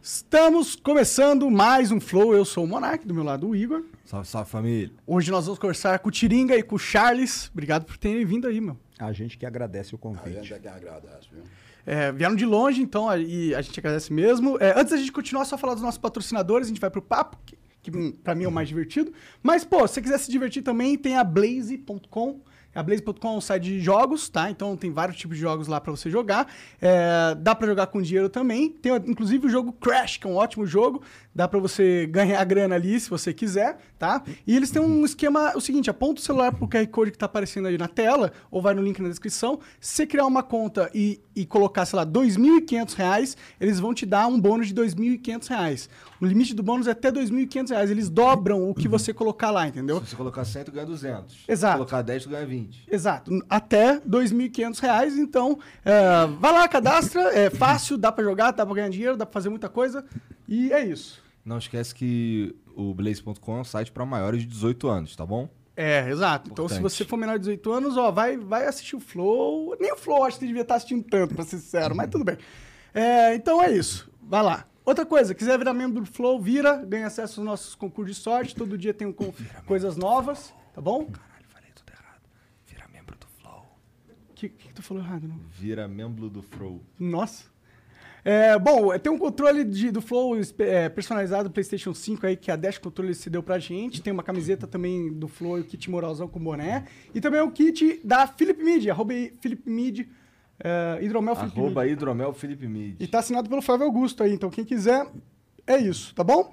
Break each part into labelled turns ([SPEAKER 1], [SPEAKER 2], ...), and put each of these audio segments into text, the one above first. [SPEAKER 1] Estamos começando mais um Flow. Eu sou o Monark, do meu lado o Igor.
[SPEAKER 2] Salve, salve família.
[SPEAKER 1] Hoje nós vamos conversar com o Tiringa e com o Charles. Obrigado por terem vindo aí, meu.
[SPEAKER 2] A gente que agradece o convite.
[SPEAKER 3] que agradece, viu?
[SPEAKER 1] É, vieram de longe, então, a- e a gente agradece mesmo. É, antes da gente continuar, só falar dos nossos patrocinadores, a gente vai pro papo, que, que hum, pra mim é o mais divertido. Mas, pô, se você quiser se divertir também, tem a Blaze.com. A Blaze.com é um site de jogos, tá? Então tem vários tipos de jogos lá pra você jogar. É, dá pra jogar com dinheiro também. Tem inclusive o jogo Crash, que é um ótimo jogo. Dá pra você ganhar grana ali se você quiser, tá? E eles têm um esquema, o seguinte, aponta o celular pro QR Code que tá aparecendo aí na tela, ou vai no link na descrição. Se você criar uma conta e, e colocar, sei lá, R$ 2.500, reais, eles vão te dar um bônus de R$ 2.500. reais. O limite do bônus é até R$ 2.500. reais. Eles dobram o que você colocar lá, entendeu?
[SPEAKER 2] Se você colocar 100, tu ganha 200.
[SPEAKER 1] Exato.
[SPEAKER 2] Se colocar 10, tu ganha 20.
[SPEAKER 1] Exato, até R$ 2.500, então é, vai lá, cadastra, é fácil, dá pra jogar, dá pra ganhar dinheiro, dá pra fazer muita coisa, e é isso.
[SPEAKER 2] Não esquece que o Blaze.com é um site pra maiores de 18 anos, tá bom?
[SPEAKER 1] É, exato. Então, se
[SPEAKER 2] Importante.
[SPEAKER 1] você for menor de 18 anos, ó, vai, vai assistir o Flow. Nem o Flow acho que você devia estar assistindo tanto, pra ser sincero, mas tudo bem. É, então é isso. Vai lá. Outra coisa, quiser virar membro do Flow, vira, ganha acesso aos nossos concursos de sorte. Todo dia tem um con- coisas novas, tá bom?
[SPEAKER 2] Caralho, falei tudo errado. Vira membro do Flow.
[SPEAKER 1] O que, que que tu falou errado, não?
[SPEAKER 2] Vira membro do Flow.
[SPEAKER 1] Nossa. É, bom, tem um controle de- do Flow espe- é, personalizado do PlayStation 5 aí, que a Dash Controle se deu pra gente. Tem uma camiseta também do Flow e o kit Moralzão com boné. E também o kit da Philip Mid, arroba aí, Philip Mid, é, hidromel Philip
[SPEAKER 2] Arroba
[SPEAKER 1] Mid.
[SPEAKER 2] Hidromel Felipe Mid.
[SPEAKER 1] E tá assinado pelo Flávio Augusto aí, então quem quiser, é isso, tá bom?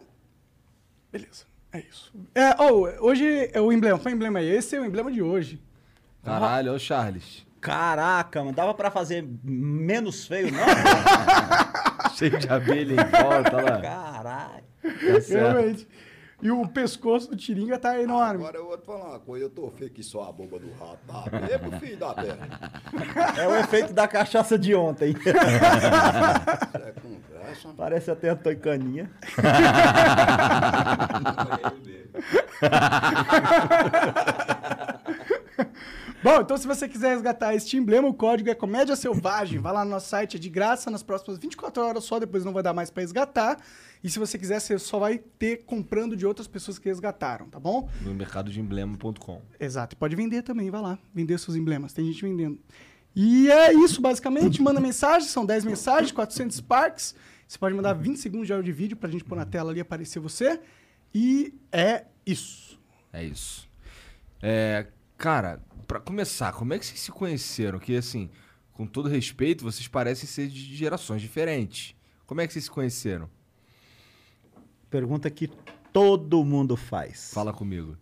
[SPEAKER 1] Beleza, é isso. É, oh, hoje é o emblema, qual emblema é esse? É o emblema de hoje.
[SPEAKER 2] Caralho, ô Charles.
[SPEAKER 3] Caraca, mano, dava pra fazer menos feio, não?
[SPEAKER 2] Cheio de abelha em volta lá.
[SPEAKER 3] Caralho.
[SPEAKER 2] Tá certo.
[SPEAKER 1] Realmente. E o pescoço do Tiringa tá enorme.
[SPEAKER 4] Agora eu vou te falar uma coisa, eu tô feio que só a bomba do rato. Tá bebo, filho da terra.
[SPEAKER 3] É o efeito da cachaça de ontem.
[SPEAKER 4] Isso é conversa.
[SPEAKER 3] Parece até a Toicaninha.
[SPEAKER 1] Bom, então se você quiser resgatar este emblema, o código é Comédia Selvagem. Vai lá no nosso site, é de graça, nas próximas 24 horas só, depois não vai dar mais pra resgatar. E se você quiser, você só vai ter comprando de outras pessoas que resgataram, tá bom?
[SPEAKER 2] No mercado de emblema.com.
[SPEAKER 1] Exato. Pode vender também, vai lá. Vender seus emblemas. Tem gente vendendo. E é isso, basicamente. Manda mensagem, são 10 mensagens, 400 Sparks. Você pode mandar 20 segundos de áudio de vídeo pra gente pôr na tela ali e aparecer você. E é isso.
[SPEAKER 2] É isso. É, cara, pra começar, como é que vocês se conheceram? Que assim, com todo respeito, vocês parecem ser de gerações diferentes. Como é que vocês se conheceram?
[SPEAKER 3] Pergunta que todo mundo faz.
[SPEAKER 2] Fala comigo.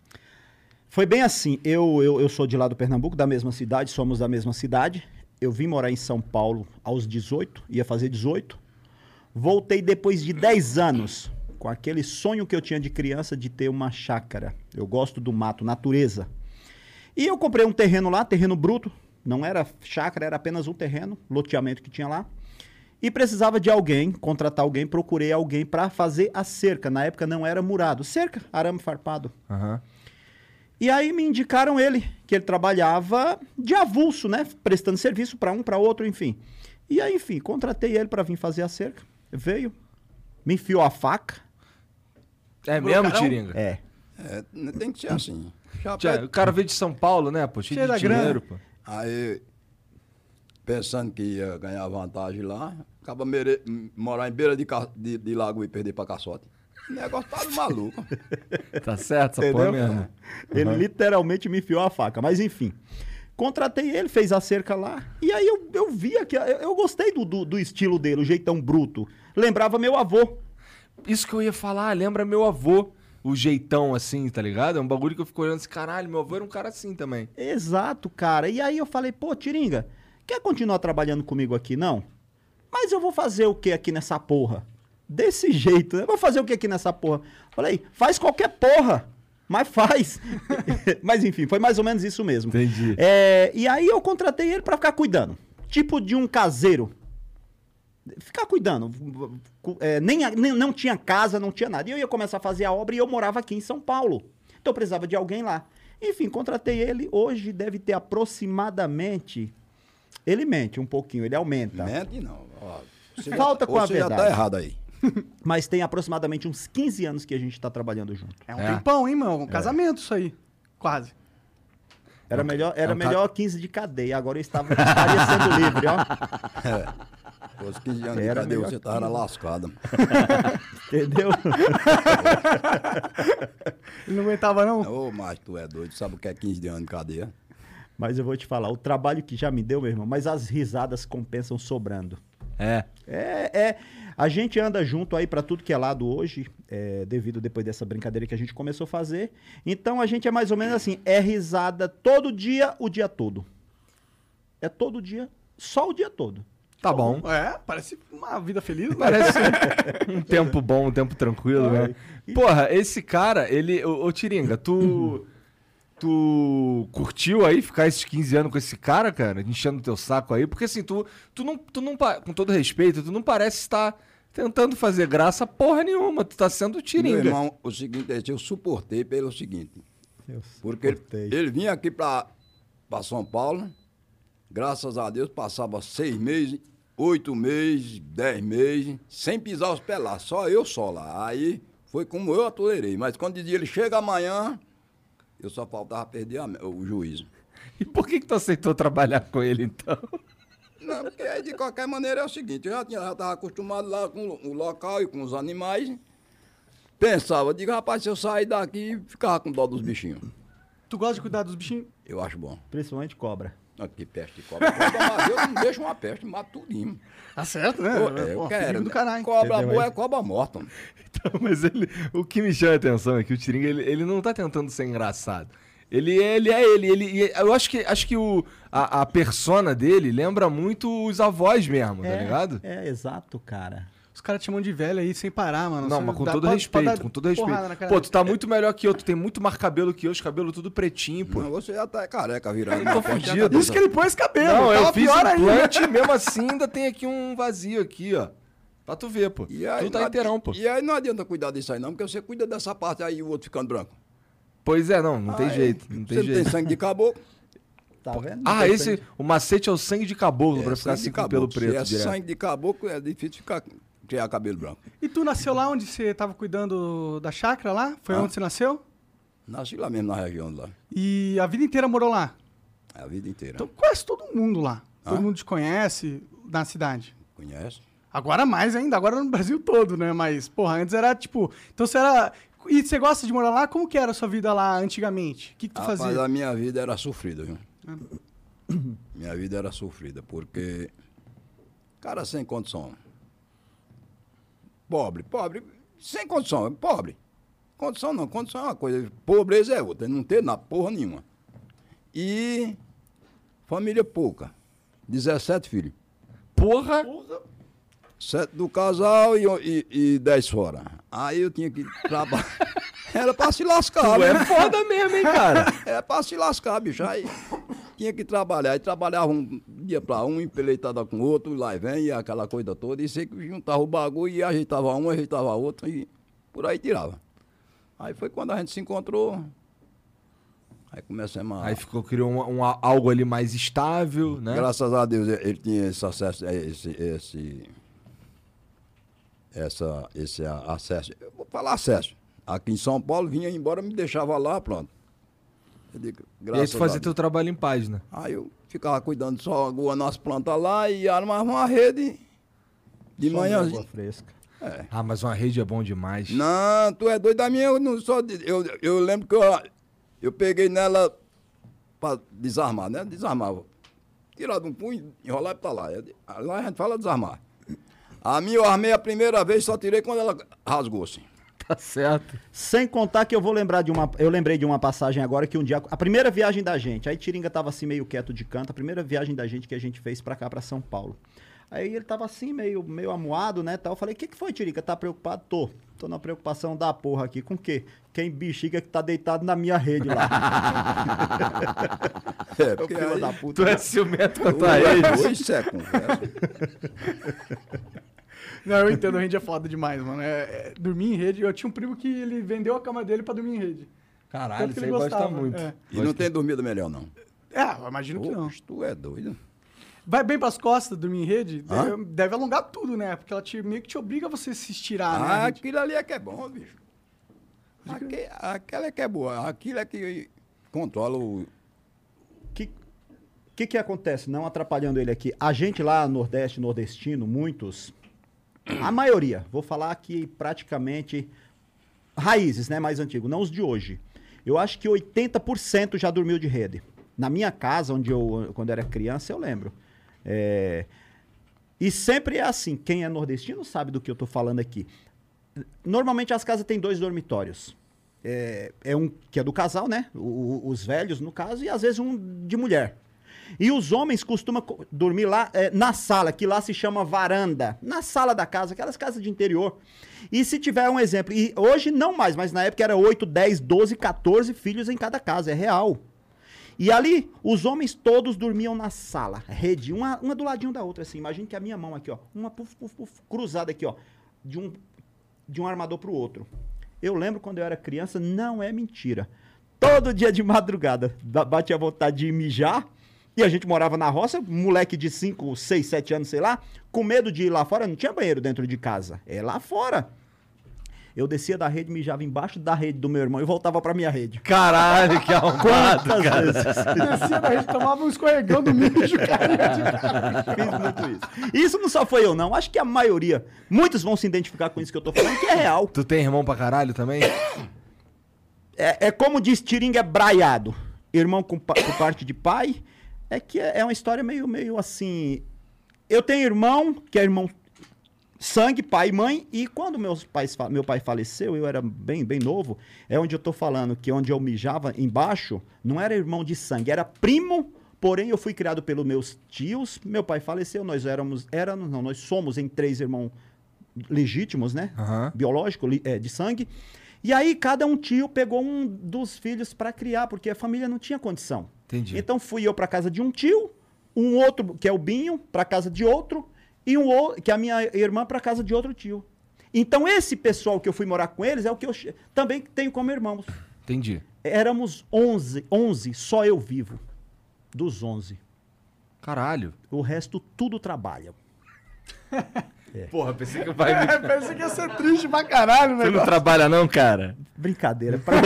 [SPEAKER 3] Foi bem assim. Eu, eu, eu sou de lá do Pernambuco, da mesma cidade, somos da mesma cidade. Eu vim morar em São Paulo aos 18, ia fazer 18. Voltei depois de 10 anos, com aquele sonho que eu tinha de criança de ter uma chácara. Eu gosto do mato, natureza. E eu comprei um terreno lá, terreno bruto. Não era chácara, era apenas um terreno, loteamento que tinha lá. E precisava de alguém, contratar alguém, procurei alguém para fazer a cerca. Na época não era murado. Cerca, arame farpado.
[SPEAKER 2] Aham.
[SPEAKER 3] E aí me indicaram ele, que ele trabalhava de avulso, né? Prestando serviço para um, para outro, enfim. E aí, enfim, contratei ele para vir fazer a cerca. Veio, me enfiou a faca.
[SPEAKER 2] É mesmo,
[SPEAKER 1] Carão?
[SPEAKER 2] Tiringa?
[SPEAKER 3] É.
[SPEAKER 4] É, né, tem que ser assim. Já
[SPEAKER 2] Tia,
[SPEAKER 4] pede-
[SPEAKER 2] o cara veio de São Paulo, né, pô? Cheio
[SPEAKER 1] Cheio da
[SPEAKER 2] de dinheiro, pô.
[SPEAKER 4] Aí, pensando que ia ganhar vantagem lá, acaba mere- m- morar em beira de, ca- de, de lago e perder pra caçote. O negócio tá maluco.
[SPEAKER 2] Tá certo, essa porra
[SPEAKER 3] Entendeu?
[SPEAKER 2] mesmo.
[SPEAKER 3] Ele literalmente me enfiou a faca. Mas enfim. Contratei ele, fez a cerca lá. E aí eu, eu via que. Eu, eu gostei do, do, do estilo dele, o jeitão bruto. Lembrava meu avô.
[SPEAKER 2] Isso que eu ia falar, lembra meu avô. O jeitão assim, tá ligado? É um bagulho que eu fico olhando assim, caralho, meu avô era um cara assim também.
[SPEAKER 3] Exato, cara. E aí eu falei, pô, Tiringa, quer continuar trabalhando comigo aqui, não? Mas eu vou fazer o que aqui nessa porra? Desse jeito, né? Vou fazer o que aqui nessa porra? Falei, faz qualquer porra, mas faz. mas enfim, foi mais ou menos isso mesmo.
[SPEAKER 2] Entendi.
[SPEAKER 3] É, e aí eu contratei ele pra ficar cuidando. Tipo de um caseiro. Ficar cuidando. Cu- é, nem, a- nem- não tinha casa, não tinha nada. E eu ia começar a fazer a obra e eu morava aqui em São Paulo. Então eu precisava de alguém lá. Enfim, contratei ele. Hoje deve ter aproximadamente. Ele mente um pouquinho, ele aumenta.
[SPEAKER 4] Mente não. Ó, você já-
[SPEAKER 3] Falta com a
[SPEAKER 4] você já tá
[SPEAKER 3] verdade.
[SPEAKER 4] errado aí.
[SPEAKER 3] Mas tem aproximadamente uns 15 anos que a gente tá trabalhando junto.
[SPEAKER 1] É um
[SPEAKER 2] É.
[SPEAKER 1] tempão, hein, mano? Um casamento isso aí. Quase.
[SPEAKER 3] Era melhor, era
[SPEAKER 2] é um ca-
[SPEAKER 3] melhor 15 de cadeia. Agora eu estava estaria sendo livre, ó.
[SPEAKER 4] Com os 15 anos
[SPEAKER 3] Era
[SPEAKER 4] de cadê
[SPEAKER 3] melhor
[SPEAKER 4] você tava lascado.
[SPEAKER 3] Entendeu?
[SPEAKER 1] Ele não aguentava, não?
[SPEAKER 4] Ô, mas tu é doido, sabe o que é 15 de anos de cadeia?
[SPEAKER 3] Mas eu vou te falar, o trabalho que já me deu, meu irmão, mas as risadas compensam sobrando.
[SPEAKER 2] É.
[SPEAKER 3] É, é. A gente anda junto aí pra tudo que é lado hoje, é, devido depois dessa brincadeira que a gente começou a fazer. Então a gente é mais ou menos assim, é risada todo dia, o dia todo. É todo dia, só o dia todo.
[SPEAKER 2] Tá bom.
[SPEAKER 1] É, parece uma vida feliz, né?
[SPEAKER 2] Parece um tempo bom, um tempo tranquilo, né? Porra, esse cara, ele. Ô, ô, Tiringa, tu. Tu curtiu aí ficar esses 15 anos com esse cara, cara? Enchendo teu saco aí? Porque assim, tu, tu, não, tu não. pa- Com todo respeito, tu não parece estar tentando fazer graça porra nenhuma. Tu tá sendo
[SPEAKER 4] Meu
[SPEAKER 2] Tiringa.
[SPEAKER 4] irmão, o seguinte é, isso, eu suportei pelo seguinte.
[SPEAKER 3] Eu
[SPEAKER 4] Porque ele, ele vinha aqui para São Paulo, graças a Deus, passava seis meses, oito meses, dez meses, sem pisar os pelados, só eu só lá. Aí foi como eu a tolerei. Mas quando dizia ele chega amanhã, eu só faltava perder a me- o juízo.
[SPEAKER 2] E por que, que tu aceitou trabalhar com ele então?
[SPEAKER 4] Não, porque aí, de qualquer maneira é o seguinte, eu já estava acostumado lá com o local e com os animais. Pensava, digo, rapaz, se eu sair daqui, ficava com dó dos bichinhos.
[SPEAKER 1] Tu gosta de cuidar dos bichinhos?
[SPEAKER 4] Eu acho bom.
[SPEAKER 3] Principalmente cobra.
[SPEAKER 4] Ah, que peste de cobra. Cobra, mas eu não deixo uma peste, mato tudinho.
[SPEAKER 1] Tá certo, né?
[SPEAKER 4] Pô, é,
[SPEAKER 1] Pô,
[SPEAKER 4] eu quero.
[SPEAKER 1] perigo do caralho.
[SPEAKER 4] Cobra boa é cobra morta. mano.
[SPEAKER 2] Então, mas ele, o que me chama a atenção é que o Tiringa, ele, ele não tá tentando ser engraçado. Ele, é- ele é ele, ele. e Eu acho que, acho que o, a, a persona dele lembra muito os avós mesmo, tá ligado?
[SPEAKER 3] É, exato, cara.
[SPEAKER 1] Os caras te chamam de velho aí sem parar, mano.
[SPEAKER 2] Não,
[SPEAKER 1] Você
[SPEAKER 2] mas com
[SPEAKER 1] dá-
[SPEAKER 2] todo
[SPEAKER 1] pode- pode
[SPEAKER 2] respeito,
[SPEAKER 1] dar
[SPEAKER 2] com todo respeito.
[SPEAKER 1] porrada na cara
[SPEAKER 2] Pô,
[SPEAKER 1] dele.
[SPEAKER 2] tu tá muito melhor que eu, tu tem muito mais cabelo que eu, os cabelos tudo pretinho, pô.
[SPEAKER 4] Não, você já tá careca virando.
[SPEAKER 2] Eu tô
[SPEAKER 4] uma peste tá. na
[SPEAKER 2] fudido.
[SPEAKER 4] cabeça.
[SPEAKER 1] Isso que ele pôs cabelo.
[SPEAKER 2] Não, eu
[SPEAKER 1] tava
[SPEAKER 2] fiz um
[SPEAKER 1] pior ainda.
[SPEAKER 2] implante e mesmo assim ainda tem aqui um vazio aqui, ó. Pra tu ver, pô.
[SPEAKER 4] E aí,
[SPEAKER 2] tu tá
[SPEAKER 4] não adi-
[SPEAKER 2] inteirão, pô.
[SPEAKER 4] E aí não adianta cuidar disso aí não, porque você cuida dessa parte aí e o outro ficando branco.
[SPEAKER 2] Pois é, não, não tem
[SPEAKER 4] Ah, é.
[SPEAKER 2] jeito, não tem
[SPEAKER 4] você
[SPEAKER 2] jeito.
[SPEAKER 4] não tem sangue de caboclo.
[SPEAKER 3] Tá vendo?
[SPEAKER 2] Ah,
[SPEAKER 3] Depende.
[SPEAKER 2] esse, o macete é o sangue de caboclo, pra ficar
[SPEAKER 4] sangue de
[SPEAKER 2] assim com o pelo
[SPEAKER 4] caboclo.
[SPEAKER 2] preto.
[SPEAKER 4] Se é
[SPEAKER 2] direto.
[SPEAKER 4] sangue de caboclo, é difícil ficar, criar cabelo branco.
[SPEAKER 1] E tu nasceu lá onde você tava cuidando da chácara lá? Foi
[SPEAKER 2] Ah.
[SPEAKER 4] Hã?
[SPEAKER 1] onde você nasceu?
[SPEAKER 4] Nasci lá mesmo na região lá,
[SPEAKER 1] E a vida inteira morou lá?
[SPEAKER 4] a vida inteira.
[SPEAKER 1] Então conhece todo mundo lá.
[SPEAKER 2] Ah.
[SPEAKER 4] Hã?
[SPEAKER 1] Todo mundo te conhece na cidade.
[SPEAKER 4] Conhece?
[SPEAKER 1] Agora mais ainda, agora no Brasil todo, né? Mas, porra, antes era tipo. Então você era. E você gosta de morar lá? Como que era a sua vida lá antigamente? O que, que tu
[SPEAKER 4] Rapaz,
[SPEAKER 1] fazia? Ah.
[SPEAKER 4] a minha vida era sofrida, viu? Minha vida era sofrida, porque. Cara sem condição. Pobre, pobre, sem condição, pobre. Condição não, condição é uma coisa, pobreza é outra, não ter na porra nenhuma. E família pouca, 17 filhos.
[SPEAKER 2] Porra!
[SPEAKER 4] Sete do casal e, e, e dez fora. Aí eu tinha que trabalhar. Era pra se lascar,
[SPEAKER 2] Tu
[SPEAKER 4] né?
[SPEAKER 2] é foda mesmo, hein, cara?
[SPEAKER 4] É pra se lascar, bicho. Aí tinha que trabalhar. Aí trabalhava um- Ia pra um, empeleitada com outro, lá e vem, e aquela coisa toda. E sei que juntava o bagulho e ajeitava um, ajeitava outro e por aí tirava. Aí foi quando a gente se encontrou. Aí começamos a.
[SPEAKER 2] Aí ficou, criou um, um a- algo ali mais estável, né?
[SPEAKER 4] Graças a Deus eh, ele tinha esse acesso, eh, esse, esse, essa, esse a- acesso. Eu vou falar acesso. Aqui em São Paulo vinha embora, me deixava lá, pronto. Eu digo,
[SPEAKER 2] E aí tu
[SPEAKER 4] graças a
[SPEAKER 2] fazia
[SPEAKER 4] Deus.
[SPEAKER 2] teu trabalho em paz, né?
[SPEAKER 4] Aí eu ficava cuidando só a nossa planta lá e armava uma rede de
[SPEAKER 3] Só uma
[SPEAKER 4] manhã.
[SPEAKER 3] água fresca.
[SPEAKER 2] Ah, mas uma rede é bom demais.
[SPEAKER 4] Não, tu é doido da minha, eu não sou. de- Eu, eu lembro que eu, eu peguei nela pra desarmar, né? Desarmava. Tirar de um punho, enrolar e pra lá. Eu de- Lá a gente fala desarmar. A minha eu armei a primeira vez, só tirei quando ela rasgou assim.
[SPEAKER 2] Tá certo.
[SPEAKER 3] Sem contar que eu vou lembrar de uma. Eu lembrei de uma passagem agora que um dia. A primeira viagem da gente. Aí Tiringa tava assim meio quieto de canto. A primeira viagem da gente que a gente fez pra cá, pra São Paulo. Aí ele tava assim, meio, meio amuado, né? Tal. Eu falei: O que, que foi, Tiringa? Tá preocupado? Tô. Tô na preocupação da porra aqui. Com o quê? Quem bexiga que tá deitado na minha rede lá.
[SPEAKER 4] É,
[SPEAKER 3] Eu
[SPEAKER 4] porque
[SPEAKER 3] filho
[SPEAKER 4] aí,
[SPEAKER 3] da
[SPEAKER 2] Tu
[SPEAKER 3] puta.
[SPEAKER 2] é ciumento quanto a ele.
[SPEAKER 4] hoje, hoje isso é conversa.
[SPEAKER 1] Não, eu entendo, a rede é foda demais, mano. É, é, dormir em rede. Eu tinha um primo que ele vendeu a cama dele pra dormir em rede.
[SPEAKER 2] Caralho,
[SPEAKER 1] Tanto que ele
[SPEAKER 2] isso aí gosta
[SPEAKER 1] gostava,
[SPEAKER 2] muito.
[SPEAKER 1] é.
[SPEAKER 4] E não tem dormido melhor, não.
[SPEAKER 1] É, eu imagino que não.
[SPEAKER 4] Poxa, tu é doido.
[SPEAKER 1] Vai bem pras costas, dormir em rede,
[SPEAKER 4] Hã?
[SPEAKER 1] deve, deve alongar tudo, né? Porque ela te, meio que te obriga a você se estirar, né?
[SPEAKER 4] Ah,
[SPEAKER 1] a rede?
[SPEAKER 4] aquilo ali é que é bom, bicho. Aque- aquela é que é boa. Aquilo é que controla o,
[SPEAKER 3] O que, que que acontece? Não atrapalhando ele aqui. A gente lá, Nordeste, Nordestino, muitos, a maioria, vou falar aqui praticamente raízes, né? Mais antigo, não os de hoje. Eu acho que 80% já dormiu de rede. Na minha casa, onde eu, quando era criança, eu lembro. É, E sempre é assim, quem é nordestino sabe do que eu tô falando aqui. Normalmente as casas têm dois dormitórios. É, é um que é do casal, né? O- o- os velhos, no caso, e às vezes um de mulher. E os homens costumam co- dormir lá é, na sala, que lá se chama varanda. Na sala da casa, aquelas casas de interior. E se tiver um exemplo, e hoje não mais, mas na época era 8, 10, 12, 14 filhos em cada casa, é real. E ali, os homens todos dormiam na sala, rede, uma, uma do ladinho da outra, assim. Imagina que a minha mão aqui, ó, uma puf, puf, puf, cruzada aqui, ó, de um, de um armador pro outro. Eu lembro quando eu era criança, não é mentira. Todo dia de madrugada, da- bate a vontade de mijar, e a gente morava na roça, moleque de 5, 6, 7 anos, sei lá, com medo de ir lá fora, não tinha banheiro dentro de casa, é lá fora. Eu descia da rede, mijava embaixo da rede do meu irmão e voltava pra minha rede.
[SPEAKER 2] Caralho, que arrombado,
[SPEAKER 3] Quantas
[SPEAKER 2] cara.
[SPEAKER 3] vezes?
[SPEAKER 1] Descia da rede, tomava um escorregão do mijo, cara.
[SPEAKER 3] Fiz muito isso. Isso não só foi eu, não. Acho que a maioria. Muitos vão se identificar com isso que eu tô falando, que é real.
[SPEAKER 2] Tu tem irmão pra caralho também?
[SPEAKER 3] É, é como diz Tiringa, é braiado. Irmão com pa- por parte de pai. É que é, é uma história meio, meio assim. Eu tenho irmão, que é irmão sangue, pai e mãe. E quando meus pais, fa- meu pai faleceu, eu era bem, bem novo. É onde eu tô falando que onde eu mijava embaixo, não era irmão de sangue, era primo. Porém, eu fui criado pelos meus tios. Meu pai faleceu, nós éramos, éramos, não, nós somos em três irmãos legítimos, né?
[SPEAKER 2] Aham.
[SPEAKER 3] Biológico, li- é, de sangue. E aí, cada um tio pegou um dos filhos pra criar, porque a família não tinha condição.
[SPEAKER 2] Entendi.
[SPEAKER 3] Então fui eu pra casa de um tio, um outro, que é o Binho, pra casa de outro, e um outro, que é a minha irmã pra casa de outro tio. Então esse pessoal que eu fui morar com eles é o que eu che- também tenho como irmãos.
[SPEAKER 2] Entendi.
[SPEAKER 3] Éramos 11, 11 só eu vivo dos 11.
[SPEAKER 2] Caralho.
[SPEAKER 3] O resto tudo trabalha.
[SPEAKER 2] Porra, pensei que vai me...
[SPEAKER 1] É, Pensei que ia ser triste pra caralho,
[SPEAKER 2] Tu
[SPEAKER 1] velho.
[SPEAKER 2] não trabalha não, cara?
[SPEAKER 3] Brincadeira. é pra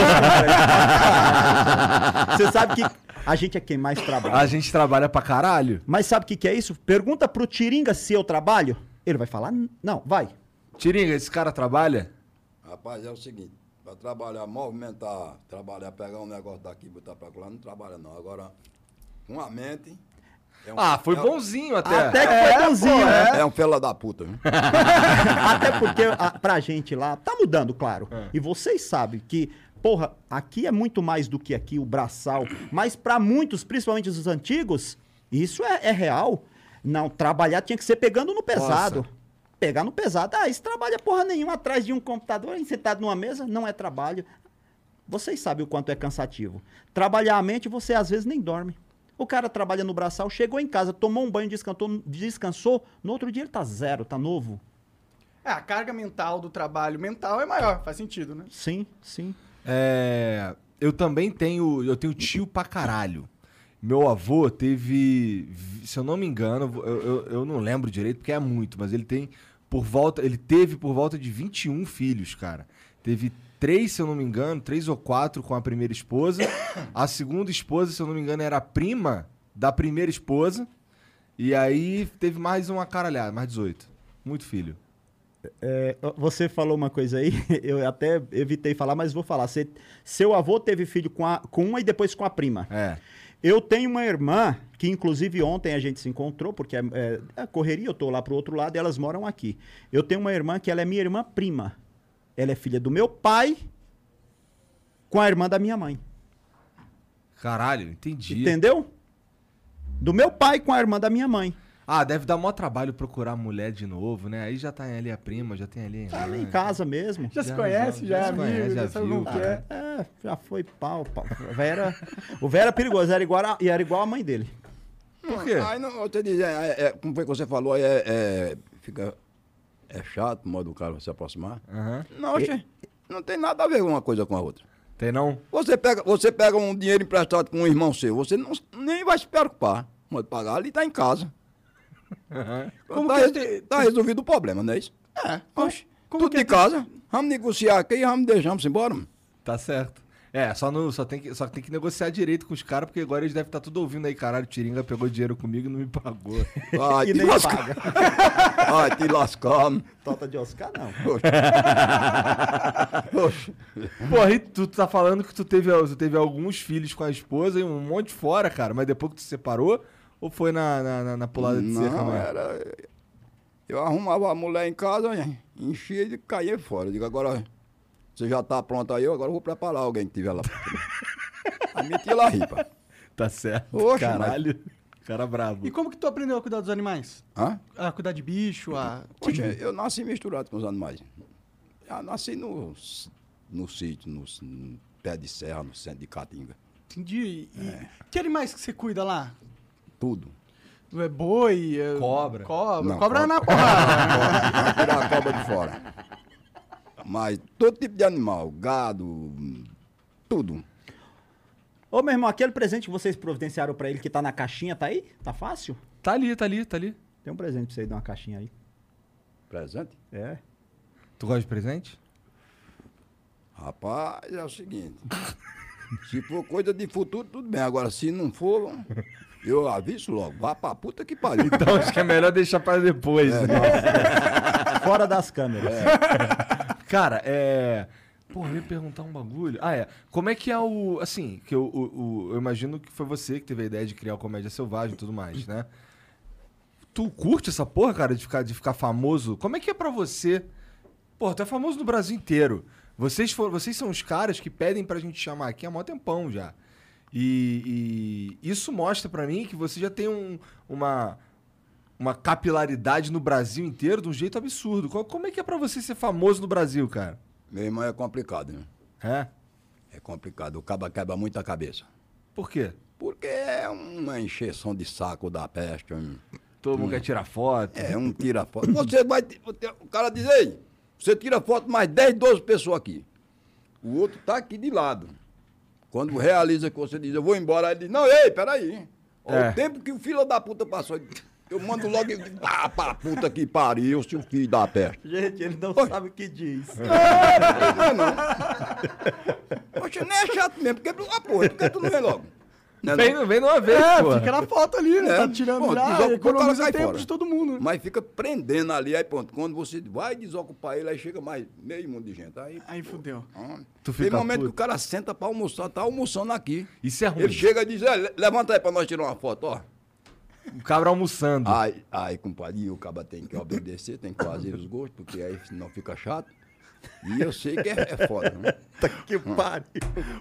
[SPEAKER 3] caralho. Você sabe que a gente é quem mais trabalha.
[SPEAKER 2] A gente trabalha pra caralho.
[SPEAKER 3] Mas sabe o que, que é isso? Pergunta pro Tiringa se eu trabalho. Ele vai falar, "N- não, vai.
[SPEAKER 2] Tiringa, esse cara trabalha?
[SPEAKER 4] Rapaz, é o seguinte, para trabalhar, movimentar, trabalhar, pegar um negócio daqui e botar pra lá, não trabalha não. Agora, com a mente. é um-
[SPEAKER 2] Ah, foi
[SPEAKER 4] é um-
[SPEAKER 2] bonzinho até.
[SPEAKER 3] Até que foi bonzinho. né?
[SPEAKER 4] É um fela da puta. viu?
[SPEAKER 3] Até porque a, pra gente lá, tá mudando, claro. E vocês sabem que, porra, aqui é muito mais do que aqui o braçal. Mas pra muitos, principalmente os antigos, isso é, é real. Não, trabalhar tinha que ser pegando no pesado. Pegar no pesado. Ah, isso trabalha porra nenhuma atrás de um computador, hein, sentado numa mesa, não é trabalho. Vocês sabem o quanto é cansativo. Trabalhar a mente, você às vezes nem dorme. O cara trabalha no braçal, chegou em casa, tomou um banho, descansou, descansou. No outro dia ele tá zero, tá novo.
[SPEAKER 1] É, a carga mental do trabalho mental é maior, faz sentido, né?
[SPEAKER 3] Sim, sim.
[SPEAKER 2] É, eu também tenho. Eu tenho tio pra caralho. Meu avô teve. Se eu não me engano, eu, eu, eu não lembro direito, porque é muito, mas ele tem por volta. Ele teve por volta de 21 filhos, cara. Teve três, se eu não me engano, três ou quatro com a primeira esposa. A segunda esposa, se eu não me engano, era a prima da primeira esposa. E aí teve mais uma caralhada, mais 18. Muito filho.
[SPEAKER 3] É, você falou uma coisa aí, eu até evitei falar, mas vou falar. Você- seu avô teve filho com, a- com uma e depois com a prima.
[SPEAKER 2] É.
[SPEAKER 3] Eu tenho uma irmã que, inclusive, ontem a gente se encontrou, porque é, é- é correria, eu tô lá pro outro lado e elas moram aqui. Eu tenho uma irmã que ela é minha irmã prima. Ela é filha do meu pai com a irmã da minha mãe.
[SPEAKER 2] Caralho, entendi.
[SPEAKER 3] Entendeu? Do meu pai com a irmã da minha mãe.
[SPEAKER 2] Ah, deve dar mó trabalho procurar mulher de novo, né? Aí já tá ali a prima, já tem ali a
[SPEAKER 3] Tá
[SPEAKER 2] irmã,
[SPEAKER 3] ali em casa mesmo.
[SPEAKER 1] Já, se conhece, já, é
[SPEAKER 2] se
[SPEAKER 1] amigo,
[SPEAKER 2] conhece,
[SPEAKER 1] já, sabe
[SPEAKER 2] viu,
[SPEAKER 1] como que é.
[SPEAKER 2] cara.
[SPEAKER 3] É, já foi pau, pau. O velho era, o velho era perigoso, era igual, a, era igual a mãe dele.
[SPEAKER 2] Por quê?
[SPEAKER 4] Aí não, eu te dizer, é- é- como foi que você falou, aí é, é- fica, é chato o modo do cara se aproximar.
[SPEAKER 2] Aham.
[SPEAKER 4] Não, oxe, não tem nada a ver uma coisa com a outra.
[SPEAKER 2] Tem não?
[SPEAKER 4] Você pega, você pega um dinheiro emprestado com um irmão seu, você não, nem vai se preocupar. Pode pagar, ali está em casa. Então Está
[SPEAKER 3] é
[SPEAKER 4] tá resolvido o problema, não é isso? É, oxe, tudo de casa. Vamos negociar aqui e vamos deixar, vamos embora. mano.
[SPEAKER 2] Tá certo. É, só, no, só, tem que, só tem que negociar direito com os caras, porque agora eles devem estar tudo ouvindo aí, caralho, o Tiringa pegou dinheiro comigo e não me pagou.
[SPEAKER 4] Vai
[SPEAKER 3] E
[SPEAKER 4] te
[SPEAKER 3] nem
[SPEAKER 4] lascar. Vai te lascar. mano.
[SPEAKER 3] Tota de Oscar, não.
[SPEAKER 4] Oxe.
[SPEAKER 2] Porra, e tu tá falando que tu teve, tu teve alguns filhos com a esposa e um monte fora, cara, mas depois que tu se separou, ou foi na, na, na- na pulada de cerca
[SPEAKER 4] Não,
[SPEAKER 2] mesmo?
[SPEAKER 4] era. Eu arrumava a mulher em casa, enchia e caía fora. Eu digo, agora você já tá pronto aí, eu agora vou preparar alguém que tiver lá. aí meti lá a ripa.
[SPEAKER 2] Tá certo.
[SPEAKER 4] Oxe,
[SPEAKER 2] caralho. Cara brabo.
[SPEAKER 1] E como que tu aprendeu a cuidar dos animais?
[SPEAKER 4] Hã?
[SPEAKER 1] A cuidar de bicho, a...
[SPEAKER 4] Poxa, eu nasci misturado com os animais. Já nasci no, no sítio, no, no pé de serra, no centro de Caatinga.
[SPEAKER 1] Entendi. E que animais que você cuida lá?
[SPEAKER 4] Tudo.
[SPEAKER 1] É boi? é-
[SPEAKER 2] Cobra.
[SPEAKER 1] Cobra.
[SPEAKER 4] Não,
[SPEAKER 1] cobra
[SPEAKER 4] cobra.
[SPEAKER 1] na porrada.
[SPEAKER 4] Pra tirar a cobra de fora. Mas todo tipo de animal, gado, tudo.
[SPEAKER 3] Ô, meu irmão, aquele presente que vocês providenciaram pra ele que tá na caixinha, tá aí? Tá fácil?
[SPEAKER 2] Tá ali, tá ali, tá ali.
[SPEAKER 3] Tem um presente pra você aí de uma caixinha aí.
[SPEAKER 4] Presente?
[SPEAKER 3] É.
[SPEAKER 2] Tu gosta de presente?
[SPEAKER 4] Rapaz, é o seguinte. Se for coisa de futuro, tudo bem. Agora, se não for, eu aviso logo. Vá pra puta que pariu.
[SPEAKER 2] Então acho que é melhor deixar pra depois, né?
[SPEAKER 3] Tá Fora das câmeras.
[SPEAKER 2] Cara, é. Pô, eu ia perguntar um bagulho. Ah, é. Como é que é o. Assim, que eu, o- o- eu imagino que foi você que teve a ideia de criar o Comédia Selvagem e tudo mais, né? Tu curte essa porra, cara, de ficar, de ficar famoso? Como é que é pra você? Pô, tu é famoso no Brasil inteiro. Vocês, foram, vocês são os caras que pedem pra gente chamar aqui há mó tempão já. E, e isso mostra pra mim que você já tem um- uma, uma capilaridade no Brasil inteiro de um jeito absurdo. Co- Como é que é pra você ser famoso no Brasil, cara?
[SPEAKER 4] Meu irmão é complicado, né?
[SPEAKER 2] É?
[SPEAKER 4] É complicado. O caba quebra muita cabeça.
[SPEAKER 2] Por quê?
[SPEAKER 4] Porque é uma encheção de saco da peste. um hein?
[SPEAKER 2] Todo mundo quer tirar foto.
[SPEAKER 4] É, um tira foto. Você vai. O cara diz, ei, você tira foto mais 10, 12 pessoas aqui. O outro tá aqui de lado. Quando realiza que você diz, eu vou embora, ele diz, não, ei, peraí. Ó,
[SPEAKER 2] É.
[SPEAKER 4] O tempo que o filho da puta passou, eu mando logo, eu digo, ah, pra puta que pariu, seu filho da peste.
[SPEAKER 3] Gente, ele não sabe o que diz.
[SPEAKER 4] Poxa, nem é chato mesmo, porque, ah, porra, por que tu não vem logo? Né,
[SPEAKER 2] Vem,
[SPEAKER 4] não?
[SPEAKER 2] vem de uma vez, pô.
[SPEAKER 1] É, Fica na foto ali, né?
[SPEAKER 4] É.
[SPEAKER 1] Tá tirando
[SPEAKER 4] Pô,
[SPEAKER 1] já,
[SPEAKER 4] desocupa, o cara
[SPEAKER 1] economiza
[SPEAKER 4] cai
[SPEAKER 1] tempo
[SPEAKER 4] fora.
[SPEAKER 1] de todo mundo. né?
[SPEAKER 4] Mas fica prendendo ali, aí pronto, quando você vai desocupar ele, aí chega mais meio mundo de gente. Aí,
[SPEAKER 1] Aí fudeu.
[SPEAKER 4] Ah,
[SPEAKER 2] Tu
[SPEAKER 4] Tem
[SPEAKER 2] fica
[SPEAKER 4] momento
[SPEAKER 2] puto.
[SPEAKER 4] que o cara senta pra almoçar, tá almoçando aqui.
[SPEAKER 2] Isso é ruim.
[SPEAKER 4] Ele chega e diz, "É, le- levanta aí pra nós tirar uma foto,
[SPEAKER 2] Hum.
[SPEAKER 4] ó.
[SPEAKER 2] O cabra almoçando.
[SPEAKER 4] Aí, aí compadre, e o caba tem que obedecer, tem que fazer os gostos, porque aí senão fica chato. E eu sei que é, é foda, né?
[SPEAKER 3] Que pariu.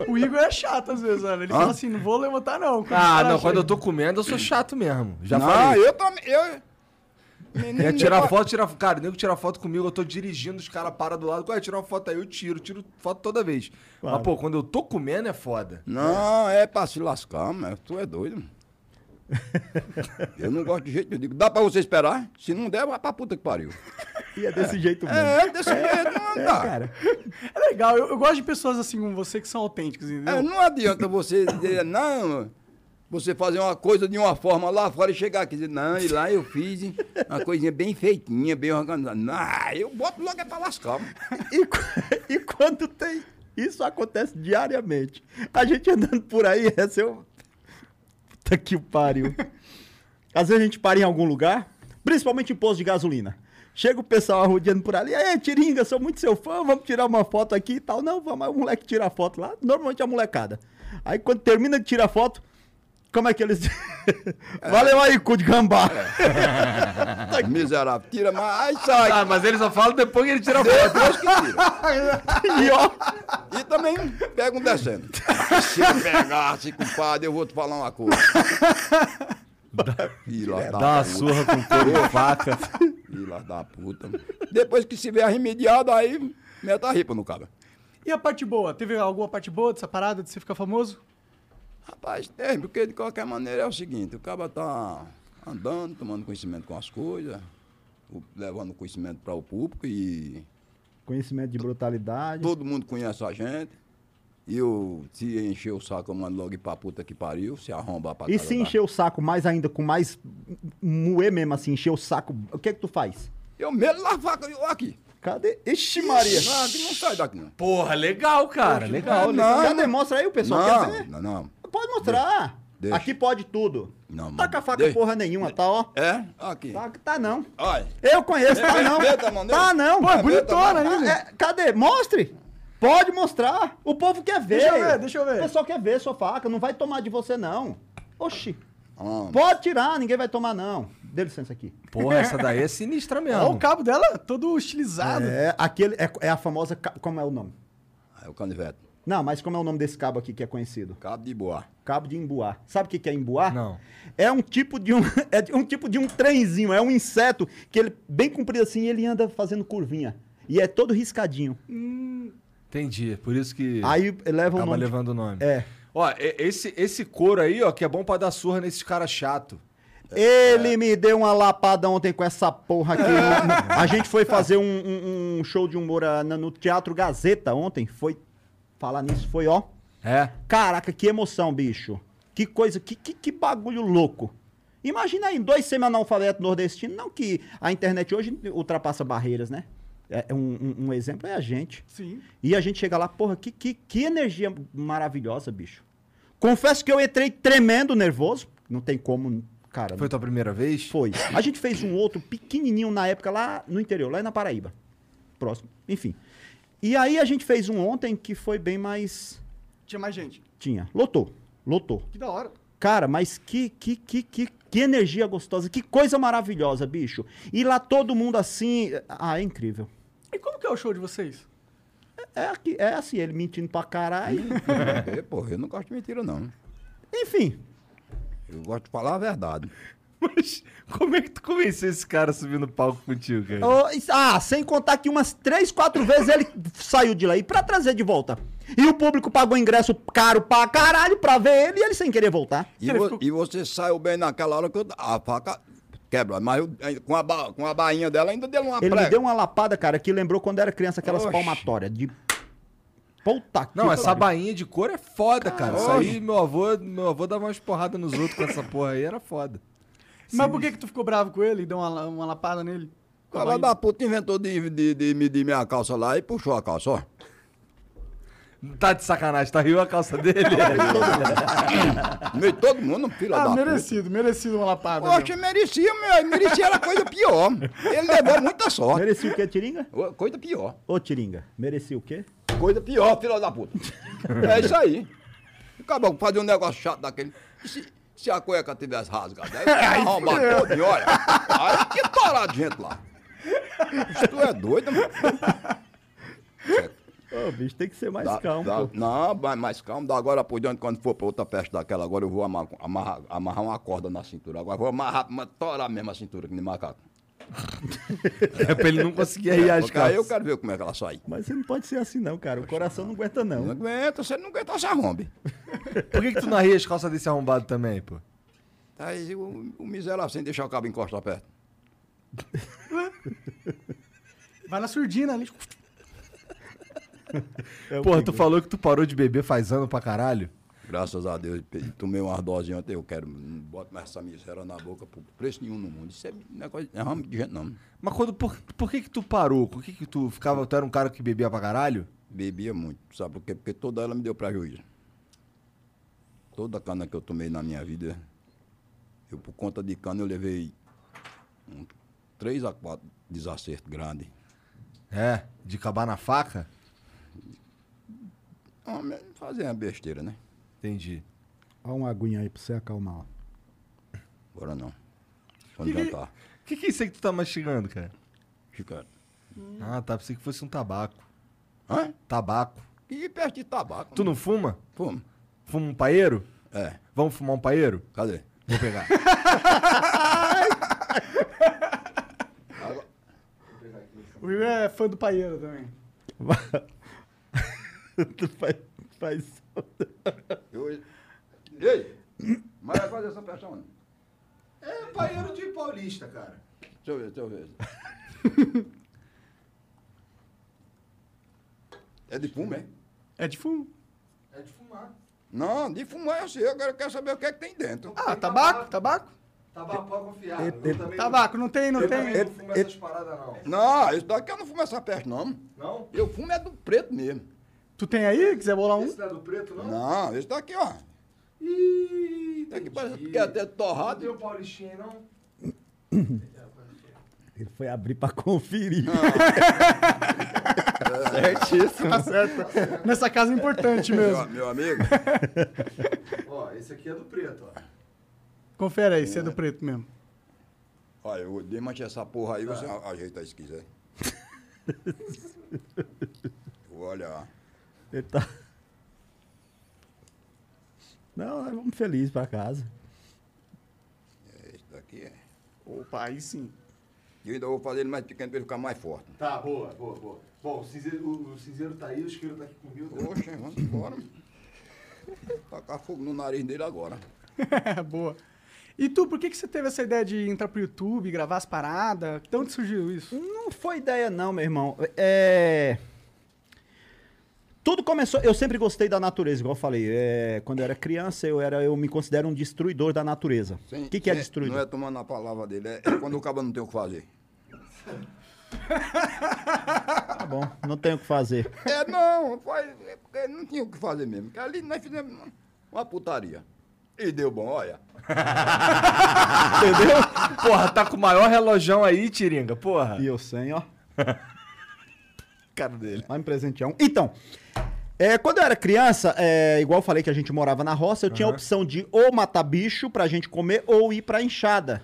[SPEAKER 1] O Igor é chato às vezes, olha. Ele fala assim, não vou levantar não. Quando o
[SPEAKER 2] Ah,
[SPEAKER 1] cara
[SPEAKER 2] não, quando
[SPEAKER 1] chega-
[SPEAKER 2] eu tô comendo, eu sou chato mesmo. Já
[SPEAKER 4] Não,
[SPEAKER 2] falei.
[SPEAKER 4] eu também, eu... Menino,
[SPEAKER 2] Quer tirar
[SPEAKER 4] depois-
[SPEAKER 2] foto, tirar foto. Cara, o nego tira foto comigo, eu tô dirigindo, os caras param do lado. Ué, tirar uma foto aí, eu tiro, tiro foto toda vez. Mas, pô, quando eu tô comendo é foda.
[SPEAKER 4] Não, é pra se lascar, mas tu é doido. Eu não gosto de jeito nenhum. Digo, dá pra você esperar? Se não der, vai pra puta que pariu.
[SPEAKER 3] E é desse jeito mesmo.
[SPEAKER 4] É, desse jeito, não
[SPEAKER 3] É,
[SPEAKER 4] dá.
[SPEAKER 3] cara.
[SPEAKER 1] É legal, eu, eu gosto de pessoas assim como você que são autênticas, entendeu?
[SPEAKER 4] É, não adianta você dizer, não, você fazer uma coisa de uma forma lá fora e chegar aqui e dizer, não, e lá eu fiz hein, uma coisinha bem feitinha, bem organizada. Não, eu boto logo é pra lascar. mano.
[SPEAKER 3] E, qu- e quando tem. Isso acontece diariamente. A gente andando por aí, é seu. Puta que o pariu. Às vezes a gente para em algum lugar, principalmente em posto de gasolina. Chega o pessoal arrodeando por ali, é, Tiringa, sou muito seu fã, vamos tirar uma foto aqui e tal. Não, vamos, aí o moleque tira a foto lá, normalmente é a molecada. Aí quando termina de tirar a foto, como é que eles.
[SPEAKER 4] É.
[SPEAKER 3] Valeu aí, cu de gambá.
[SPEAKER 4] Miserável. Tira mais, aí sai.
[SPEAKER 2] Ah, mas ele só fala depois que ele tira a foto.
[SPEAKER 4] Depois que tira.
[SPEAKER 3] E ó,
[SPEAKER 4] E também pega um descendo. Se eu pegasse, compadre, eu vou te falar uma coisa. Filha da,
[SPEAKER 2] Dá uma
[SPEAKER 4] puta.
[SPEAKER 2] surra com couro e faca.
[SPEAKER 4] Filha da puta. Depois que se vê arremediado, aí meta a ripa no cabra.
[SPEAKER 1] E a parte boa? Teve alguma parte boa dessa parada de você ficar famoso?
[SPEAKER 4] Rapaz, tem, porque de qualquer maneira é o seguinte, o cara tá andando, tomando conhecimento com as coisas, o- levando conhecimento para o público e
[SPEAKER 3] Conhecimento de brutalidade.
[SPEAKER 4] todo mundo conhece a gente. E eu, se encher o saco, eu mando logo ir pra puta que pariu, se arrombar pra
[SPEAKER 3] E
[SPEAKER 4] casa
[SPEAKER 3] se
[SPEAKER 4] da-
[SPEAKER 3] encher o saco mais ainda, com mais moer mesmo assim, encher o saco, o que é que tu faz?
[SPEAKER 4] Eu mesmo lá faca, eu aqui.
[SPEAKER 3] Cadê? Ixi Maria!
[SPEAKER 4] Não, que não sai daqui não.
[SPEAKER 2] Porra, legal, cara. Legal, legal.
[SPEAKER 4] não,
[SPEAKER 3] Já
[SPEAKER 4] não.
[SPEAKER 3] demonstra aí o pessoal, quer
[SPEAKER 4] Não,
[SPEAKER 3] ver?
[SPEAKER 4] não, não.
[SPEAKER 3] Pode mostrar!
[SPEAKER 4] Deixa.
[SPEAKER 3] Aqui pode tudo.
[SPEAKER 4] Não,
[SPEAKER 3] tá
[SPEAKER 4] mano.
[SPEAKER 3] com a faca
[SPEAKER 4] Deixa.
[SPEAKER 3] porra nenhuma, tá ó.
[SPEAKER 4] É? Aqui.
[SPEAKER 3] Tá, tá não.
[SPEAKER 4] Olha.
[SPEAKER 3] Eu conheço, tá não.
[SPEAKER 4] Perfeita, mano.
[SPEAKER 3] Tá não.
[SPEAKER 4] Pô, é bonitona
[SPEAKER 3] Tá-
[SPEAKER 4] ainda.
[SPEAKER 3] é, cadê? Mostre! Pode mostrar! O povo quer ver!
[SPEAKER 1] Deixa eu ver, deixa eu ver.
[SPEAKER 3] O pessoal quer ver sua faca, não vai tomar de você não. Oxi!
[SPEAKER 4] Ah,
[SPEAKER 3] Pode tirar, ninguém vai tomar não. Dê licença aqui.
[SPEAKER 2] Porra, essa daí é sinistra
[SPEAKER 1] Olha o
[SPEAKER 2] mesmo.
[SPEAKER 1] cabo dela todo estilizado.
[SPEAKER 3] É, aquele é, é a famosa. ca- Como é o nome?
[SPEAKER 4] aí o canivete.
[SPEAKER 3] Não, mas como é o nome desse cabo aqui que é conhecido?
[SPEAKER 4] Cabo de boa.
[SPEAKER 3] Cabo de embuá. Sabe o que que é embuá?
[SPEAKER 2] Não.
[SPEAKER 3] É um tipo de um é de- um tipo de um trenzinho, é um inseto que ele bem comprido assim, e ele anda fazendo curvinha e é todo riscadinho.
[SPEAKER 2] Entendi. Por isso que
[SPEAKER 3] Aí leva o
[SPEAKER 2] acaba
[SPEAKER 3] nome. de-
[SPEAKER 2] levando o nome.
[SPEAKER 3] É.
[SPEAKER 2] Ó, e- esse, esse couro aí, ó, que é bom pra dar surra nesse cara chato.
[SPEAKER 3] Ele me deu uma lapada ontem com essa porra aqui. mano. A gente foi fazer um, um- um show de humor ah, na- no Teatro Gazeta ontem. Foi falar nisso, foi ó.
[SPEAKER 2] É.
[SPEAKER 3] Caraca, que emoção, bicho. Que coisa, que, que, que bagulho louco. Imagina aí, dois semi-analfabetos nordestinos. Não que a internet hoje ultrapassa barreiras, né? É, é um, um- um exemplo é a gente.
[SPEAKER 1] Sim.
[SPEAKER 3] E a gente chega lá, porra, que, que, que energia maravilhosa, bicho. Confesso que eu entrei tremendo nervoso. Não tem como, cara.
[SPEAKER 2] Foi tua primeira vez?
[SPEAKER 3] Foi. A gente fez um outro pequenininho na época lá no interior, lá na Paraíba. Próximo. Enfim. E aí a gente fez um ontem que foi bem mais.
[SPEAKER 1] Tinha mais gente.
[SPEAKER 3] Tinha. Lotou. Lotou.
[SPEAKER 1] Que da hora.
[SPEAKER 3] Cara, mas que, que, que, que, que energia gostosa, que coisa maravilhosa, bicho. E lá todo mundo assim. Ah, é incrível.
[SPEAKER 1] E como que é o show de vocês?
[SPEAKER 3] É, aqui- é assim, ele mentindo pra caralho.
[SPEAKER 4] É, porra, eu não gosto de mentira, não.
[SPEAKER 3] Enfim.
[SPEAKER 4] Eu gosto de falar a verdade.
[SPEAKER 2] Mas como é que tu convenceu esse cara subindo no palco contigo, cara?
[SPEAKER 3] Ô, isso- ah, sem contar que umas três, quatro vezes ele saiu de lá. E pra trazer de volta. E o público pagou ingresso caro pra caralho pra ver ele e ele sem querer voltar.
[SPEAKER 4] E, vo- e você saiu bem naquela hora que eu- a faca quebra. Mas eu- eh, com, a ba- com a bainha dela ainda deu uma
[SPEAKER 3] Ele
[SPEAKER 4] prega.
[SPEAKER 3] me deu uma lapada, cara, que lembrou quando era criança aquelas
[SPEAKER 4] Ah, Oxi.
[SPEAKER 3] palmatórias de. Puta que
[SPEAKER 2] Não, essa
[SPEAKER 3] pariu.
[SPEAKER 2] bainha de couro é foda, cara. Isso
[SPEAKER 4] Oxe.
[SPEAKER 2] aí, meu avô, meu avô dava umas porradas nos outros com essa porra aí, era foda.
[SPEAKER 1] Mas por que que tu ficou bravo com ele e deu uma, la- uma lapada nele?
[SPEAKER 3] um
[SPEAKER 4] O cara da puta inventou de, de, de medir minha calça lá e puxou a calça, ó.
[SPEAKER 2] Tá de sacanagem, tá riu a calça dele?
[SPEAKER 4] No meio de todo mundo, filha
[SPEAKER 1] Ah,
[SPEAKER 4] da
[SPEAKER 1] merecido, merecido uma lapada.
[SPEAKER 4] puta. Poxa,
[SPEAKER 1] mesmo.
[SPEAKER 4] merecia, meu. Merecia era coisa pior. Ele levou muita sorte.
[SPEAKER 3] Merecia o quê, Tiringa?
[SPEAKER 4] Ô, Coisa pior.
[SPEAKER 3] Ô, Tiringa, merecia o quê?
[SPEAKER 4] Coisa pior, filha da puta. É isso aí. Acabou de fazer um negócio chato daquele. E se, se a cueca tivesse rasgada, aí arrombar todo e olha. Aí que parar de gente lá. Isso Tu é doido, mano.
[SPEAKER 3] Ô, bicho, tem que ser mais
[SPEAKER 4] Dá-
[SPEAKER 3] calmo.
[SPEAKER 4] dá-
[SPEAKER 3] pô.
[SPEAKER 4] não, vai mais calmo. Da agora por diante, quando for pra outra festa daquela, agora eu vou amar- amarrar, amarrar uma corda na cintura. Agora eu vou amarrar, mas torar mesmo a cintura que nem macaco.
[SPEAKER 2] É pra ele não conseguir rir as
[SPEAKER 4] Porque aí eu
[SPEAKER 2] calças.
[SPEAKER 4] quero ver como é que ela sai.
[SPEAKER 3] Mas você não pode ser assim, não, cara. O coração não aguenta,
[SPEAKER 4] Não
[SPEAKER 3] não.
[SPEAKER 4] aguenta, você não aguenta, você arrombe.
[SPEAKER 2] Por que, que tu não ria as calças desse arrombado também, pô?
[SPEAKER 4] Aí o, o miserável sem deixar o cabo encostar perto.
[SPEAKER 1] Vai na surdina ali.
[SPEAKER 3] É o
[SPEAKER 2] Porra, tu
[SPEAKER 3] Pinguim.
[SPEAKER 2] falou que tu parou de beber faz ano pra caralho.
[SPEAKER 4] Graças a Deus, pe- tomei umas doses ontem, eu quero, não boto mais essa miséria na boca por preço nenhum no mundo. Isso é negócio, não é ramo de gente não.
[SPEAKER 2] Mas quando, por, por que que tu parou? Por que que tu ficava, tu era um cara que bebia pra caralho?
[SPEAKER 4] Bebia muito, sabe por quê? Porque toda ela me deu prejuízo. Toda cana que eu tomei na minha vida, eu por conta de cana eu levei um, três a quatro desacertos grandes.
[SPEAKER 2] É, de acabar na faca?
[SPEAKER 4] Ah, mas Fazer uma besteira, né?
[SPEAKER 2] Entendi.
[SPEAKER 3] Olha uma aguinha aí pra você acalmar. ó.
[SPEAKER 4] Agora não. Quando jantar.
[SPEAKER 2] O que que é isso aí que tu tá mastigando, cara?
[SPEAKER 4] Fica.
[SPEAKER 2] Ah, tá, pensei que fosse um tabaco.
[SPEAKER 4] Hã?
[SPEAKER 2] Tabaco.
[SPEAKER 4] E perto de tabaco.
[SPEAKER 2] Tu não fuma?
[SPEAKER 4] Fuma.
[SPEAKER 2] Fuma um paeiro?
[SPEAKER 4] É.
[SPEAKER 2] Vamos fumar um paeiro?
[SPEAKER 4] Cadê?
[SPEAKER 2] Vou pegar.
[SPEAKER 1] O Igor é fã do paieiro também.
[SPEAKER 3] Tu faz, faz...
[SPEAKER 4] Eu... Ei! Mas vai fazer essa pressão.
[SPEAKER 2] É um paeiro de paulista, cara.
[SPEAKER 4] Deixa eu ver, deixa eu ver. é de fumo, é?
[SPEAKER 1] É de fumo.
[SPEAKER 2] É de fumar.
[SPEAKER 4] Não, de fumar eu sei. Agora eu quero saber o que é que tem dentro.
[SPEAKER 1] Ah, tabaco? Tabaco?
[SPEAKER 2] Tabaco pode confiar. Eu também
[SPEAKER 1] Tabaco, não tem, não
[SPEAKER 4] Eu
[SPEAKER 1] tem.
[SPEAKER 4] também. não
[SPEAKER 2] fumo essas paradas, não.
[SPEAKER 4] Não, isso daqui eu não fumo essa peste, não.
[SPEAKER 2] Não?
[SPEAKER 4] Eu fumo é do preto mesmo.
[SPEAKER 1] Tu tem aí? Quiser bolar um?
[SPEAKER 2] não é do preto,
[SPEAKER 4] Não, esse daqui, ó.
[SPEAKER 2] Ih,
[SPEAKER 4] Isso daqui parece que é até torrado.
[SPEAKER 2] paulistinha, não?
[SPEAKER 3] Ele foi abrir pra conferir.
[SPEAKER 4] Certíssimo.
[SPEAKER 1] Tá certo. Nessa casa é importante mesmo.
[SPEAKER 4] Meu, meu amigo,
[SPEAKER 2] Ó, esse aqui é do preto, ó.
[SPEAKER 1] Confere aí, se é do preto mesmo.
[SPEAKER 4] olha, eu desmanche essa porra aí,
[SPEAKER 2] Ah.
[SPEAKER 4] você a- ajeita aí se quiser. Vou olhar.
[SPEAKER 3] Ele tá... Não, nós vamos felizes pra casa.
[SPEAKER 4] Esse daqui é.
[SPEAKER 1] Opa, aí sim.
[SPEAKER 4] E eu ainda vou fazer ele mais pequeno pra ele ficar mais forte.
[SPEAKER 2] Tá, boa, boa, boa. Bom, o cinzeiro, o, o cinzeiro tá aí, o isqueiro tá aqui comigo.
[SPEAKER 4] Poxa, vamos embora. Tacar fogo no nariz dele agora.
[SPEAKER 1] Boa. E tu, por que, que você teve essa ideia de entrar pro YouTube, gravar as paradas? De onde surgiu isso?
[SPEAKER 3] Não foi ideia, não, meu irmão. É. Tudo começou. Eu sempre gostei da natureza, igual eu falei. É, Quando eu era criança, eu, era, eu me considero um destruidor da natureza. O que, que é
[SPEAKER 4] Não Não
[SPEAKER 3] destruidor?
[SPEAKER 4] é tomando a palavra dele, é é quando o cabo não tem o que fazer.
[SPEAKER 3] Tá bom, não tenho o que fazer.
[SPEAKER 4] É, não, faz, é porque não tinha o que fazer mesmo. Porque ali nós fizemos uma putaria. E deu bom, olha.
[SPEAKER 2] Entendeu? Porra, tá com o maior relojão aí, Tiringa, porra.
[SPEAKER 3] E eu sem, ó.
[SPEAKER 2] cara dele.
[SPEAKER 3] Vai me presentear um. Então, é, quando eu era criança, é, igual eu falei que a gente morava na roça, eu tinha a opção de ou matar bicho pra gente comer ou ir pra enxada.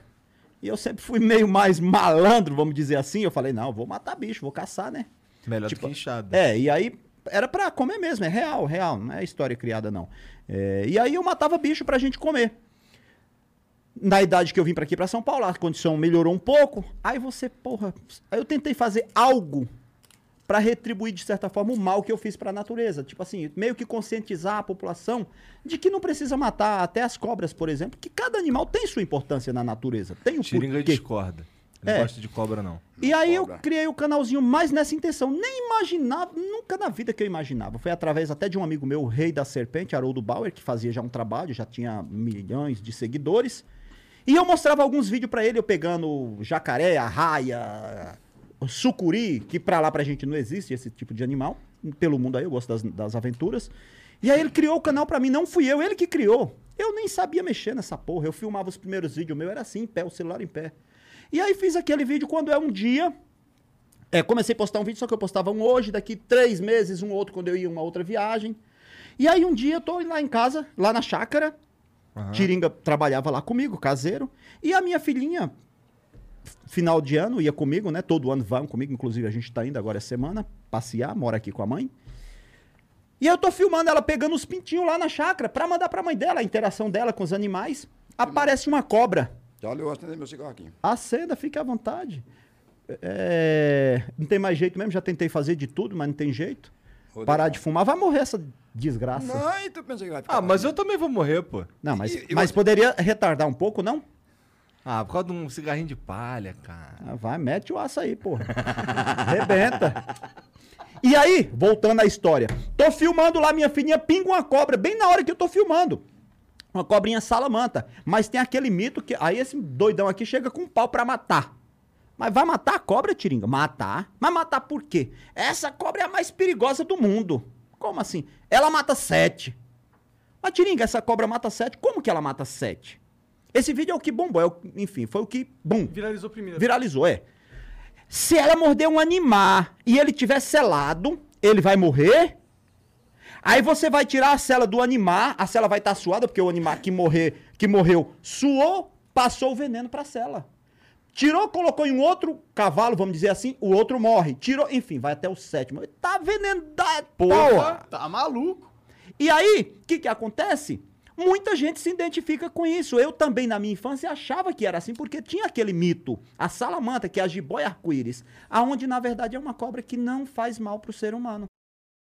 [SPEAKER 3] E eu sempre fui meio mais malandro, vamos dizer assim. Eu falei, não, eu vou matar bicho, vou caçar, né?
[SPEAKER 2] Melhor
[SPEAKER 3] Tipo,
[SPEAKER 2] do que inchada.
[SPEAKER 3] É, e aí era pra comer mesmo, é real, real, não é história criada não. É, e aí eu matava bicho pra gente comer. Na idade que eu vim pra aqui pra São Paulo, a condição melhorou um pouco. Aí você, porra, aí eu tentei fazer algo pra retribuir de certa forma o mal que eu fiz pra natureza, tipo assim, meio que conscientizar a população de que não precisa matar até as cobras, por exemplo, que cada animal tem sua importância na natureza, tem o
[SPEAKER 2] Tiringa
[SPEAKER 3] porquê.
[SPEAKER 2] discorda. Ele
[SPEAKER 3] É.
[SPEAKER 2] não gosta de cobra, não.
[SPEAKER 3] E aí eu
[SPEAKER 4] Cobra.
[SPEAKER 3] criei o canalzinho mais nessa intenção. Nem imaginava, nunca na vida que eu imaginava. Foi através até de um amigo meu, o Rei da Serpente, Haroldo Bauer, que fazia já um trabalho, já tinha milhões de seguidores. E eu mostrava alguns vídeos pra ele, eu pegando jacaré, arraia, sucuri, que pra lá pra gente não existe esse tipo de animal. Pelo mundo aí, eu gosto das, das aventuras. E aí ele criou o canal pra mim, não fui eu, ele que criou. Eu nem sabia mexer nessa porra. Eu filmava os primeiros vídeos, o meu era assim, em pé, o celular em pé. E aí fiz aquele vídeo quando é um dia. É, comecei a postar um vídeo, só que eu postava um hoje, daqui três meses, um outro quando eu ia em uma outra viagem. E aí um dia eu tô lá em casa, lá na chácara. Tiringa trabalhava lá comigo, caseiro. E a minha filhinha, final de ano, ia comigo, né? Todo ano vão comigo, inclusive a gente tá indo agora essa semana, passear, mora aqui com a mãe. E eu tô filmando ela pegando os pintinhos lá na chácara pra mandar pra mãe dela, a interação dela com os animais. Aparece uma cobra.
[SPEAKER 4] Já Então, olha, eu acendei meu cigarro aqui.
[SPEAKER 3] Acenda, fique à vontade. É, não tem mais jeito mesmo, já tentei fazer de tudo, mas não tem jeito.
[SPEAKER 4] Rodrigo.
[SPEAKER 3] Parar de fumar, vai morrer essa desgraça. Não,
[SPEAKER 4] Não, então pensa que vai ficar.
[SPEAKER 2] Ah, mas eu também vou morrer, pô.
[SPEAKER 3] mas,
[SPEAKER 4] E- e
[SPEAKER 3] mas
[SPEAKER 4] você-
[SPEAKER 3] poderia retardar um pouco, não?
[SPEAKER 2] Ah, por causa de um cigarrinho de palha, cara.
[SPEAKER 3] Ah, Vai, mete o aço aí, porra. Rebenta. E aí, voltando à história. Tô filmando lá, minha filhinha pinga uma cobra, bem na hora que eu tô filmando. Uma cobrinha salamanta. Mas tem aquele mito que. Aí esse doidão aqui chega com um pau pra matar. Mas vai matar a cobra, Tiringa? Matar? Mas matar por quê? Essa cobra é a mais perigosa do mundo. Como assim? Ela mata sete. Mas, Tiringa, essa cobra mata sete. Como que ela mata sete? Esse vídeo é o que bombou. É o... Enfim, foi o que. Bum.
[SPEAKER 1] Viralizou primeiro.
[SPEAKER 3] Viralizou, é. Se ela morder um animal e ele tiver selado, ele vai morrer? Aí você vai tirar a cela do animal, a cela vai estar suada, porque o animal que, morrer, que morreu suou, passou o veneno para a cela. Tirou, colocou em um outro cavalo, vamos dizer assim, o outro morre. Tirou, enfim, vai até o sétimo. Tá veneno da porra.
[SPEAKER 1] Porra, tá maluco.
[SPEAKER 3] E aí, o que, que acontece? Muita gente se identifica com isso. Eu também, na minha infância, achava que era assim, porque tinha aquele mito, a salamanta, que é a jiboia arco-íris, aonde, na verdade, é uma cobra que não faz mal pro ser humano.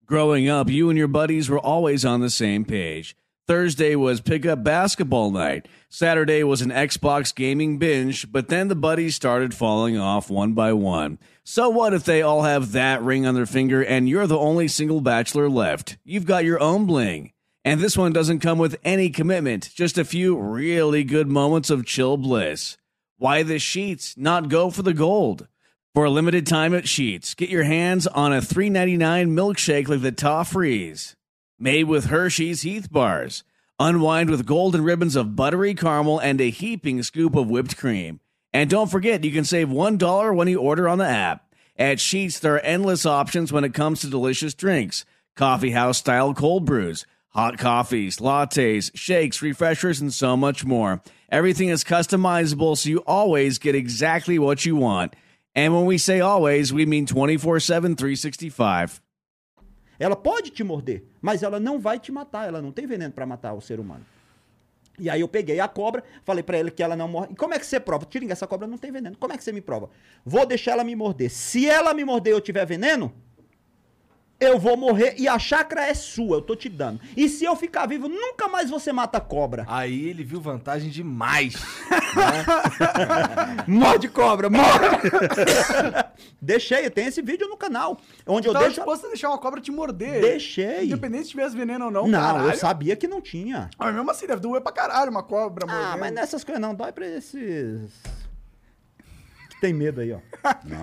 [SPEAKER 5] Growing up, you and your buddies were always on the same page. Thursday was pickup basketball night. Saturday was an Xbox gaming binge, but then the buddies started falling off one by one. So what if they all have that ring on their finger and you're the only single bachelor left? You've got your own bling. And this one doesn't come with any commitment, just a few really good moments of chill bliss. Why the sheets not go for the gold? For a limited time at Sheets, get your hands on a $3.99 milkshake like the Toffrees, made with Hershey's Heath bars. Unwind with golden ribbons of buttery caramel and a heaping scoop of whipped cream. And don't forget, you can save $1 when you order on the app. At Sheets, there are endless options when it comes to delicious drinks coffee house style cold brews, hot coffees, lattes, shakes, refreshers, and so much more. Everything is customizable, so you always get exactly what you want. And when we say always, we mean 24 7, 365.
[SPEAKER 3] Ela pode te morder, mas ela não vai te matar. Ela não tem veneno pra matar o ser humano. E aí eu peguei a cobra, falei pra ele que ela não morre. E como é que você prova? Tiringa, essa cobra não tem veneno. Como é que você me prova? Vou deixar ela me morder. Se ela me morder e eu tiver veneno, eu vou morrer e a chácara é sua, eu tô te dando. E se eu ficar vivo, nunca mais você mata a cobra.
[SPEAKER 2] Aí ele viu vantagem demais.
[SPEAKER 1] Ah,
[SPEAKER 3] Morde cobra, morde! Deixei, tem esse vídeo no canal, onde eu
[SPEAKER 1] Tava
[SPEAKER 3] deixo...
[SPEAKER 1] disposto a deixar uma cobra te morder.
[SPEAKER 3] Deixei.
[SPEAKER 1] Independente se tivesse veneno ou não,
[SPEAKER 3] Não,
[SPEAKER 1] caralho.
[SPEAKER 3] eu sabia que não tinha.
[SPEAKER 1] Mas mesmo assim, deve doer pra caralho uma cobra
[SPEAKER 3] Ah,
[SPEAKER 1] mordendo.
[SPEAKER 3] mas nessas coisas não, dói pra esses. Que tem medo aí, ó.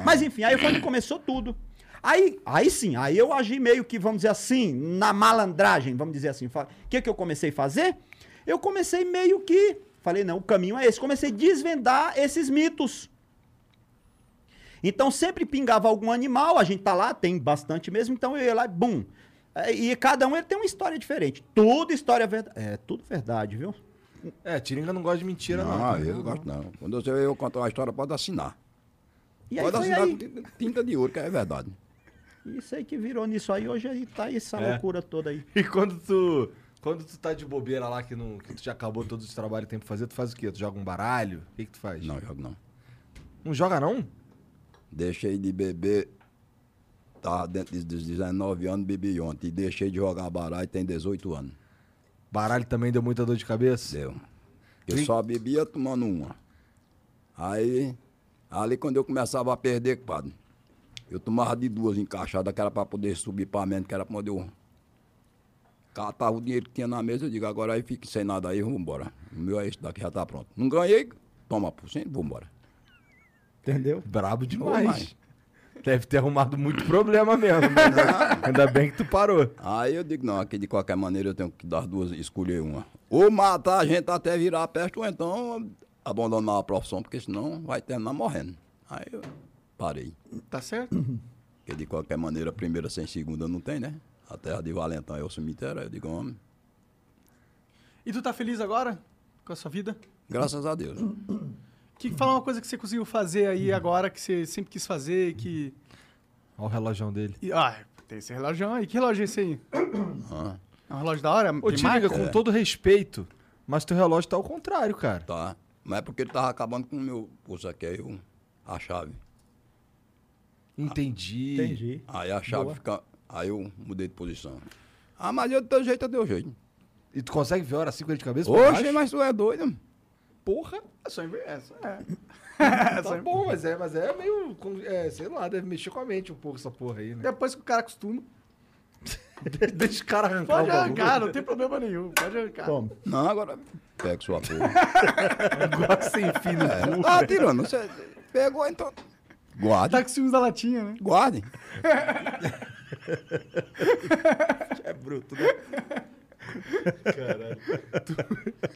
[SPEAKER 3] mas enfim, aí foi onde começou tudo. Aí, aí sim, aí eu agi meio que, vamos dizer assim, na malandragem, vamos dizer assim. Fa- O que, que eu comecei a fazer? Eu comecei meio que. Falei, não, o caminho é esse. Comecei a desvendar esses mitos. Então sempre pingava algum animal, a gente tá lá, tem bastante mesmo, então eu ia lá e bum. É, E cada um ele tem uma história diferente. Tudo história verdade. É, tudo verdade, viu?
[SPEAKER 2] É, Tiringa não gosta de mentira, não.
[SPEAKER 4] Não, eu não gosto não. Quando você vê eu contar uma história, pode assinar.
[SPEAKER 3] E aí
[SPEAKER 4] pode
[SPEAKER 3] foi
[SPEAKER 4] assinar
[SPEAKER 3] aí.
[SPEAKER 4] com tinta- tinta de ouro, que é verdade.
[SPEAKER 3] Isso aí que virou nisso aí, hoje aí tá essa
[SPEAKER 2] É.
[SPEAKER 3] loucura toda aí.
[SPEAKER 2] E quando tu. Quando tu tá de bobeira lá, que, não, que tu já acabou todos os trabalhos que tem pra fazer, tu faz o quê? Tu joga um baralho? O que, que tu faz?
[SPEAKER 4] Não, jogo não.
[SPEAKER 2] Não joga, não?
[SPEAKER 4] Deixei de beber, tava dentro de- dos 19 anos, bebi ontem. E deixei de jogar baralho, tem 18 anos.
[SPEAKER 2] Baralho também deu muita dor de cabeça?
[SPEAKER 4] Deu. Eu
[SPEAKER 2] Vem-
[SPEAKER 4] só bebia tomando uma. Aí, ali quando eu começava a perder, padre, eu tomava de duas encaixadas, que era para poder subir para a mente, que era para poder eu catava o dinheiro que tinha na mesa, eu digo, agora aí fique sem nada aí, vamos embora. O meu é esse daqui, já tá pronto. Não ganhei, toma por cento, vamos embora.
[SPEAKER 3] Entendeu?
[SPEAKER 2] Brabo
[SPEAKER 4] Ô,
[SPEAKER 2] demais.
[SPEAKER 4] mãe.
[SPEAKER 2] Deve ter arrumado muito problema mesmo. mas ainda- Ainda bem que tu parou.
[SPEAKER 4] Aí eu digo, não, aqui de qualquer maneira eu tenho que dar duas, escolher uma. Ou matar a gente até virar a peste, ou então abandonar a profissão, porque senão vai terminar morrendo. Aí eu parei.
[SPEAKER 1] Tá certo?
[SPEAKER 4] Porque de qualquer maneira, primeira sem segunda não tem, né? A terra de Valentão é o cemitério, aí eu digo, homem,
[SPEAKER 1] E tu tá feliz agora com a sua vida?
[SPEAKER 4] graças a Deus.
[SPEAKER 1] Que fala uma coisa que você conseguiu fazer aí agora, que você sempre quis fazer e que.
[SPEAKER 2] Olha o relógio dele.
[SPEAKER 1] e- ah, tem esse relógio aí. Que relógio é esse aí?
[SPEAKER 4] Ah,
[SPEAKER 1] É um relógio da hora?
[SPEAKER 2] Ô,
[SPEAKER 1] de
[SPEAKER 2] Tiringa,
[SPEAKER 1] marca?
[SPEAKER 2] com todo respeito, mas teu relógio tá ao contrário, cara.
[SPEAKER 4] tá. Mas é porque ele tava acabando com o meu pulso aqui, aí eu, a chave.
[SPEAKER 2] Entendi.
[SPEAKER 3] Entendi.
[SPEAKER 4] Aí a chave fica, Aí eu mudei de posição. Ah, mas eu, do teu jeito, eu deu jeito.
[SPEAKER 2] E tu consegue ver a hora 5 de cabeça? pra
[SPEAKER 4] Oxe,
[SPEAKER 2] baixo?
[SPEAKER 4] mas tu é doido.
[SPEAKER 2] Porra,
[SPEAKER 1] É só inverter. É, só- é.
[SPEAKER 2] tá bom, mas é, mas é meio. com- é, sei lá, deve mexer com a mente um pouco essa porra aí, né?
[SPEAKER 1] Depois que o cara acostuma,
[SPEAKER 2] Deixa o cara arrancar
[SPEAKER 1] pode
[SPEAKER 2] o bagulho.
[SPEAKER 1] arrancar, não tem problema nenhum. Pode arrancar.
[SPEAKER 3] Toma.
[SPEAKER 4] Não, agora pega sua porra.
[SPEAKER 2] Negócio sem fim no
[SPEAKER 4] É.
[SPEAKER 2] cu.
[SPEAKER 4] Ah, tirando, você pegou, então... Guarde,
[SPEAKER 1] Tá com ciúmes da latinha, né?
[SPEAKER 4] guarde.
[SPEAKER 3] É bruto, né?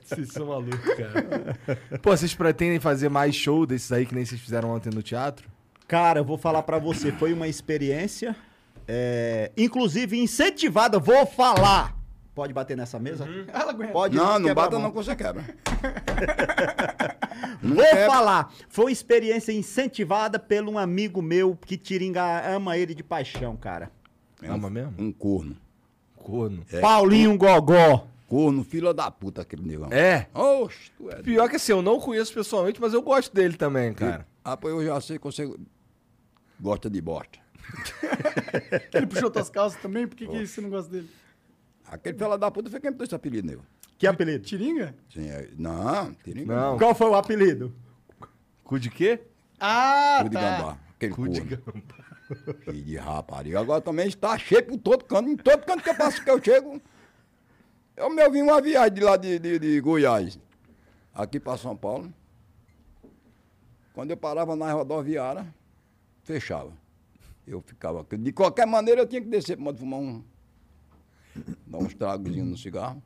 [SPEAKER 2] Vocês são malucos, cara. É. Pô, vocês pretendem fazer mais show desses aí que nem vocês fizeram ontem no teatro?
[SPEAKER 3] Cara, eu vou falar pra você, foi uma experiência, é, inclusive incentivada, vou falar. Pode bater nessa mesa?
[SPEAKER 1] Ela aguenta.
[SPEAKER 3] Pode
[SPEAKER 4] Não, não
[SPEAKER 3] quebra a
[SPEAKER 4] bata
[SPEAKER 3] mão.
[SPEAKER 4] não que você quebra.
[SPEAKER 3] Vou
[SPEAKER 4] É.
[SPEAKER 3] falar. Foi uma experiência incentivada pelo um amigo meu que Tiringa ama ele de paixão, cara.
[SPEAKER 2] Ama mesmo?
[SPEAKER 4] Um corno.
[SPEAKER 2] Corno.
[SPEAKER 3] Paulinho Gogó.
[SPEAKER 4] Corno, fila da puta, aquele negão.
[SPEAKER 2] É.
[SPEAKER 4] Oxe, tu é doido.
[SPEAKER 2] Pior que assim, eu não conheço pessoalmente, mas eu gosto dele também, cara.
[SPEAKER 4] Ah, pô, eu já sei que você gosta de bosta.
[SPEAKER 1] Ele puxou tuas calças também, por que, que você não gosta dele?
[SPEAKER 4] Aquele fila da puta foi quem me deu esse apelido, nego.
[SPEAKER 3] Que apelido?
[SPEAKER 1] Tiringa?
[SPEAKER 4] Sim, é- não, tem ninguém.
[SPEAKER 2] Não.
[SPEAKER 3] Qual foi o apelido?
[SPEAKER 2] Cu de quê?
[SPEAKER 1] Ah,
[SPEAKER 4] Cu de
[SPEAKER 1] tá.
[SPEAKER 4] gambá. Aquele
[SPEAKER 2] Cu de
[SPEAKER 4] corno. Filho de rapariga. Agora também está cheio por todo canto. Em todo canto que eu passo, que eu chego. Eu me ouvi uma viagem de lá de, de, de Goiás, aqui para São Paulo. Quando eu parava na rodoviária, fechava. Eu ficava aqui. De qualquer maneira, eu tinha que descer para fumar um. dar uns tragozinhos no cigarro.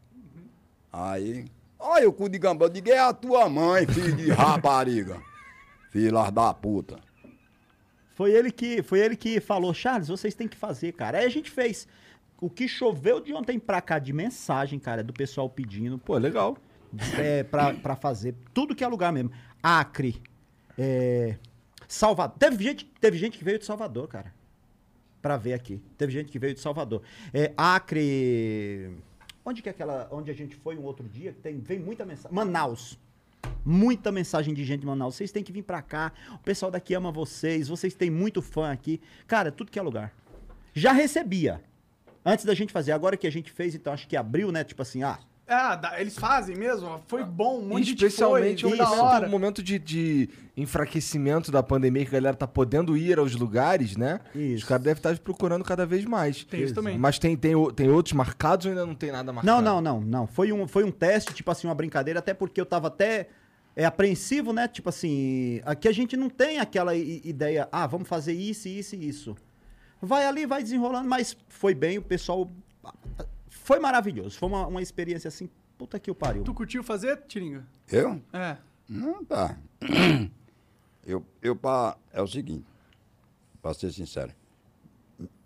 [SPEAKER 4] Aí. Olha o cu de gambá. Eu digo, é a tua mãe, filho de rapariga. Filhas da puta.
[SPEAKER 3] Foi ele que, foi ele que falou, Charles, vocês têm que fazer, cara. Aí a gente fez. O que choveu de ontem pra cá de mensagem, cara, do pessoal pedindo
[SPEAKER 2] Pô, legal.
[SPEAKER 3] é, pra, pra fazer. Tudo que é lugar mesmo. Acre. É, Salvador. Teve gente, teve gente que veio de Salvador, cara. Pra ver aqui. Teve gente que veio de Salvador. É, Acre. Onde que é aquela. Onde a gente foi um outro dia? que Tem, vem muita mensagem. Manaus. Muita mensagem de gente de Manaus. Vocês têm que vir pra cá. O pessoal daqui ama vocês. Vocês têm muito fã aqui. Cara, tudo que é lugar. Já recebia. Antes da gente fazer. Agora que a gente fez, então acho que abriu, né? Tipo assim, ah,
[SPEAKER 1] Ah, dá- eles fazem mesmo? Foi bom, um monte
[SPEAKER 2] Especialmente
[SPEAKER 1] de gente foi,
[SPEAKER 2] um
[SPEAKER 1] foi da
[SPEAKER 2] momento, um
[SPEAKER 1] hora.
[SPEAKER 2] momento de, de enfraquecimento da pandemia, que a galera tá podendo ir aos lugares, né?
[SPEAKER 3] Isso.
[SPEAKER 2] Os caras devem estar procurando cada vez mais.
[SPEAKER 1] Tem isso também.
[SPEAKER 2] Mas tem, tem, o- tem outros marcados ou ainda não tem nada marcado?
[SPEAKER 3] Não, não, não, não. Foi um, foi um teste, tipo assim, uma brincadeira, até porque eu tava até é, apreensivo, né? Tipo assim, aqui a gente não tem aquela i- ideia, ah, vamos fazer isso, isso e isso. Vai ali, vai desenrolando, mas foi bem, o pessoal. Foi maravilhoso. Foi uma, uma experiência assim, puta que o pariu.
[SPEAKER 1] Tu curtiu fazer, Tiringa?
[SPEAKER 4] Eu?
[SPEAKER 1] É.
[SPEAKER 4] Não tá. Eu, eu pra, é o seguinte, pra ser sincero.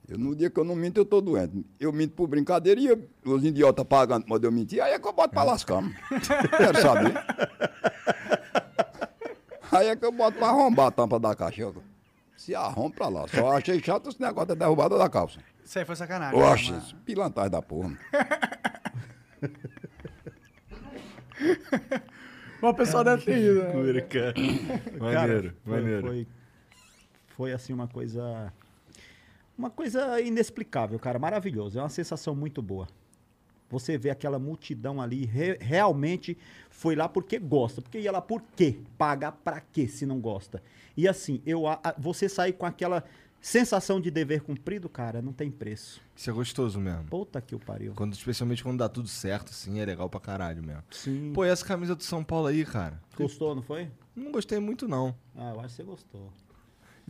[SPEAKER 4] Eu, no dia que eu não minto, eu tô doente. Eu minto por brincadeira e eu- os idiotas pagando quando eu mentir, aí é que eu boto pra lascar. mano. Quero saber. Aí é que eu boto pra arrombar a tampa da caixa. Eu- Se arromba pra lá. Só achei chato esse negócio da derrubada da calça.
[SPEAKER 1] Isso aí foi sacanagem. né,
[SPEAKER 4] Oxe,
[SPEAKER 1] mano?
[SPEAKER 4] esse pilantagem da porra. mano.
[SPEAKER 1] Bom, o pessoal deve ter ido, né?
[SPEAKER 2] Maneiro,
[SPEAKER 3] foi-
[SPEAKER 2] maneiro.
[SPEAKER 3] Foi, foi, assim uma coisa. Uma coisa inexplicável, cara. Maravilhoso. É uma sensação muito boa. Você vê aquela multidão ali, re- realmente foi lá porque gosta. Porque ia lá por quê? Pagar pra quê se não gosta? E assim, eu, a- a- você sair com aquela sensação de dever cumprido, cara, não tem preço.
[SPEAKER 2] Isso é gostoso mesmo.
[SPEAKER 3] Puta que o pariu.
[SPEAKER 2] Quando, especialmente quando dá tudo certo, assim, é legal pra caralho mesmo.
[SPEAKER 3] Sim.
[SPEAKER 2] Pô, e essa camisa do São Paulo aí, cara?
[SPEAKER 3] Gostou, não foi?
[SPEAKER 2] Não gostei muito, não.
[SPEAKER 3] Ah, eu acho que você gostou.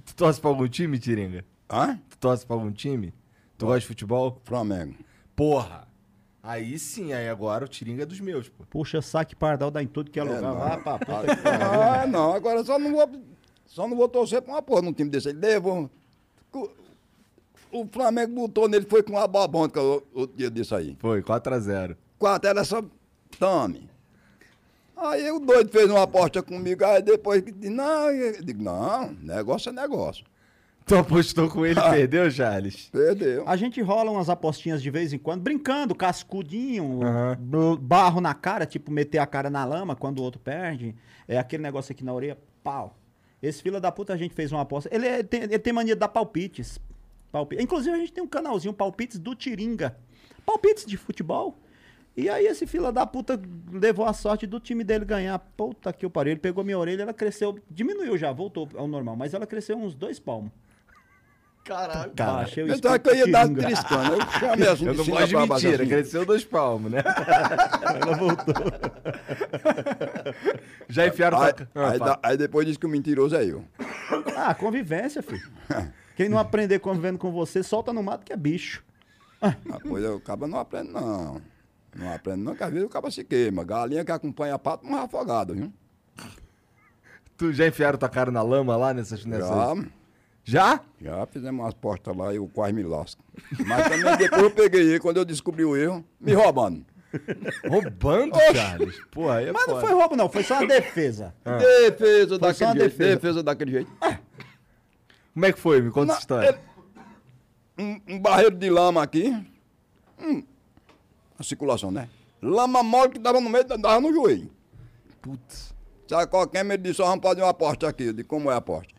[SPEAKER 2] Tu torce pra algum time, Tiringa?
[SPEAKER 4] Hã?
[SPEAKER 2] Tu torce pra algum time? Tu gosta de futebol?
[SPEAKER 4] Flamengo.
[SPEAKER 2] Porra! Aí sim, aí agora o Tiringa é dos meus, pô.
[SPEAKER 3] Puxa, saque pardal dá em tudo que é,
[SPEAKER 4] É,
[SPEAKER 3] lugar.
[SPEAKER 4] não.
[SPEAKER 3] Vá pra puta que pariu.
[SPEAKER 4] Ah, não, agora só não vou, só não vou torcer pra uma porra num time desse. Ele levou. co- O Flamengo botou nele, foi com a babônica o- outro dia disso aí.
[SPEAKER 2] Foi, 4x0.
[SPEAKER 4] Quatro, era só tome. Aí o doido fez uma aposta comigo, aí depois que disse, não, eu digo, não, negócio é negócio.
[SPEAKER 2] Tu apostou com ele e perdeu, Charles?
[SPEAKER 4] Perdeu.
[SPEAKER 3] A gente rola umas apostinhas de vez em quando, brincando, cascudinho,
[SPEAKER 2] Aham.
[SPEAKER 3] bl- barro na cara, tipo meter a cara na lama quando o outro perde. É aquele negócio aqui na orelha, pau. Esse fila da puta a gente fez uma aposta. Ele, é- tem, ele tem mania de dar palpites. Palpite. Inclusive, a gente tem um canalzinho Palpites do Tiringa. Palpites de futebol. E aí esse fila da puta levou a sorte do time dele ganhar. Puta que o pariu. Ele pegou minha orelha, ela cresceu. Diminuiu já, voltou ao normal. Mas ela cresceu uns dois palmos.
[SPEAKER 1] Caralho.
[SPEAKER 3] Cara, achei o
[SPEAKER 4] Então é que eu ia dar triscando. Eu chamei assim
[SPEAKER 2] Eu não
[SPEAKER 4] cima
[SPEAKER 2] gosto de
[SPEAKER 4] pra baixo,
[SPEAKER 2] mentira,
[SPEAKER 4] assim.
[SPEAKER 2] cresceu dois palmos, né?
[SPEAKER 3] Ela voltou.
[SPEAKER 2] Já enfiaram
[SPEAKER 4] Aí,
[SPEAKER 2] pra... Ah,
[SPEAKER 4] aí,
[SPEAKER 2] fala.
[SPEAKER 4] da- aí depois disse que o mentiroso é eu.
[SPEAKER 3] Ah, convivência, filho. Quem não aprender convivendo com você, solta no mato que é bicho.
[SPEAKER 4] Ah, Pois eu, o cabo não aprende, não. Não aprende, não, que às vezes o cabo se queima. Galinha que acompanha pato não é afogado, viu?
[SPEAKER 2] Tu já enfiaram tua cara na lama lá nessas...
[SPEAKER 3] É
[SPEAKER 4] Já,
[SPEAKER 2] nessas... Já?
[SPEAKER 4] já fizemos umas postas lá e eu quase me lasco. Mas também depois eu peguei ele, quando eu descobri o erro, me roubando.
[SPEAKER 2] Roubando, Charles. Porra, aí é
[SPEAKER 3] Mas não
[SPEAKER 2] foda.
[SPEAKER 3] foi roubo, não. Foi só uma defesa. Ah. Foi só
[SPEAKER 4] Defesa
[SPEAKER 3] uma
[SPEAKER 4] daquele jeito.
[SPEAKER 3] defesa.
[SPEAKER 4] Defesa. daquele jeito.
[SPEAKER 2] Como é que foi? Me conta
[SPEAKER 4] Não,
[SPEAKER 2] essa história.
[SPEAKER 4] É, ele- um, um barreiro de lama aqui. Hum, a circulação, né? Lama mole que dava no meio, dava no joelho.
[SPEAKER 2] Putz.
[SPEAKER 4] Sabe é? qualquer medo disso, vamos fazer uma aposta aqui. Eu digo, como é a aposta?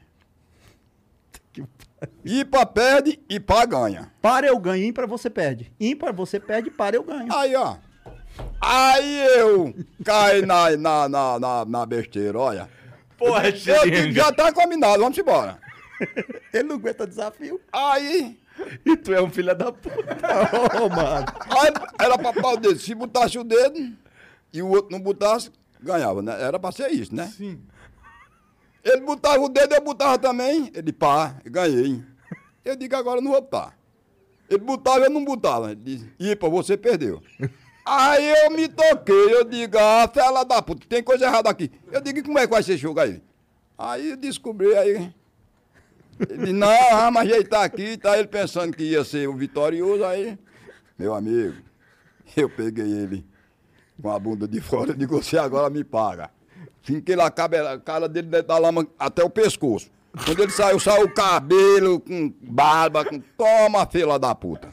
[SPEAKER 4] Ipa perde, Ipa ganha.
[SPEAKER 3] Para eu ganho, ímpar você perde. Ímpar você perde, para eu ganho.
[SPEAKER 4] Aí, ó. Aí eu caí na, na, na, na, na besteira, olha.
[SPEAKER 2] Porra,
[SPEAKER 4] Eu digo, já tá combinado, vamos embora.
[SPEAKER 3] Ele não aguenta desafio.
[SPEAKER 4] Aí,
[SPEAKER 2] E tu é um filho da puta.
[SPEAKER 3] Ô, mano.
[SPEAKER 4] aí era pra pau dedo. Se botasse o dedo e o outro não botasse, ganhava, né? Era pra ser isso, né?
[SPEAKER 1] Sim.
[SPEAKER 4] Ele botava o dedo, eu botava também. Ele, pá, ganhei. Eu digo, agora eu não vou botar. Ele botava, eu não botava. Ele disse, Ipa, você perdeu. Aí eu me toquei, eu digo, ah, fela da puta, tem coisa errada aqui. Eu digo, e como é que vai ser jogo aí? Aí eu descobri, aí... Ele disse, não, ah, mas ele tá aqui, tá ele pensando que ia ser o vitorioso, aí... Meu amigo, eu peguei ele com a bunda de fora, eu digo, você agora me paga. Fim que ele acaba, a cara dele deve da lama até o pescoço. Quando ele saiu, saiu o cabelo, com barba, com... Toma, fila da puta.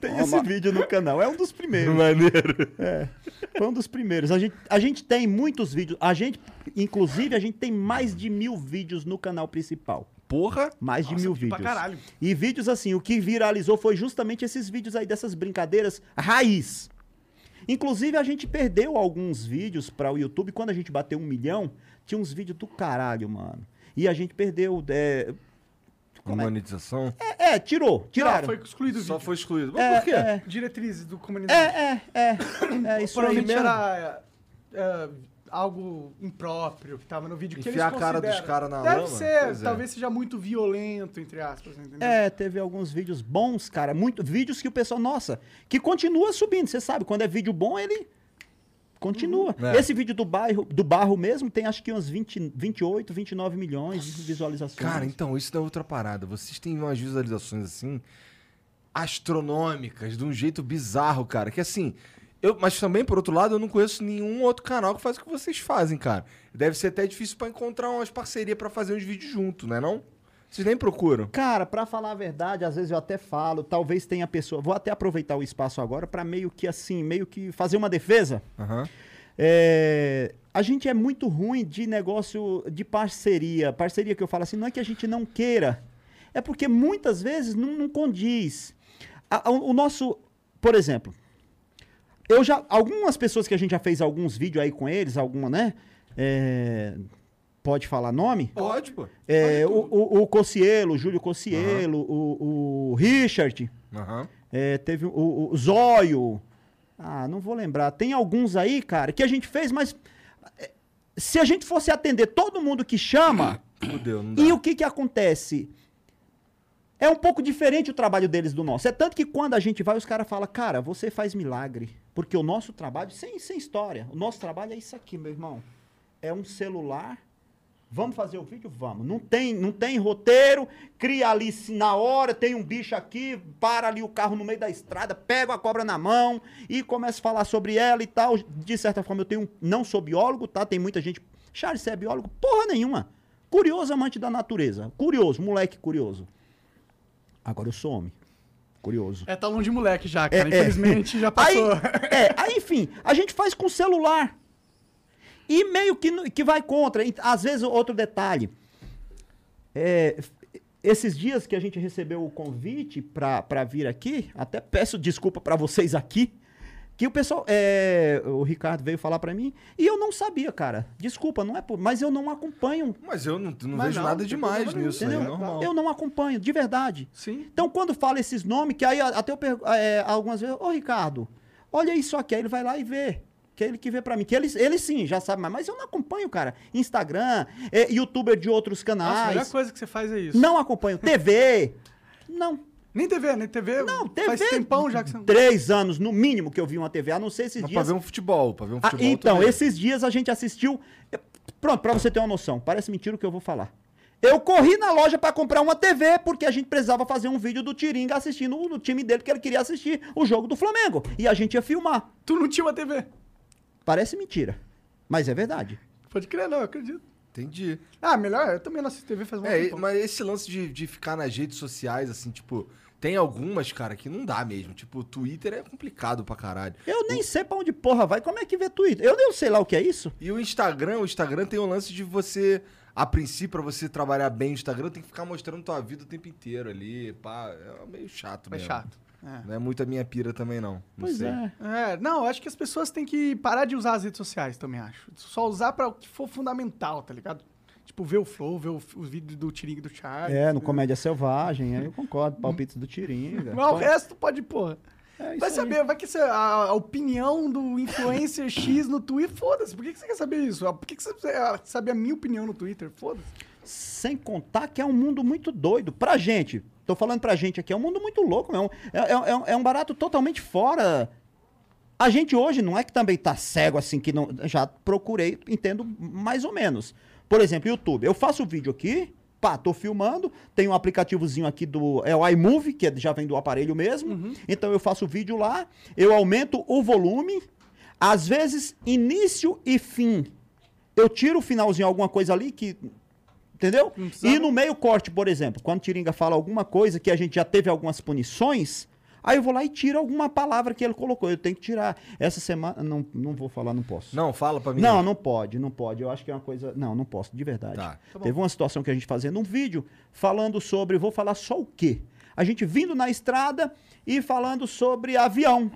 [SPEAKER 3] Tem esse vídeo no canal. É um dos primeiros.
[SPEAKER 2] Maneiro.
[SPEAKER 3] É. Foi um dos primeiros. A gente, a gente tem muitos vídeos. A gente, inclusive, a gente tem mais de mil vídeos no canal principal.
[SPEAKER 2] Porra.
[SPEAKER 3] Mais de
[SPEAKER 1] Nossa,
[SPEAKER 3] mil
[SPEAKER 1] vídeo
[SPEAKER 3] vídeos.
[SPEAKER 1] pra caralho.
[SPEAKER 3] E vídeos assim, o que viralizou foi justamente esses vídeos aí dessas brincadeiras raiz. Inclusive, a gente perdeu alguns vídeos para o YouTube. Quando a gente bateu um milhão, tinha uns vídeos do caralho, mano. E a gente perdeu. É, Como é?
[SPEAKER 2] Monetização.
[SPEAKER 3] é, é, tirou.
[SPEAKER 1] Não, Ah,
[SPEAKER 3] Tiraram.
[SPEAKER 1] foi excluído o
[SPEAKER 2] Só
[SPEAKER 1] vídeo.
[SPEAKER 2] foi excluído. Mas
[SPEAKER 3] É,
[SPEAKER 2] por quê?
[SPEAKER 3] é,
[SPEAKER 1] Diretrizes do comunidade.
[SPEAKER 3] é, é, é. É isso aí
[SPEAKER 1] Provavelmente
[SPEAKER 3] mesmo.
[SPEAKER 1] era é, algo impróprio que tava no vídeo. que
[SPEAKER 2] Enfiar
[SPEAKER 1] eles
[SPEAKER 2] a cara dos
[SPEAKER 1] consideram.
[SPEAKER 2] cara na
[SPEAKER 1] Deve
[SPEAKER 2] lama?
[SPEAKER 1] ser,
[SPEAKER 2] Pois é.
[SPEAKER 1] talvez seja muito violento, entre aspas, entendeu?
[SPEAKER 3] É, teve alguns vídeos bons, cara. Muito, vídeos que o pessoal, nossa, que continua subindo. Você sabe, quando é vídeo bom, ele continua.
[SPEAKER 2] É.
[SPEAKER 3] Esse vídeo do bairro, do barro mesmo, tem acho que uns 20, 28, 29 milhões de visualizações.
[SPEAKER 2] Cara, então, isso é outra parada. Vocês têm umas visualizações assim astronômicas, de um jeito bizarro, cara. Que assim, eu, mas também por outro lado, eu não conheço nenhum outro canal que faz o que vocês fazem, cara. Deve ser até difícil pra encontrar umas parcerias pra fazer uns vídeos junto, né não? Vocês nem procuram.
[SPEAKER 3] Cara, pra falar a verdade, às vezes eu até falo, talvez tenha pessoa. Vou até aproveitar o espaço agora pra meio que assim, meio que fazer uma defesa.
[SPEAKER 2] Aham.
[SPEAKER 3] É, a gente é muito ruim de negócio de parceria. Parceria que eu falo assim, não é que a gente não queira. É porque muitas vezes não, não condiz. A- a- o nosso, por exemplo, eu já. Algumas pessoas que a gente já fez alguns vídeos aí com eles, alguma, né? É, pode falar nome?
[SPEAKER 2] Pode, pô.
[SPEAKER 3] É, o, o, o Cossielo, o Júlio Cossielo, o, o Richard.
[SPEAKER 2] Aham.
[SPEAKER 3] É, teve o, o Zóio. Ah, não vou lembrar. Tem alguns aí, cara, que a gente fez, mas é, se a gente fosse atender todo mundo que chama,
[SPEAKER 2] Fudeu, não dá.
[SPEAKER 3] e o que que acontece? É um pouco diferente o trabalho deles do nosso. É tanto que quando a gente vai, os caras falam, cara, você faz milagre. Porque o nosso trabalho, sem, sem história, o nosso trabalho é isso aqui, meu irmão. É um celular. Vamos fazer o vídeo? Vamos. Não tem, não tem roteiro, cria ali se- na hora, tem um bicho aqui, para ali o carro no meio da estrada, pega a cobra na mão e começa a falar sobre ela e tal. De certa forma, eu tenho, um- não sou biólogo, tá? Tem muita gente. Charles, você é biólogo? Porra nenhuma. Curioso amante da natureza. Curioso, moleque curioso. Agora eu sou homem. Curioso.
[SPEAKER 1] É, tá longe de moleque já, cara.
[SPEAKER 3] É, é.
[SPEAKER 1] Infelizmente já passou.
[SPEAKER 3] Aí, é, aí, enfim, a gente faz com celular. E meio que, no- que vai contra. E, Às vezes, outro detalhe. É, Esses dias que a gente recebeu o convite para vir aqui, até peço desculpa para vocês aqui, que o pessoal, é, o Ricardo veio falar para mim, e eu não sabia, cara. Desculpa, não é por, mas eu não acompanho.
[SPEAKER 2] Mas eu não, não
[SPEAKER 1] Mas
[SPEAKER 2] vejo
[SPEAKER 1] não,
[SPEAKER 2] nada
[SPEAKER 1] não tem
[SPEAKER 2] demais
[SPEAKER 1] problema nenhum,
[SPEAKER 2] nisso, aí,
[SPEAKER 3] Entendeu?
[SPEAKER 2] é normal.
[SPEAKER 3] Eu né? não acompanho, de verdade.
[SPEAKER 1] Sim.
[SPEAKER 3] Então, quando fala esses nomes, que aí até eu pergunto, algumas vezes, ô Ricardo, olha isso aqui, aí ele vai lá e vê. Que é ele que vê pra mim. Que ele, ele sim, já sabe mais, mas eu não acompanho, cara. Instagram, é, youtuber de outros
[SPEAKER 2] Ah,
[SPEAKER 1] Nossa, a
[SPEAKER 3] canais.
[SPEAKER 1] melhor coisa que você faz é isso.
[SPEAKER 3] não acompanho. TV. Não.
[SPEAKER 1] Nem TV, nem TV.
[SPEAKER 3] Não, TV.
[SPEAKER 1] Faz tempão já que você não.
[SPEAKER 3] Três anos, no mínimo, que eu vi uma TV, a não ser esses
[SPEAKER 2] Mas pra
[SPEAKER 3] dias.
[SPEAKER 2] ver um futebol, pra ver um
[SPEAKER 3] Ah,
[SPEAKER 2] futebol.
[SPEAKER 3] então,
[SPEAKER 2] também.
[SPEAKER 3] esses dias a gente assistiu. eu- Pronto, pra você ter uma noção, parece mentira o que eu vou falar. Eu corri na loja pra comprar uma TV porque a gente precisava fazer um vídeo do Tiringa assistindo o o time dele, porque ele queria assistir o jogo do Flamengo. E a gente ia filmar.
[SPEAKER 1] Tu não tinha uma TV.
[SPEAKER 3] Parece mentira, mas é verdade.
[SPEAKER 1] Pode crer, não, eu acredito.
[SPEAKER 2] Entendi.
[SPEAKER 1] Ah, melhor, eu também não assisto TV faz um
[SPEAKER 2] É,
[SPEAKER 1] tempão.
[SPEAKER 2] mas esse lance de, de ficar nas redes sociais, assim, tipo, tem algumas, cara, que não dá mesmo. Tipo, o Twitter é complicado pra caralho.
[SPEAKER 3] Eu nem sei pra onde porra vai, como é que vê Twitter? Eu nem sei lá o que é isso.
[SPEAKER 2] E o Instagram, o Instagram tem o lance de você, a princípio, pra você trabalhar bem o Instagram, tem que ficar mostrando tua vida o tempo inteiro ali, pá. É meio chato
[SPEAKER 1] É
[SPEAKER 2] mesmo.
[SPEAKER 1] chato.
[SPEAKER 2] Não é muito a minha pira também, não. não
[SPEAKER 3] pois
[SPEAKER 2] sei.
[SPEAKER 3] é.
[SPEAKER 1] É, não, eu acho que as pessoas têm que parar de usar as redes sociais também, acho. Só usar pra o que for fundamental, tá ligado? Tipo, ver o Flow, ver o- os vídeos do Tiringue do Charles.
[SPEAKER 3] É, no Comédia Selvagem, aí eu concordo, palpites do Tiringa.
[SPEAKER 1] Mas o resto pode, porra.
[SPEAKER 3] É isso
[SPEAKER 1] Vai
[SPEAKER 3] aí.
[SPEAKER 1] saber, vai que você- a, a opinião do influencer X no Twitter, foda-se. Por que, que você quer saber isso? Por que, que você precisa saber a minha opinião no Twitter? Foda-se.
[SPEAKER 3] Sem contar que é um mundo muito doido. Pra gente, tô falando pra gente aqui, é um mundo muito louco, meu. É, é- é um- é um barato totalmente fora. A gente hoje não é que também tá cego assim, que não. Já procurei, entendo mais ou menos. Por exemplo, YouTube. Eu faço o vídeo aqui, pá, tô filmando, tem um aplicativozinho aqui do. É o iMovie, que é- já vem do aparelho mesmo. Então eu faço o vídeo lá, eu aumento o volume. Às vezes, início e fim. Eu tiro o finalzinho, alguma coisa ali que Entendeu?
[SPEAKER 1] precisava.
[SPEAKER 3] E no meio corte, por exemplo, quando o Tiringa fala alguma coisa que a gente já teve algumas punições, aí eu vou lá e tiro alguma palavra que ele colocou. Eu tenho que tirar. Essa semana. Não, não vou falar, não posso.
[SPEAKER 2] Não, fala pra mim.
[SPEAKER 3] Não, não pode, não pode. Eu acho que é uma coisa. Não, não posso, de verdade.
[SPEAKER 2] Tá.
[SPEAKER 3] Teve uma situação que a gente fazendo um vídeo falando sobre. Vou falar só o quê? A gente vindo na estrada e falando sobre avião.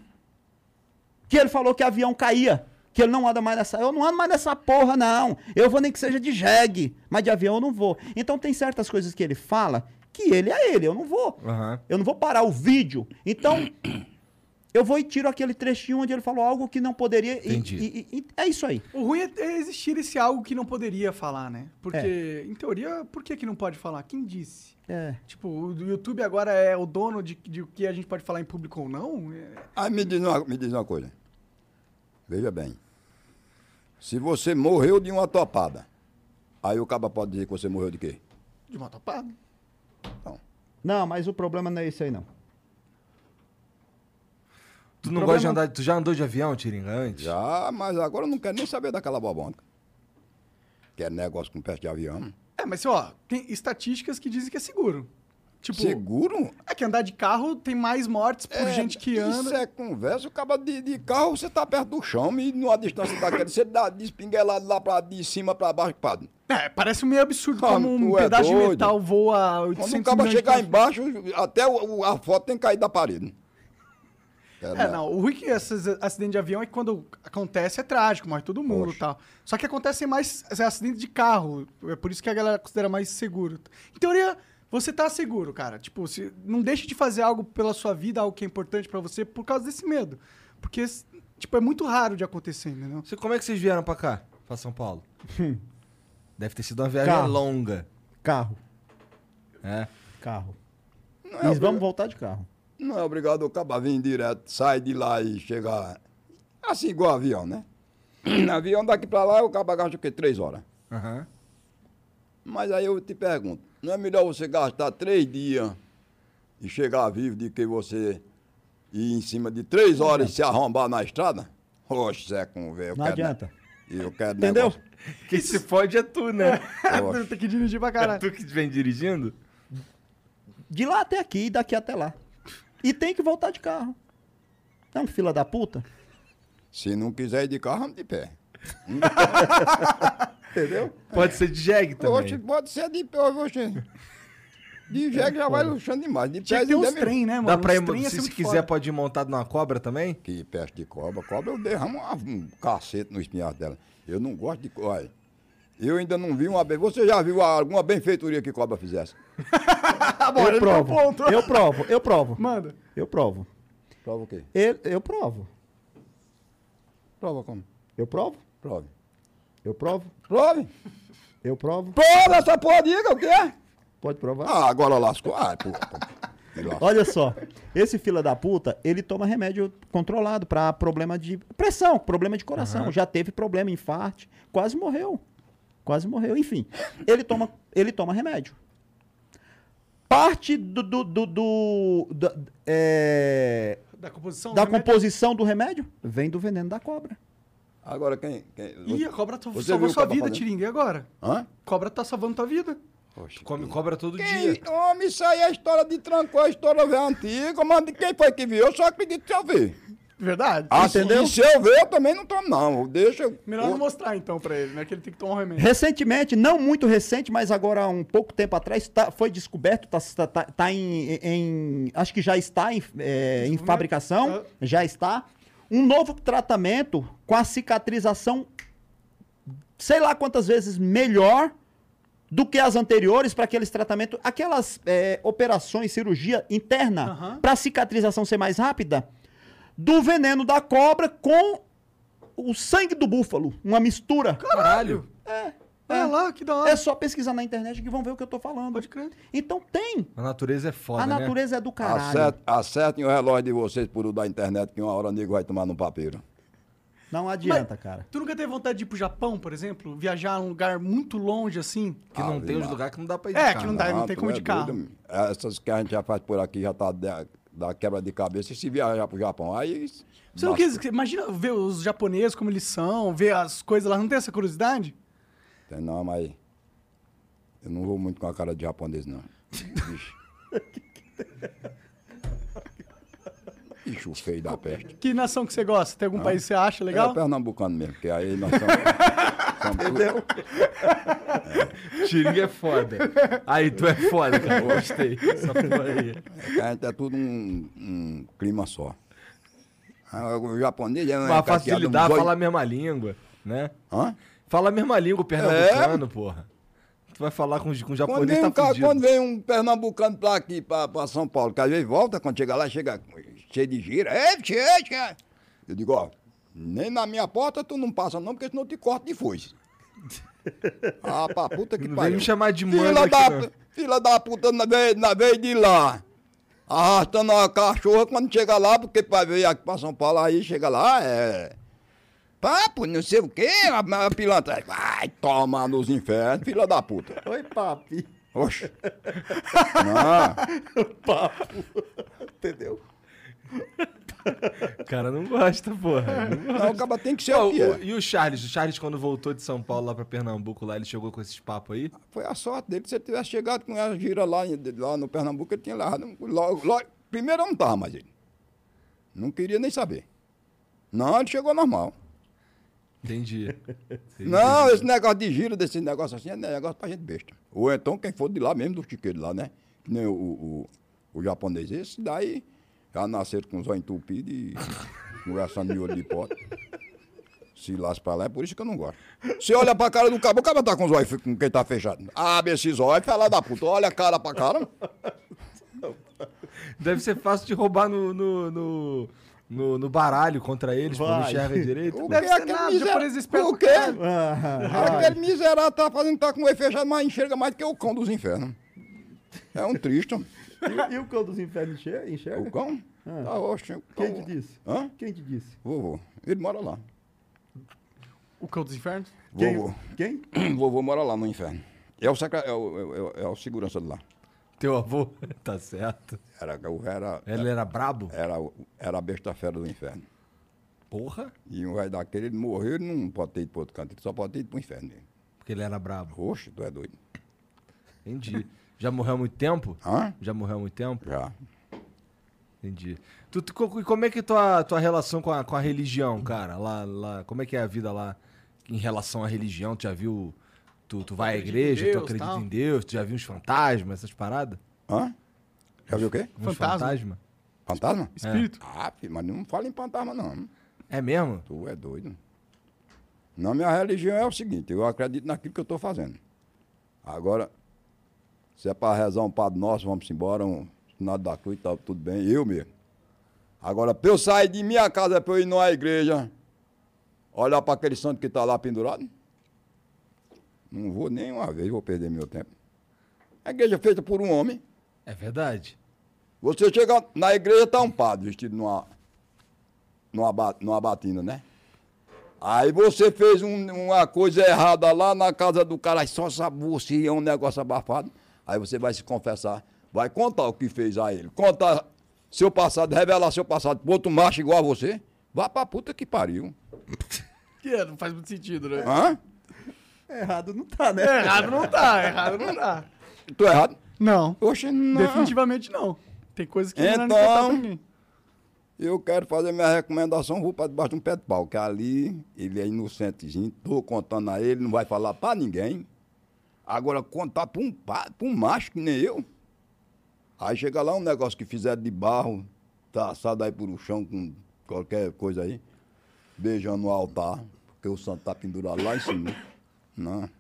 [SPEAKER 3] Que ele falou que avião caía. Que ele não anda mais nessa. Eu não ando mais nessa porra, não. Eu vou nem que seja de jegue. Mas de avião eu não vou. Então tem certas coisas que ele fala que ele é ele. Eu não vou.
[SPEAKER 2] Aham.
[SPEAKER 3] Eu não vou parar o vídeo. Então, eu vou e tiro aquele trechinho onde ele falou algo que não poderia. e-
[SPEAKER 2] Entendi.
[SPEAKER 3] e- e- e- é isso aí.
[SPEAKER 1] O ruim é é existir esse algo que não poderia falar, né? Porque, em teoria, por que, que não pode falar? Quem disse?
[SPEAKER 3] É.
[SPEAKER 1] Tipo, o do YouTube agora é o dono de, de o que a gente pode falar em público ou não? É-
[SPEAKER 4] Aí me diz, uma, me diz uma coisa. Veja bem. Se você morreu de uma topada, aí o caba pode dizer que você morreu de quê?
[SPEAKER 1] De uma topada.
[SPEAKER 3] Não, mas o problema não é esse aí, não.
[SPEAKER 2] Tu não
[SPEAKER 3] Problema-
[SPEAKER 2] gosta de andar. Tu já andou de avião, Tiringa, antes?
[SPEAKER 4] Já, mas agora eu não quero nem saber daquela babonca. Que é negócio com peste de avião.
[SPEAKER 1] É, mas ó, tem estatísticas que dizem que é seguro. Tipo,
[SPEAKER 4] Seguro?
[SPEAKER 1] é que andar de carro tem mais mortes por gente que
[SPEAKER 4] É, Isso
[SPEAKER 1] anda.
[SPEAKER 4] é conversa, o caba de, de carro, você tá perto do chão, e numa distância daquela, você dá de espinguelado lá pra, de cima pra baixo, padre.
[SPEAKER 1] É, parece meio absurdo
[SPEAKER 4] Ah,
[SPEAKER 1] como um
[SPEAKER 4] tu é
[SPEAKER 1] pedaço de
[SPEAKER 4] doido.
[SPEAKER 1] metal voa a
[SPEAKER 4] Quando
[SPEAKER 1] 800
[SPEAKER 4] o caba
[SPEAKER 1] milhões de
[SPEAKER 4] chegar
[SPEAKER 1] quilômetros.
[SPEAKER 4] embaixo, até o- o- a foto tem que cair da parede. né?
[SPEAKER 1] É, não. O ruim que esses acidentes de avião é que quando acontece é trágico, morre todo mundo e tal. Só que acontecem mais é, acidentes de carro. É por isso que a galera considera mais seguro. Em teoria, você tá seguro, cara. Tipo, se, não deixe de fazer algo pela sua vida, algo que é importante pra você, por causa desse medo. Porque, tipo, é muito raro de acontecer, entendeu?
[SPEAKER 2] Você, como é que vocês vieram pra cá? Pra São Paulo? Deve ter sido uma viagem
[SPEAKER 3] Carro.
[SPEAKER 2] longa.
[SPEAKER 3] Carro.
[SPEAKER 2] É.
[SPEAKER 3] Carro.
[SPEAKER 4] Não
[SPEAKER 3] Eles vamos voltar de carro.
[SPEAKER 4] Não é obrigado o caba vir direto, sai de lá e chega. Assim, igual avião, né? avião daqui pra lá, o caba gasta o quê? Três horas.
[SPEAKER 2] Aham.
[SPEAKER 4] Mas aí eu te pergunto, não é melhor você gastar três dias e chegar vivo do que você ir em cima de três horas e se arrombar na estrada? Oxe, Zé Conver, eu
[SPEAKER 3] Não
[SPEAKER 4] quero...
[SPEAKER 3] adianta.
[SPEAKER 4] Eu quero
[SPEAKER 3] Entendeu?
[SPEAKER 4] negócio.
[SPEAKER 2] Quem se fode é tu, né?
[SPEAKER 4] Oxe.
[SPEAKER 1] Tem que dirigir pra
[SPEAKER 2] É
[SPEAKER 1] caralho.
[SPEAKER 2] tu que vem dirigindo?
[SPEAKER 3] De lá até aqui e daqui até lá. E tem que voltar de carro. É um fila da puta.
[SPEAKER 4] Se não quiser ir de carro, vamos de pé.
[SPEAKER 2] Pode ser de jegue também.
[SPEAKER 4] Oxe, pode ser de pé, oxe. De jegue já vai luxando demais. De
[SPEAKER 1] Tinha
[SPEAKER 4] pés
[SPEAKER 1] que ter
[SPEAKER 4] ainda
[SPEAKER 1] uns
[SPEAKER 4] me-
[SPEAKER 1] trem, né, mano?
[SPEAKER 2] Dá pra
[SPEAKER 1] Uns
[SPEAKER 2] ir,
[SPEAKER 1] trem ia ser
[SPEAKER 2] se, se
[SPEAKER 1] muito
[SPEAKER 2] quiser,
[SPEAKER 1] foda.
[SPEAKER 2] pode ir montado numa cobra também?
[SPEAKER 4] Que peste de cobra. Cobra eu derramo uma- um cacete no espinhaço dela. Eu não gosto de cobra. Eu ainda não vi uma vez. Você já viu alguma benfeitoria que cobra fizesse?
[SPEAKER 1] Bora,
[SPEAKER 3] eu provo.
[SPEAKER 1] meu ponto.
[SPEAKER 3] Eu provo, eu provo.
[SPEAKER 1] Manda.
[SPEAKER 3] Eu provo.
[SPEAKER 4] Prova o quê?
[SPEAKER 3] Eu, eu provo.
[SPEAKER 4] Prova como?
[SPEAKER 3] Eu provo.
[SPEAKER 4] Prove.
[SPEAKER 3] Eu provo.
[SPEAKER 4] Prove.
[SPEAKER 3] Eu provo.
[SPEAKER 4] Prova essa porra, diga o quê?
[SPEAKER 3] Pode provar.
[SPEAKER 4] Ah, agora lascou. Ah, pô. pô. Me lascou.
[SPEAKER 3] Olha só, esse fila da puta, ele toma remédio controlado pra problema de pressão, problema de coração. Já teve problema, infarte, quase morreu. Quase morreu, enfim. Ele toma, ele toma remédio. Parte do, do, do- do- da- é,
[SPEAKER 1] Da composição? né?
[SPEAKER 3] da
[SPEAKER 1] do remédio?
[SPEAKER 3] composição do remédio vem do veneno da cobra.
[SPEAKER 4] Agora quem. quem
[SPEAKER 1] Ih, a cobra tá-
[SPEAKER 4] Você
[SPEAKER 1] salvou
[SPEAKER 4] viu o
[SPEAKER 1] sua
[SPEAKER 4] cobra
[SPEAKER 1] vida,
[SPEAKER 4] fazendo?
[SPEAKER 1] Tiringa. E agora?
[SPEAKER 4] Hã?
[SPEAKER 1] Cobra tá salvando tua vida.
[SPEAKER 4] Oxe,
[SPEAKER 2] Come cobra todo
[SPEAKER 4] Quem,
[SPEAKER 2] dia.
[SPEAKER 4] homem, isso aí é história de trancou, é história velha antiga, mas de quem foi que viu? Eu só acredito se eu ver.
[SPEAKER 1] Verdade.
[SPEAKER 4] Assim, se eu ver, eu também não tomo, não. Deixa.
[SPEAKER 1] Melhor não mostrar então pra ele, né? Que ele tem que tomar um remédio.
[SPEAKER 3] Recentemente, não muito recente, mas agora há um pouco tempo atrás, tá- foi descoberto, tá, tá- tá- tá em, em- Acho que já está em, é, em fabricação, já está. Um novo tratamento com a cicatrização, sei lá quantas vezes melhor do que as anteriores para aqueles tratamentos, aquelas é, operações, cirurgia interna,
[SPEAKER 1] Aham.
[SPEAKER 3] para a cicatrização ser mais rápida, do veneno da cobra com o sangue do búfalo, uma mistura.
[SPEAKER 2] Caralho.
[SPEAKER 1] Olha lá, que da hora.
[SPEAKER 3] É só pesquisar na internet que vão ver o que eu tô falando.
[SPEAKER 1] Pode crer.
[SPEAKER 3] Então tem.
[SPEAKER 2] A natureza é foda,
[SPEAKER 3] a natureza é do
[SPEAKER 4] Tá
[SPEAKER 3] caralho.
[SPEAKER 4] Acert- acertem o relógio de vocês por o da internet, que uma hora o nego vai tomar no papeiro.
[SPEAKER 3] Não adianta,
[SPEAKER 1] Mas-
[SPEAKER 3] cara.
[SPEAKER 1] Tu nunca teve vontade de ir pro Japão, por exemplo? Viajar a um lugar muito longe assim?
[SPEAKER 2] né? Que não
[SPEAKER 4] Ave
[SPEAKER 2] tem os
[SPEAKER 4] Maria.
[SPEAKER 2] lugares que não dá pra ir. né?
[SPEAKER 1] É,
[SPEAKER 2] de
[SPEAKER 1] que não
[SPEAKER 2] carro.
[SPEAKER 1] dá. tem
[SPEAKER 4] tu
[SPEAKER 1] como
[SPEAKER 4] é
[SPEAKER 1] de carro.
[SPEAKER 4] doido, menino. Essas que a gente já faz por aqui já tá da, da quebra de cabeça. E se viajar pro Japão, aí.
[SPEAKER 1] Você não quis. Imagina ver os japoneses como eles são, ver as coisas lá. Não tem essa curiosidade?
[SPEAKER 4] Tem Não, mas. Eu não vou muito com a cara de japonês, não. Bicho. Bicho feio da peste.
[SPEAKER 1] Que nação que você gosta? Tem algum país que você acha
[SPEAKER 4] É
[SPEAKER 1] legal?
[SPEAKER 4] pernambucano mesmo, porque aí nós somos. somos tudo-
[SPEAKER 2] Tiringa é foda. Aí tu é foda, cara. Gostei. Essa porra aí.
[SPEAKER 4] a gente é tudo um, um clima só. Ah, O japonês é um.
[SPEAKER 2] Uma
[SPEAKER 4] encateado,
[SPEAKER 2] facilidade,
[SPEAKER 4] um boi-
[SPEAKER 2] fala a mesma língua, né?
[SPEAKER 4] Hã?
[SPEAKER 2] Fala a mesma língua, o pernambucano, porra. Tu vai falar com, os- com o
[SPEAKER 4] Quando
[SPEAKER 2] japonês,
[SPEAKER 4] vem, um
[SPEAKER 2] tá
[SPEAKER 4] ca-
[SPEAKER 2] fudido.
[SPEAKER 4] quando vem um pernambucano pra aqui, pra, pra São Paulo, que às vezes volta, quando chega lá, chega cheio de gira. É, tchê, tchê. Eu digo, ó, nem na minha porta tu não passa não, porque senão eu te corto de foice. ah, pra puta que
[SPEAKER 2] Não vem
[SPEAKER 4] pariu.
[SPEAKER 2] me chamar de mano
[SPEAKER 4] fila
[SPEAKER 2] aqui,
[SPEAKER 4] da,
[SPEAKER 2] não.
[SPEAKER 4] fila da puta na vez, na vez de lá. Arrastando a cachorra quando chega lá, porque pra ver aqui pra São Paulo, aí chega lá, é... Papo, não sei o quê, a, a pilantra. Vai tomar nos infernos, fila da puta.
[SPEAKER 3] Oi, papi.
[SPEAKER 4] Oxe. Não,
[SPEAKER 3] Entendeu?
[SPEAKER 2] O cara não gosta, porra. Não
[SPEAKER 4] não, o cara tem que ser
[SPEAKER 2] Ô,
[SPEAKER 4] o que
[SPEAKER 2] o-
[SPEAKER 4] é.
[SPEAKER 2] e o Charles? O Charles, quando voltou de São Paulo lá pra Pernambuco, lá, ele chegou com esses papos aí?
[SPEAKER 4] Foi a sorte dele. Se ele tivesse chegado com a gira lá, em- lá no Pernambuco, ele tinha largado. Logo, logo- primeiro eu não estava mais ele. Não queria nem saber. Não, ele chegou normal.
[SPEAKER 2] Entendi. Entendi.
[SPEAKER 4] Não, esse negócio de giro, desse negócio assim, é negócio pra gente besta. Ou então quem for de lá mesmo, do chiqueiro lá, né? Que nem o, o, o, o japonês. Esse daí já nasceram com os olhos entupidos e conversando de olho de pote. Se lasca pra lá, é por isso que eu não gosto. Você olha pra cara do cabo, o cabo tá com os olhos fe- com quem tá fechado. Abre esses olhos, fala da puta, olha a cara pra cara.
[SPEAKER 2] Deve ser fácil de roubar no, no, no, no- no baralho contra eles, porque não
[SPEAKER 3] Vai.
[SPEAKER 2] enxerga direito.
[SPEAKER 4] O que é
[SPEAKER 1] Deve ser nada, japonês esperto
[SPEAKER 4] O
[SPEAKER 1] pra
[SPEAKER 4] quê?
[SPEAKER 3] Ah,
[SPEAKER 4] Aquele miserável tá fazendo, tá com o olho fechado, mas enxerga mais do que o cão dos infernos. É um triste, homem.
[SPEAKER 3] ai. ah. e, e o cão dos infernos enxerga?
[SPEAKER 4] É O
[SPEAKER 3] enxerga?
[SPEAKER 4] cão? Tá ótimo.
[SPEAKER 3] É. Quem te disse?
[SPEAKER 4] Hã?
[SPEAKER 3] Quem te disse?
[SPEAKER 4] Vovô. Ele mora lá.
[SPEAKER 1] O cão dos infernos?
[SPEAKER 3] Quem?
[SPEAKER 4] Vovô.
[SPEAKER 3] Quem?
[SPEAKER 4] Vovô mora lá no inferno. É o, sacra... é o, é o- é o segurança de lá.
[SPEAKER 2] Teu avô, tá certo.
[SPEAKER 4] Era, o- era,
[SPEAKER 2] Ele era brabo?
[SPEAKER 4] era, o- era a besta fera do inferno.
[SPEAKER 2] Porra.
[SPEAKER 4] E um velho daquele, ele morreu, ele não pode ter ido para outro canto. Ele só pode ter ido para o inferno mesmo.
[SPEAKER 2] Porque ele era brabo.
[SPEAKER 4] Oxe, tu é doido.
[SPEAKER 2] Entendi. Já morreu há muito tempo?
[SPEAKER 4] Hã?
[SPEAKER 2] Já morreu há muito tempo?
[SPEAKER 4] Já.
[SPEAKER 2] Entendi. Tu, tu- co- e como é que é tua, tua relação com a, com a religião, cara? Lá, lá, como é que é a vida lá em relação à religião? Tu já viu... Tu, tu vai à
[SPEAKER 1] Acredita em
[SPEAKER 2] igreja, tu
[SPEAKER 1] Deus,
[SPEAKER 2] acredita
[SPEAKER 1] tal?
[SPEAKER 2] em Deus, tu já viu uns fantasmas, essas paradas?
[SPEAKER 4] Hã? Já viu o quê?
[SPEAKER 2] Uns
[SPEAKER 1] Fantasma.
[SPEAKER 2] fantasma.
[SPEAKER 4] Fantasma?
[SPEAKER 1] Espírito.
[SPEAKER 4] Ah, filho, mas não fala em fantasma, não.
[SPEAKER 2] É mesmo?
[SPEAKER 4] Tu é doido. Na minha religião é o seguinte, eu acredito naquilo que eu estou fazendo. Agora, se é para rezar um Padre Nosso, vamos embora, um Sinado da Cruz e tal, tudo bem, eu mesmo. Agora, para eu sair de minha casa, para eu ir numa igreja, olhar para aquele santo que está lá pendurado, não vou nem uma vez, vou perder meu tempo. A igreja é feita por um homem,
[SPEAKER 2] É verdade.
[SPEAKER 4] você chega na igreja, tá um padre vestido numa, numa, ba- numa batina, né? Aí você fez um- uma coisa errada lá na casa do cara, aí só sabe você, é um negócio abafado. Aí você vai se confessar, vai contar o que fez a ele, contar seu passado, revelar seu passado pro outro macho igual a você. Vá pra puta que pariu.
[SPEAKER 1] Que é, não faz muito sentido, né?
[SPEAKER 4] Hã?
[SPEAKER 3] Errado não tá, né?
[SPEAKER 1] Errado não tá, errado não tá.
[SPEAKER 4] Tô errado?
[SPEAKER 1] Não,
[SPEAKER 4] Oxe,
[SPEAKER 1] Ah.
[SPEAKER 4] não.
[SPEAKER 1] definitivamente não. Tem coisa que não é
[SPEAKER 4] Então-
[SPEAKER 1] contar pra ninguém.
[SPEAKER 4] Eu quero fazer minha recomendação, vou para debaixo de um pé de pau, que ali ele é inocentezinho, tô contando a ele, não vai falar para ninguém. Agora, contar para um, pa- pra um macho que nem eu. Aí chega lá um negócio que fizeram de barro, traçado aí por o chão com qualquer coisa aí, beijando o altar, porque o santo tá pendurado lá em cima. né? Não.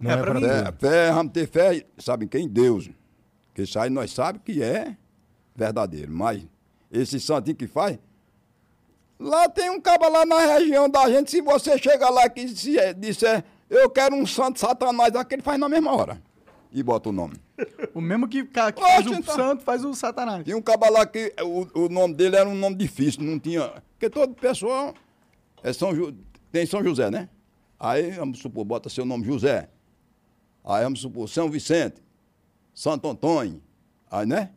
[SPEAKER 2] Não
[SPEAKER 1] É pra mim.
[SPEAKER 4] Fé, fé, vamos ter fé, sabe em quem? Em Deus. Que isso aí nós sabemos que é verdadeiro. Mas esse santinho que faz, lá tem um caba lá na região da gente, se você chega lá que se é- disser, eu quero um santo satanás, aquele faz na mesma hora. E bota o nome.
[SPEAKER 1] O mesmo que, ca- que
[SPEAKER 4] Oxe,
[SPEAKER 1] faz o
[SPEAKER 4] então.
[SPEAKER 1] santo, faz o satanás.
[SPEAKER 4] Tinha um caba lá que o, o nome dele era um nome difícil, não tinha. Porque todo pessoal é São Ju- tem São José, né? Aí, vamos supor, bota seu nome José. Aí, vamos supor, São Vicente, Santo Antônio. Aí, né?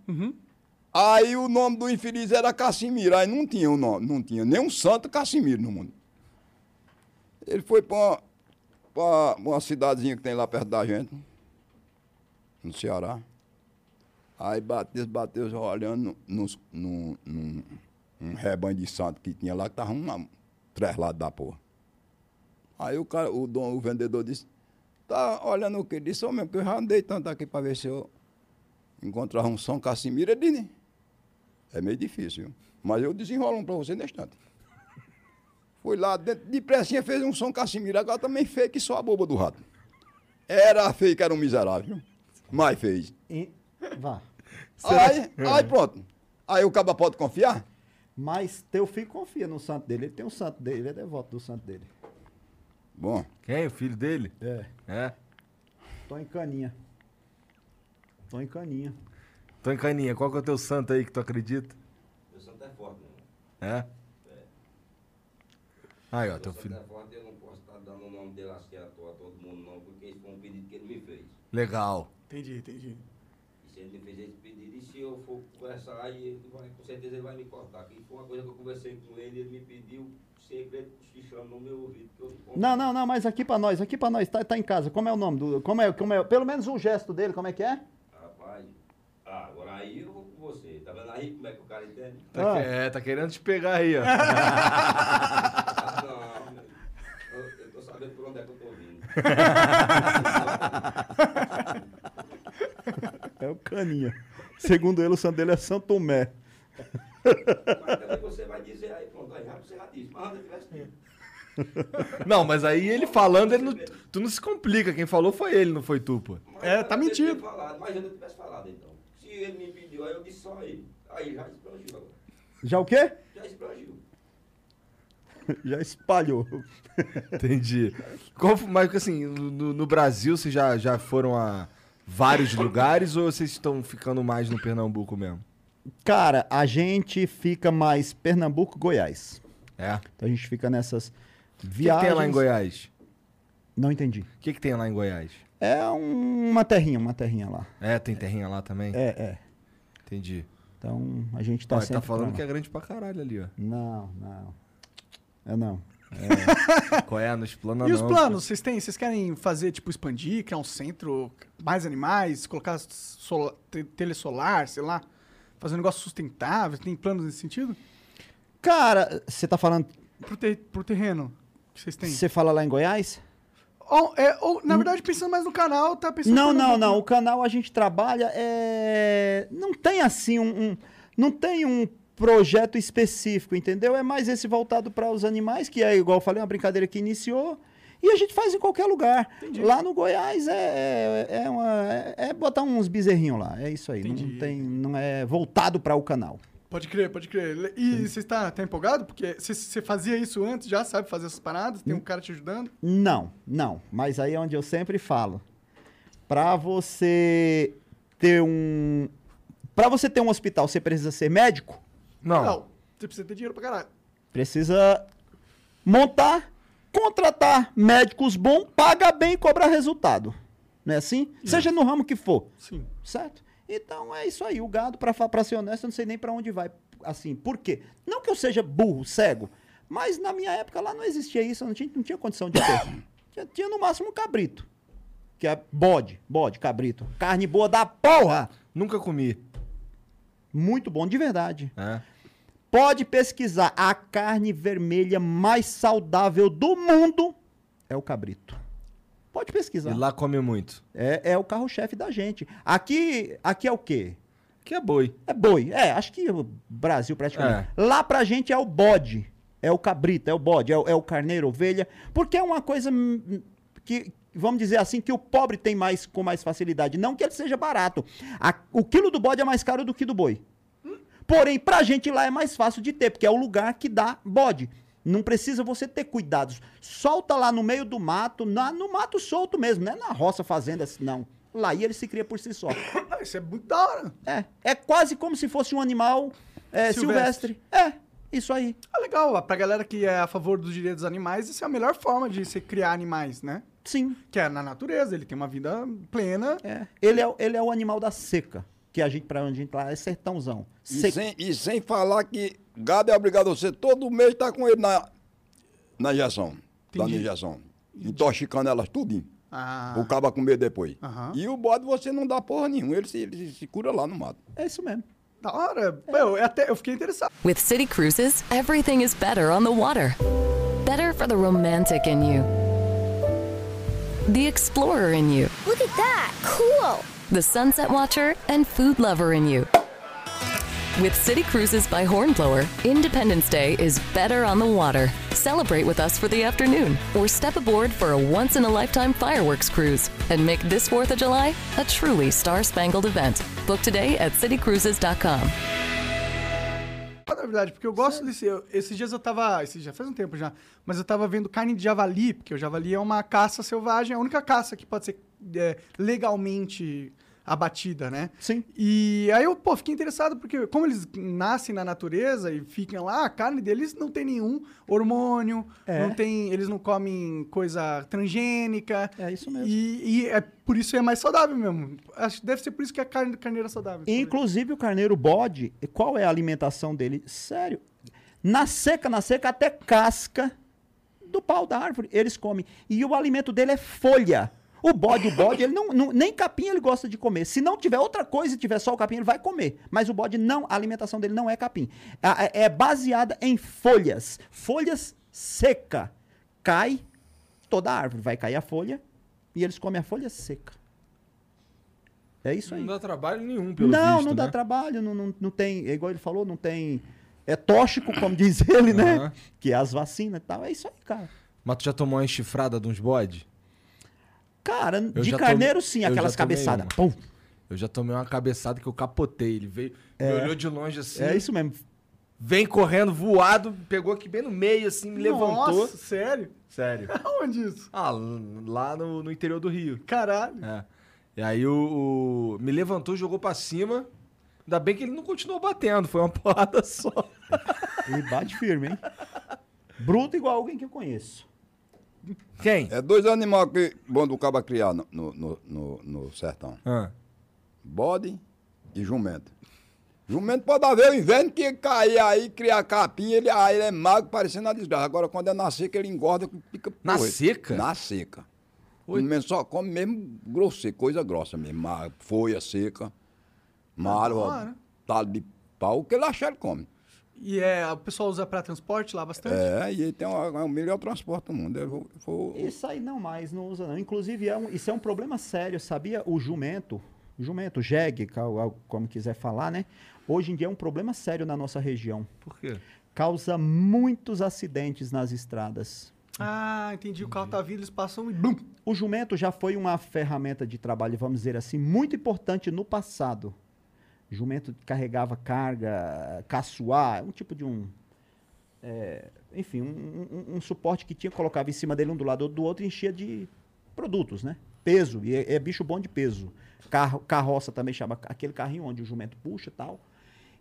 [SPEAKER 4] Aí o nome do infeliz era Cassimiro. Aí não tinha o nome, não tinha nenhum santo Cassimiro no mundo. Ele foi para uma, uma cidadezinha que tem lá perto da gente, no Ceará. Aí Batista bateu olhando nos- num, num- num um rebanho de santo que tinha lá, que tava um três lados da porra. Aí o cara, o dono, o vendedor disse, tá olhando o quê? Disse, ô meu, que eu já andei tanto aqui para ver se eu encontrava um São Cassimiro. Ele disse, é meio difícil, viu? mas eu desenrolo um para você neste instante. Foi lá dentro, depressinha fez um São Cassimiro, agora também feio que só a boba do rato. Era feio que era um miserável, viu? mas fez.
[SPEAKER 3] E- Vá.
[SPEAKER 4] Aí,
[SPEAKER 1] É.
[SPEAKER 4] aí pronto. Aí o caba pode confiar?
[SPEAKER 3] Mas teu filho confia no santo dele. Ele tem um santo dele, ele é devoto do santo dele.
[SPEAKER 4] Bom,
[SPEAKER 2] Quem? O filho dele?
[SPEAKER 3] É.
[SPEAKER 2] É.
[SPEAKER 3] Tô em caninha. Tô em caninha.
[SPEAKER 2] Tô em caninha. Qual que é o teu santo aí que tu acredita?
[SPEAKER 6] Meu santo é forte, né?
[SPEAKER 2] É? Aí, ó, Ah, teu
[SPEAKER 6] Meu santo
[SPEAKER 2] filho.
[SPEAKER 6] é forte, eu não posso estar dando o nome dele assim à toa a todo mundo, não, porque esse foi um pedido que ele me fez.
[SPEAKER 2] Legal.
[SPEAKER 1] Entendi, entendi.
[SPEAKER 6] E se ele me fez esse pedido, e se eu for conversar, aí ele vai, com certeza ele vai me cortar. Que foi uma coisa que eu conversei com ele, ele me pediu segredo cochichando no meu ouvido. Que eu conto.
[SPEAKER 3] Não, não, não, mas aqui pra nós, aqui pra nós, tá, tá em casa. Como é o nome do. Como é, como é, pelo menos o gesto dele, como é que é?
[SPEAKER 6] Rapaz, ah, agora aí eu vou com você. Tá vendo aí como é que o cara entende?
[SPEAKER 2] Tá
[SPEAKER 3] Ah.
[SPEAKER 2] que- É, tá querendo te pegar aí, ó.
[SPEAKER 6] Ah, não, meu. eu, eu tô sabendo por onde é que eu tô vindo.
[SPEAKER 3] É o caninha. Segundo ele, o santo dele é São Tomé.
[SPEAKER 6] Mas também você vai dizer aí, pronto, aí já você já disse, mas anda tivesse dito.
[SPEAKER 2] Não, mas aí ele falando, ele não- tu não se complica. Quem falou foi ele, não foi tu, pô.
[SPEAKER 6] Mas
[SPEAKER 1] É, tá
[SPEAKER 6] eu devia
[SPEAKER 1] mentindo.
[SPEAKER 6] ter falado, Mas eu não tivesse falado então. Se ele me pediu, aí eu disse só ele. Aí já explodiu agora.
[SPEAKER 3] Já o quê?
[SPEAKER 6] Já explodiu.
[SPEAKER 3] Já espalhou.
[SPEAKER 2] Entendi. Qual fo- mas assim, no, no Brasil vocês já, já foram a vários lugares ou vocês estão ficando mais no Pernambuco mesmo?
[SPEAKER 3] Cara, a gente fica mais Pernambuco, Goiás.
[SPEAKER 2] É. O
[SPEAKER 3] Então a gente fica nessas
[SPEAKER 2] que, que
[SPEAKER 3] viagens.
[SPEAKER 2] tem lá em Goiás?
[SPEAKER 3] Não entendi.
[SPEAKER 2] O que, que tem lá em Goiás?
[SPEAKER 3] É um- uma terrinha, uma terrinha lá.
[SPEAKER 2] É, tem terrinha lá também?
[SPEAKER 3] É, é.
[SPEAKER 2] Entendi.
[SPEAKER 3] Então a gente tá
[SPEAKER 2] Tá,
[SPEAKER 3] sempre.
[SPEAKER 2] tá falando
[SPEAKER 3] pra
[SPEAKER 2] que
[SPEAKER 3] lá.
[SPEAKER 2] é grande pra caralho ali, ó.
[SPEAKER 3] Não, não. É não.
[SPEAKER 2] Qual é? Nos planos
[SPEAKER 1] E os planos? Vocês têm? Vocês querem fazer, tipo, expandir, criar um centro, mais animais, colocar sola, te- telesolar, sei lá? Fazer um negócio sustentável? Tem planos nesse sentido?
[SPEAKER 3] Cara, você tá falando.
[SPEAKER 1] Pro, ter- pro terreno que vocês têm.
[SPEAKER 3] Você fala lá em Goiás?
[SPEAKER 1] Ou- é, ou, na verdade, pensando mais no canal, tá pensando...
[SPEAKER 3] Não,
[SPEAKER 1] só no
[SPEAKER 3] não,
[SPEAKER 1] YouTube.
[SPEAKER 3] não. O canal a gente trabalha é... Não tem assim um, um- Não tem um projeto específico, entendeu? É mais esse voltado para os animais, que é, igual eu falei, uma brincadeira que iniciou. E a gente faz em qualquer lugar. Lá no Goiás é, é, é uma- é- é botar uns bezerrinhos lá. É isso aí. Não, tem, não é voltado para o canal.
[SPEAKER 1] Pode crer, pode crer. Le- E você está tá empolgado? Porque você- você fazia isso antes, já sabe fazer essas paradas,
[SPEAKER 3] Hum.
[SPEAKER 1] tem um cara te ajudando.
[SPEAKER 3] Não, não. Mas aí é onde eu sempre falo. Pra você ter um. Pra você ter um hospital, você precisa ser médico?
[SPEAKER 2] Não.
[SPEAKER 1] você precisa ter dinheiro pra caralho.
[SPEAKER 3] Precisa montar, contratar médicos bons, pagar bem e cobrar resultado. Não é assim? Seja no ramo que for,
[SPEAKER 1] Sim.
[SPEAKER 3] certo? Então é isso aí. O gado, pra, fa- pra ser honesto, eu não sei nem pra onde vai. Assim, por quê? Não que eu seja burro, cego, mas na minha época lá não existia isso, eu não tinha, não tinha condição de ter. tinha, tinha no máximo um cabrito. Que é bode, bode, cabrito. Carne boa da porra!
[SPEAKER 2] Nunca comi.
[SPEAKER 3] Muito bom, de verdade.
[SPEAKER 2] É.
[SPEAKER 3] Pode pesquisar. A carne vermelha mais saudável do mundo é o cabrito. Pode
[SPEAKER 2] E
[SPEAKER 3] pesquisar.
[SPEAKER 2] lá come muito.
[SPEAKER 3] É, é o carro-chefe da gente. Aqui, aqui é o quê?
[SPEAKER 2] Que é boi.
[SPEAKER 3] É boi. É, acho que o Brasil praticamente. Lá pra gente é o bode. É o cabrito, é o bode, é o, é o carneiro, ovelha. Porque é uma coisa hum, que, vamos dizer assim, que o pobre tem mais com mais facilidade. Não que ele seja barato. A- o quilo do bode é mais caro do que do boi. Porém, pra gente lá é mais fácil de ter, porque é o lugar que dá bode. Não precisa você ter cuidados. Solta lá no meio do mato, na- no mato solto mesmo, não é na roça, fazenda, assim, não. Lá e ele se cria por si só.
[SPEAKER 1] Ah, isso é muito da hora.
[SPEAKER 3] É, é quase como se fosse um animal é,
[SPEAKER 1] Silvestre.
[SPEAKER 3] silvestre. É, isso aí.
[SPEAKER 1] Ah, legal, ó, pra galera que é a favor dos direitos dos animais, isso é a melhor forma de você criar animais, né?
[SPEAKER 3] Sim,
[SPEAKER 1] Que é na natureza, ele tem uma vida plena.
[SPEAKER 3] é. Ele é, o- ele é o animal da seca, que a gente, pra onde a gente lá, é sertãozão.
[SPEAKER 4] E
[SPEAKER 3] Seca.
[SPEAKER 4] sem, e sem falar que gado é obrigado a você todo mês estar com ele na, na injeção. Tá na
[SPEAKER 1] Entendi.
[SPEAKER 4] injeção. Intoxicando elas tudo.
[SPEAKER 1] Ah,
[SPEAKER 4] O cabo comer depois.
[SPEAKER 1] Aham.
[SPEAKER 4] E o bode você não dá porra nenhuma. Ele se, ele se cura lá no mato.
[SPEAKER 3] É isso mesmo.
[SPEAKER 1] da hora. Pô, eu, até, eu fiquei interessado.
[SPEAKER 7] With City Cruises, everything is better on the water. Better for the romantic in you, the explorer in you,
[SPEAKER 8] Look at that! Cool!
[SPEAKER 7] the sunset watcher, and food lover in you. With City Cruises by Hornblower, Independence Day is better on the water. Celebrate with us for the afternoon or step aboard for a once in a lifetime fireworks cruise and make this 4th of July a truly star spangled event. Book today at citycruises.com.
[SPEAKER 1] Na verdade, porque eu gosto desse. eu- esses dias eu tava. Esses dias faz um tempo já. Mas eu tava vendo carne de javali, porque o javali é uma caça selvagem, é a única caça que pode ser é, legalmente abatida, né?
[SPEAKER 3] Sim.
[SPEAKER 1] E aí eu, pô, fiquei interessado, porque como eles nascem na natureza e ficam lá, a carne deles não tem nenhum hormônio,
[SPEAKER 3] É.
[SPEAKER 1] não tem, eles não comem coisa transgênica.
[SPEAKER 3] É isso mesmo.
[SPEAKER 1] E, e é por isso é mais saudável mesmo. Acho que deve ser por isso que a carne do carneiro é saudável.
[SPEAKER 3] Inclusive o carneiro bode, qual é a alimentação dele? Sério. Na seca, na seca, até casca do pau da árvore eles comem. E o alimento dele é folha. O bode, o bode, ele não, não- nem capim ele gosta de comer. Se não tiver outra coisa e tiver só o capim, ele vai comer. Mas o bode não, a alimentação dele não é capim. A- É, é baseada em folhas. Folhas seca. Cai toda a árvore, vai cair a folha e eles comem a folha seca. É isso aí
[SPEAKER 2] Não dá trabalho nenhum, pelo
[SPEAKER 3] não,
[SPEAKER 2] visto,
[SPEAKER 3] não dá
[SPEAKER 2] né?
[SPEAKER 3] trabalho, não, não, não tem, é igual ele falou, não tem. É tóxico, como diz ele, né?
[SPEAKER 2] Aham.
[SPEAKER 3] Que é as vacinas e tal. É isso aí, cara.
[SPEAKER 2] Mas tu já tomou uma enchifrada de uns bode?
[SPEAKER 3] Cara, de
[SPEAKER 2] já
[SPEAKER 3] carneiro
[SPEAKER 2] tomei-
[SPEAKER 3] sim,
[SPEAKER 2] eu
[SPEAKER 3] aquelas
[SPEAKER 2] já tomei
[SPEAKER 3] cabeçadas.
[SPEAKER 2] uma.
[SPEAKER 3] Pum.
[SPEAKER 2] Eu já tomei uma cabeçada que eu capotei. Ele veio, me olhou de longe assim.
[SPEAKER 3] É isso mesmo.
[SPEAKER 2] Vem correndo, voado, pegou aqui bem no meio, assim, me levantou.
[SPEAKER 1] Nossa, sério?
[SPEAKER 2] Sério.
[SPEAKER 1] Aonde isso?
[SPEAKER 2] Ah, l- lá no, no interior do Rio.
[SPEAKER 1] Caralho.
[SPEAKER 2] É. E aí o, o- Me levantou, jogou pra cima. Ainda bem que ele não continuou batendo, foi uma porrada só.
[SPEAKER 3] E bate firme, hein? Bruto igual alguém que eu conheço.
[SPEAKER 2] Quem?
[SPEAKER 4] É dois animais que mandam o cabo criar no, no, no, no- no sertão.
[SPEAKER 2] Ah.
[SPEAKER 4] Bode e jumento. Jumento pode haver o inverno que cair aí, criar capim, ele, aí ele é magro, parecendo uma desgraça. Agora, quando é na seca, ele engorda, fica...
[SPEAKER 2] Na
[SPEAKER 4] porra,
[SPEAKER 2] seca?
[SPEAKER 4] Na seca. O menino só come mesmo grosseiro, coisa grossa mesmo. ma- Folha seca,
[SPEAKER 1] Da hora.
[SPEAKER 2] Tá né?
[SPEAKER 4] malva, talo de pau, o que ele achar, ele come.
[SPEAKER 1] E é, o pessoal usa pra transporte lá bastante?
[SPEAKER 4] É, e ele tem uma- é o melhor transporte do mundo. Eu vou- vou-
[SPEAKER 3] Isso aí não mais, não usa não. Inclusive, é um- isso é um problema sério, sabia? O jumento, o jumento, jegue, é cal- al- como quiser falar, né? Hoje em dia é um problema sério na nossa região.
[SPEAKER 2] Por quê?
[SPEAKER 3] Causa muitos acidentes nas estradas.
[SPEAKER 1] Ah, entendi. O carro tá vindo, eles passam e blum.
[SPEAKER 3] O jumento já foi uma ferramenta de trabalho, vamos dizer assim, muito importante no passado. Jumento carregava carga, caçoar, um tipo de um. é, enfim, um, um- um- um suporte que tinha, colocava em cima dele um do lado do outro e enchia de produtos, né? Peso, e é, é bicho bom de peso. Carro, carroça também chama aquele carrinho onde o jumento puxa e tal.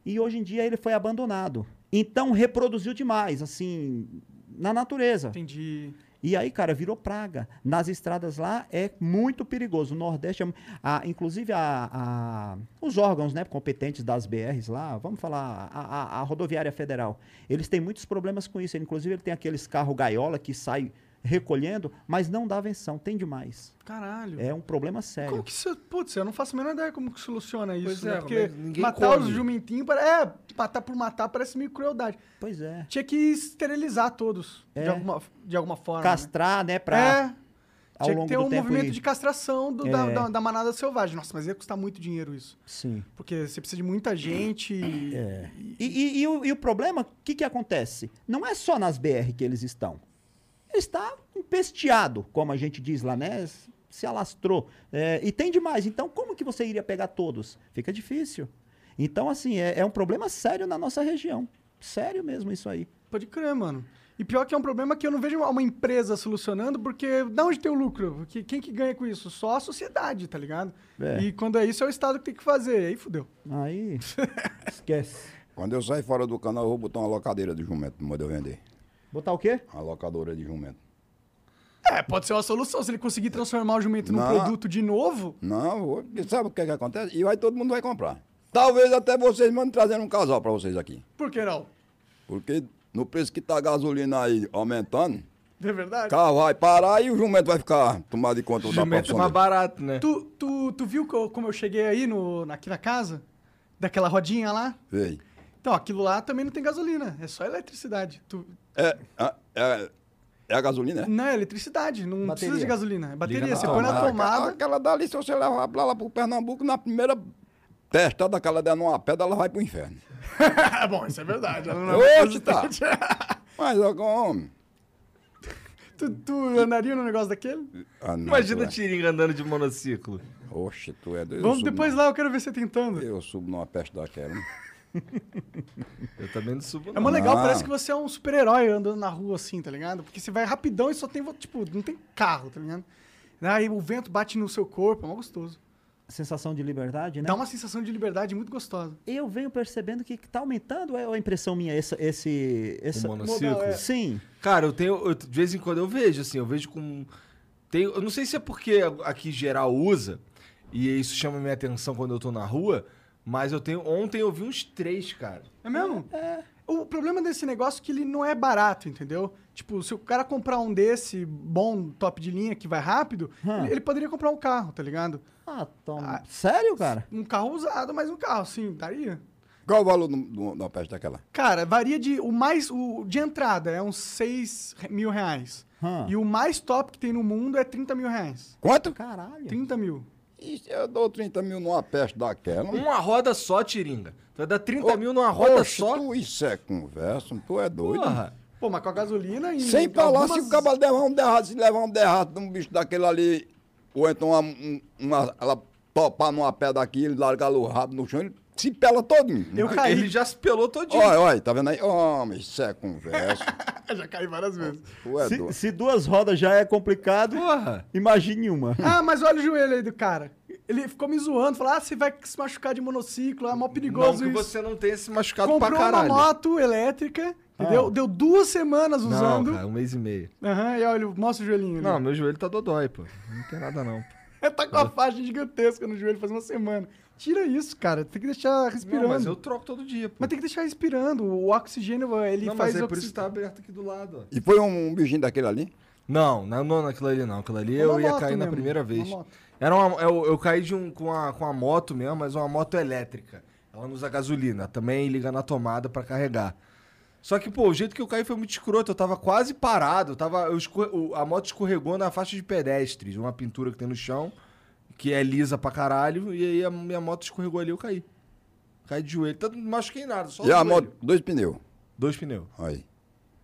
[SPEAKER 3] E hoje em dia ele foi abandonado. Então reproduziu demais, assim, na natureza.
[SPEAKER 1] Entendi.
[SPEAKER 3] E aí, cara, virou praga. Nas estradas lá é muito perigoso. O Nordeste, é mu- a- inclusive a- a- os órgãos né, competentes das BRs lá, vamos falar, a, a- a Rodoviária Federal, eles têm muitos problemas com isso. Inclusive, ele tem aqueles carros gaiola que sai recolhendo, mas não dá venção, tem demais.
[SPEAKER 1] Caralho.
[SPEAKER 3] É um problema sério.
[SPEAKER 1] Como que isso. é? Putz, eu não faço a menor ideia como que soluciona isso.
[SPEAKER 2] Pois
[SPEAKER 1] né?
[SPEAKER 2] é,
[SPEAKER 1] Porque
[SPEAKER 2] mas ninguém
[SPEAKER 1] matar
[SPEAKER 2] come.
[SPEAKER 1] os jumentinhos. pare- É, matar por matar parece meio crueldade.
[SPEAKER 3] Pois é.
[SPEAKER 1] Tinha que esterilizar todos.
[SPEAKER 3] É.
[SPEAKER 1] De, alguma, de alguma forma. né?
[SPEAKER 3] Castrar, né, pra
[SPEAKER 1] É.
[SPEAKER 3] ao
[SPEAKER 1] Tinha
[SPEAKER 3] longo
[SPEAKER 1] que ter
[SPEAKER 3] do
[SPEAKER 1] um
[SPEAKER 3] tempo É.
[SPEAKER 1] movimento
[SPEAKER 3] ir-
[SPEAKER 1] de castração do- da, da- da manada selvagem. Nossa, mas ia custar muito dinheiro isso.
[SPEAKER 3] Sim.
[SPEAKER 1] Porque você precisa de muita gente. e-
[SPEAKER 3] É. E, e- e o, e o problema, o que, que acontece? Não é só nas BR que eles estão. Ele está empesteado, como a gente diz lá, né? Se alastrou. É, e tem demais. Então, como que você iria pegar todos? Fica difícil. Então, assim, é, é um problema sério na nossa região. Sério mesmo isso aí.
[SPEAKER 1] Pode crer, mano. E pior que é um problema que eu não vejo uma empresa solucionando, porque da onde tem o lucro? Que- Quem que ganha com isso? Só a sociedade, tá ligado?
[SPEAKER 3] É.
[SPEAKER 1] E quando é isso, é o Estado que tem que fazer. Aí fudeu.
[SPEAKER 3] Aí, esquece.
[SPEAKER 4] Quando eu sair fora do canal, eu vou botar uma locadeira de jumento pra mandar eu vender.
[SPEAKER 3] Botar o quê?
[SPEAKER 4] Uma locadora de jumento.
[SPEAKER 1] É, pode ser uma solução. Se ele conseguir transformar o jumento num
[SPEAKER 4] Não.
[SPEAKER 1] produto de novo,
[SPEAKER 4] Não, vou- porque sabe o que, que acontece? E aí todo mundo vai comprar. Talvez até vocês mandem trazendo um casal pra vocês aqui.
[SPEAKER 1] por que não?
[SPEAKER 4] Porque no preço que tá a gasolina aí aumentando,
[SPEAKER 1] Não É verdade?
[SPEAKER 4] o carro vai parar e o jumento vai ficar tomado de conta
[SPEAKER 2] O
[SPEAKER 4] da
[SPEAKER 2] jumento é
[SPEAKER 4] profissão.
[SPEAKER 2] mais
[SPEAKER 4] dele.
[SPEAKER 2] barato, né?
[SPEAKER 1] Tu, tu, tu viu que eu- como eu cheguei aí no, na- aqui na casa? Daquela rodinha lá?
[SPEAKER 4] Ei,
[SPEAKER 1] Então, aquilo lá também não tem gasolina. É só eletricidade. Tu,
[SPEAKER 4] É, é, é, é a gasolina, é?
[SPEAKER 1] não, é eletricidade. Não precisa de
[SPEAKER 3] Bateria.
[SPEAKER 1] gasolina. É bateria.
[SPEAKER 2] na
[SPEAKER 1] Você põe na
[SPEAKER 4] Aquela-
[SPEAKER 1] tomada.
[SPEAKER 4] Aquela dali, se você levar pra lá pro Pernambuco, na primeira testada que ela der numa pedra, ela vai pro inferno.
[SPEAKER 1] É bom, isso é verdade. Ela não é
[SPEAKER 4] Hoje tá. Mas, ó, homem.
[SPEAKER 1] Tu, tu andaria num negócio daquele?
[SPEAKER 4] Ah, não,
[SPEAKER 2] Imagina o
[SPEAKER 4] tu
[SPEAKER 2] Tiringa andando de monociclo.
[SPEAKER 4] é. Oxe, tu é doido. Eu
[SPEAKER 1] Vamos
[SPEAKER 4] subo
[SPEAKER 1] depois lá, eu quero ver você
[SPEAKER 4] numa-
[SPEAKER 1] tentando.
[SPEAKER 4] Eu subo numa peste daquela. hein?
[SPEAKER 2] Eu também não subo,
[SPEAKER 1] É
[SPEAKER 2] não.
[SPEAKER 1] mó legal,
[SPEAKER 4] Ah.
[SPEAKER 1] parece que você é um super-herói andando na rua assim, tá ligado? Porque você vai rapidão e só tem, tipo, não tem carro, tá ligado? Aí o vento bate no seu corpo, é mó gostoso.
[SPEAKER 3] Sensação de liberdade, né?
[SPEAKER 1] Dá uma sensação de liberdade muito gostosa.
[SPEAKER 3] Eu venho percebendo que tá aumentando, é a impressão minha, esse... esse, essa-
[SPEAKER 2] monociclo?
[SPEAKER 3] Modal, é. Sim.
[SPEAKER 2] Cara, eu tenho. eu- de vez em quando eu vejo, assim, eu vejo com. Tem, eu não sei se é porque aqui geral usa, e isso chama minha atenção quando eu tô na rua, mas eu tenho. Ontem eu vi uns três, cara.
[SPEAKER 1] É mesmo? É. O problema desse negócio é que ele não é barato, entendeu? Tipo, se o cara comprar um desse bom, top de linha, que vai rápido,
[SPEAKER 3] Hum.
[SPEAKER 1] ele, ele poderia comprar um carro, tá ligado?
[SPEAKER 3] Ah, toma.
[SPEAKER 1] Ah.
[SPEAKER 3] Sério, cara?
[SPEAKER 1] Um carro usado, mas um carro, sim, daria.
[SPEAKER 4] Qual o valor do- do- da peste daquela?
[SPEAKER 1] Cara, varia de. O mais. O de entrada é uns 6 mil reais.
[SPEAKER 3] Hã.
[SPEAKER 1] E o mais top que tem no mundo é 30 mil reais.
[SPEAKER 4] Quanto?
[SPEAKER 3] Caralho.
[SPEAKER 1] 30 mil.
[SPEAKER 4] Ixi, eu dou 30 mil numa peste daquela.
[SPEAKER 2] Uma roda só, Tiringa. Tu vai dar 30 Hum, mil numa roda
[SPEAKER 4] Oxe,
[SPEAKER 2] só.
[SPEAKER 4] Tu, isso é conversa, tu é doido.
[SPEAKER 2] Porra.
[SPEAKER 1] Pô, mas com a gasolina e.
[SPEAKER 4] Sem falar se
[SPEAKER 1] algumas-
[SPEAKER 4] o cabal levar um derrado, se levar um derrado de um bicho daquele ali, ou então uma, um- uma- ela topar numa pedra aqui, ele largar o rabo no chão, ele se pela todinho.
[SPEAKER 1] Eu caí.
[SPEAKER 2] Ele já se pelou todinho.
[SPEAKER 4] Olha, olha, tá vendo aí? Homem, isso é conversa.
[SPEAKER 1] já caí várias vezes.
[SPEAKER 4] tu é
[SPEAKER 3] Se,
[SPEAKER 4] doido.
[SPEAKER 3] se duas rodas já é complicado,
[SPEAKER 2] Porra.
[SPEAKER 3] imagine uma.
[SPEAKER 1] Ah, mas olha o joelho aí do cara. Ele ficou me zoando, falou: ah, você vai se machucar de monociclo, é mó
[SPEAKER 2] Não
[SPEAKER 1] perigoso
[SPEAKER 2] que
[SPEAKER 1] isso.
[SPEAKER 2] você não tenha se machucado
[SPEAKER 1] Comprou
[SPEAKER 2] pra
[SPEAKER 1] uma
[SPEAKER 2] caralho. Ah.
[SPEAKER 1] moto elétrica, entendeu? Deu duas semanas
[SPEAKER 2] Não,
[SPEAKER 1] usando.
[SPEAKER 2] cara, um mês e meio.
[SPEAKER 1] Aham, e olha, mostra o joelhinho ali.
[SPEAKER 2] Não, meu joelho tá dodói, pô. Não tem nada, não.
[SPEAKER 1] tá com uma faixa gigantesca no joelho faz uma semana. Tira isso, cara. Tem que deixar respirando.
[SPEAKER 2] Não,
[SPEAKER 1] mas,
[SPEAKER 2] mas eu troco todo dia, pô.
[SPEAKER 1] tem que deixar respirando. O oxigênio, eh, ele
[SPEAKER 2] não,
[SPEAKER 1] faz
[SPEAKER 2] mas é por
[SPEAKER 1] oxi-
[SPEAKER 2] isso que tá aberto aqui do lado, ó.
[SPEAKER 4] E foi um, um bichinho daquele ali?
[SPEAKER 2] Não, não, não naquilo ali não. Aquilo ali
[SPEAKER 1] É Uma
[SPEAKER 2] eu ia
[SPEAKER 1] moto
[SPEAKER 2] cair na
[SPEAKER 1] mesmo,
[SPEAKER 2] primeira
[SPEAKER 1] uma
[SPEAKER 2] vez.
[SPEAKER 1] moto.
[SPEAKER 2] Era uma, eu, eu caí de um, com, a, com a moto mesmo, mas uma moto elétrica. Ela não usa gasolina, também liga na tomada pra carregar. Só que, pô, o jeito que eu caí foi muito escroto. Eu tava quase parado. Eu tava, eu escorre- o- a moto escorregou na faixa de pedestres, uma pintura que tem no chão, que é lisa pra caralho. E aí a minha moto escorregou ali e eu caí. Caí de joelho. Tanto não machuquei nada, só um
[SPEAKER 4] E
[SPEAKER 2] o
[SPEAKER 4] a
[SPEAKER 2] joelho.
[SPEAKER 4] moto, dois pneus.
[SPEAKER 2] Dois pneus.
[SPEAKER 4] Aí.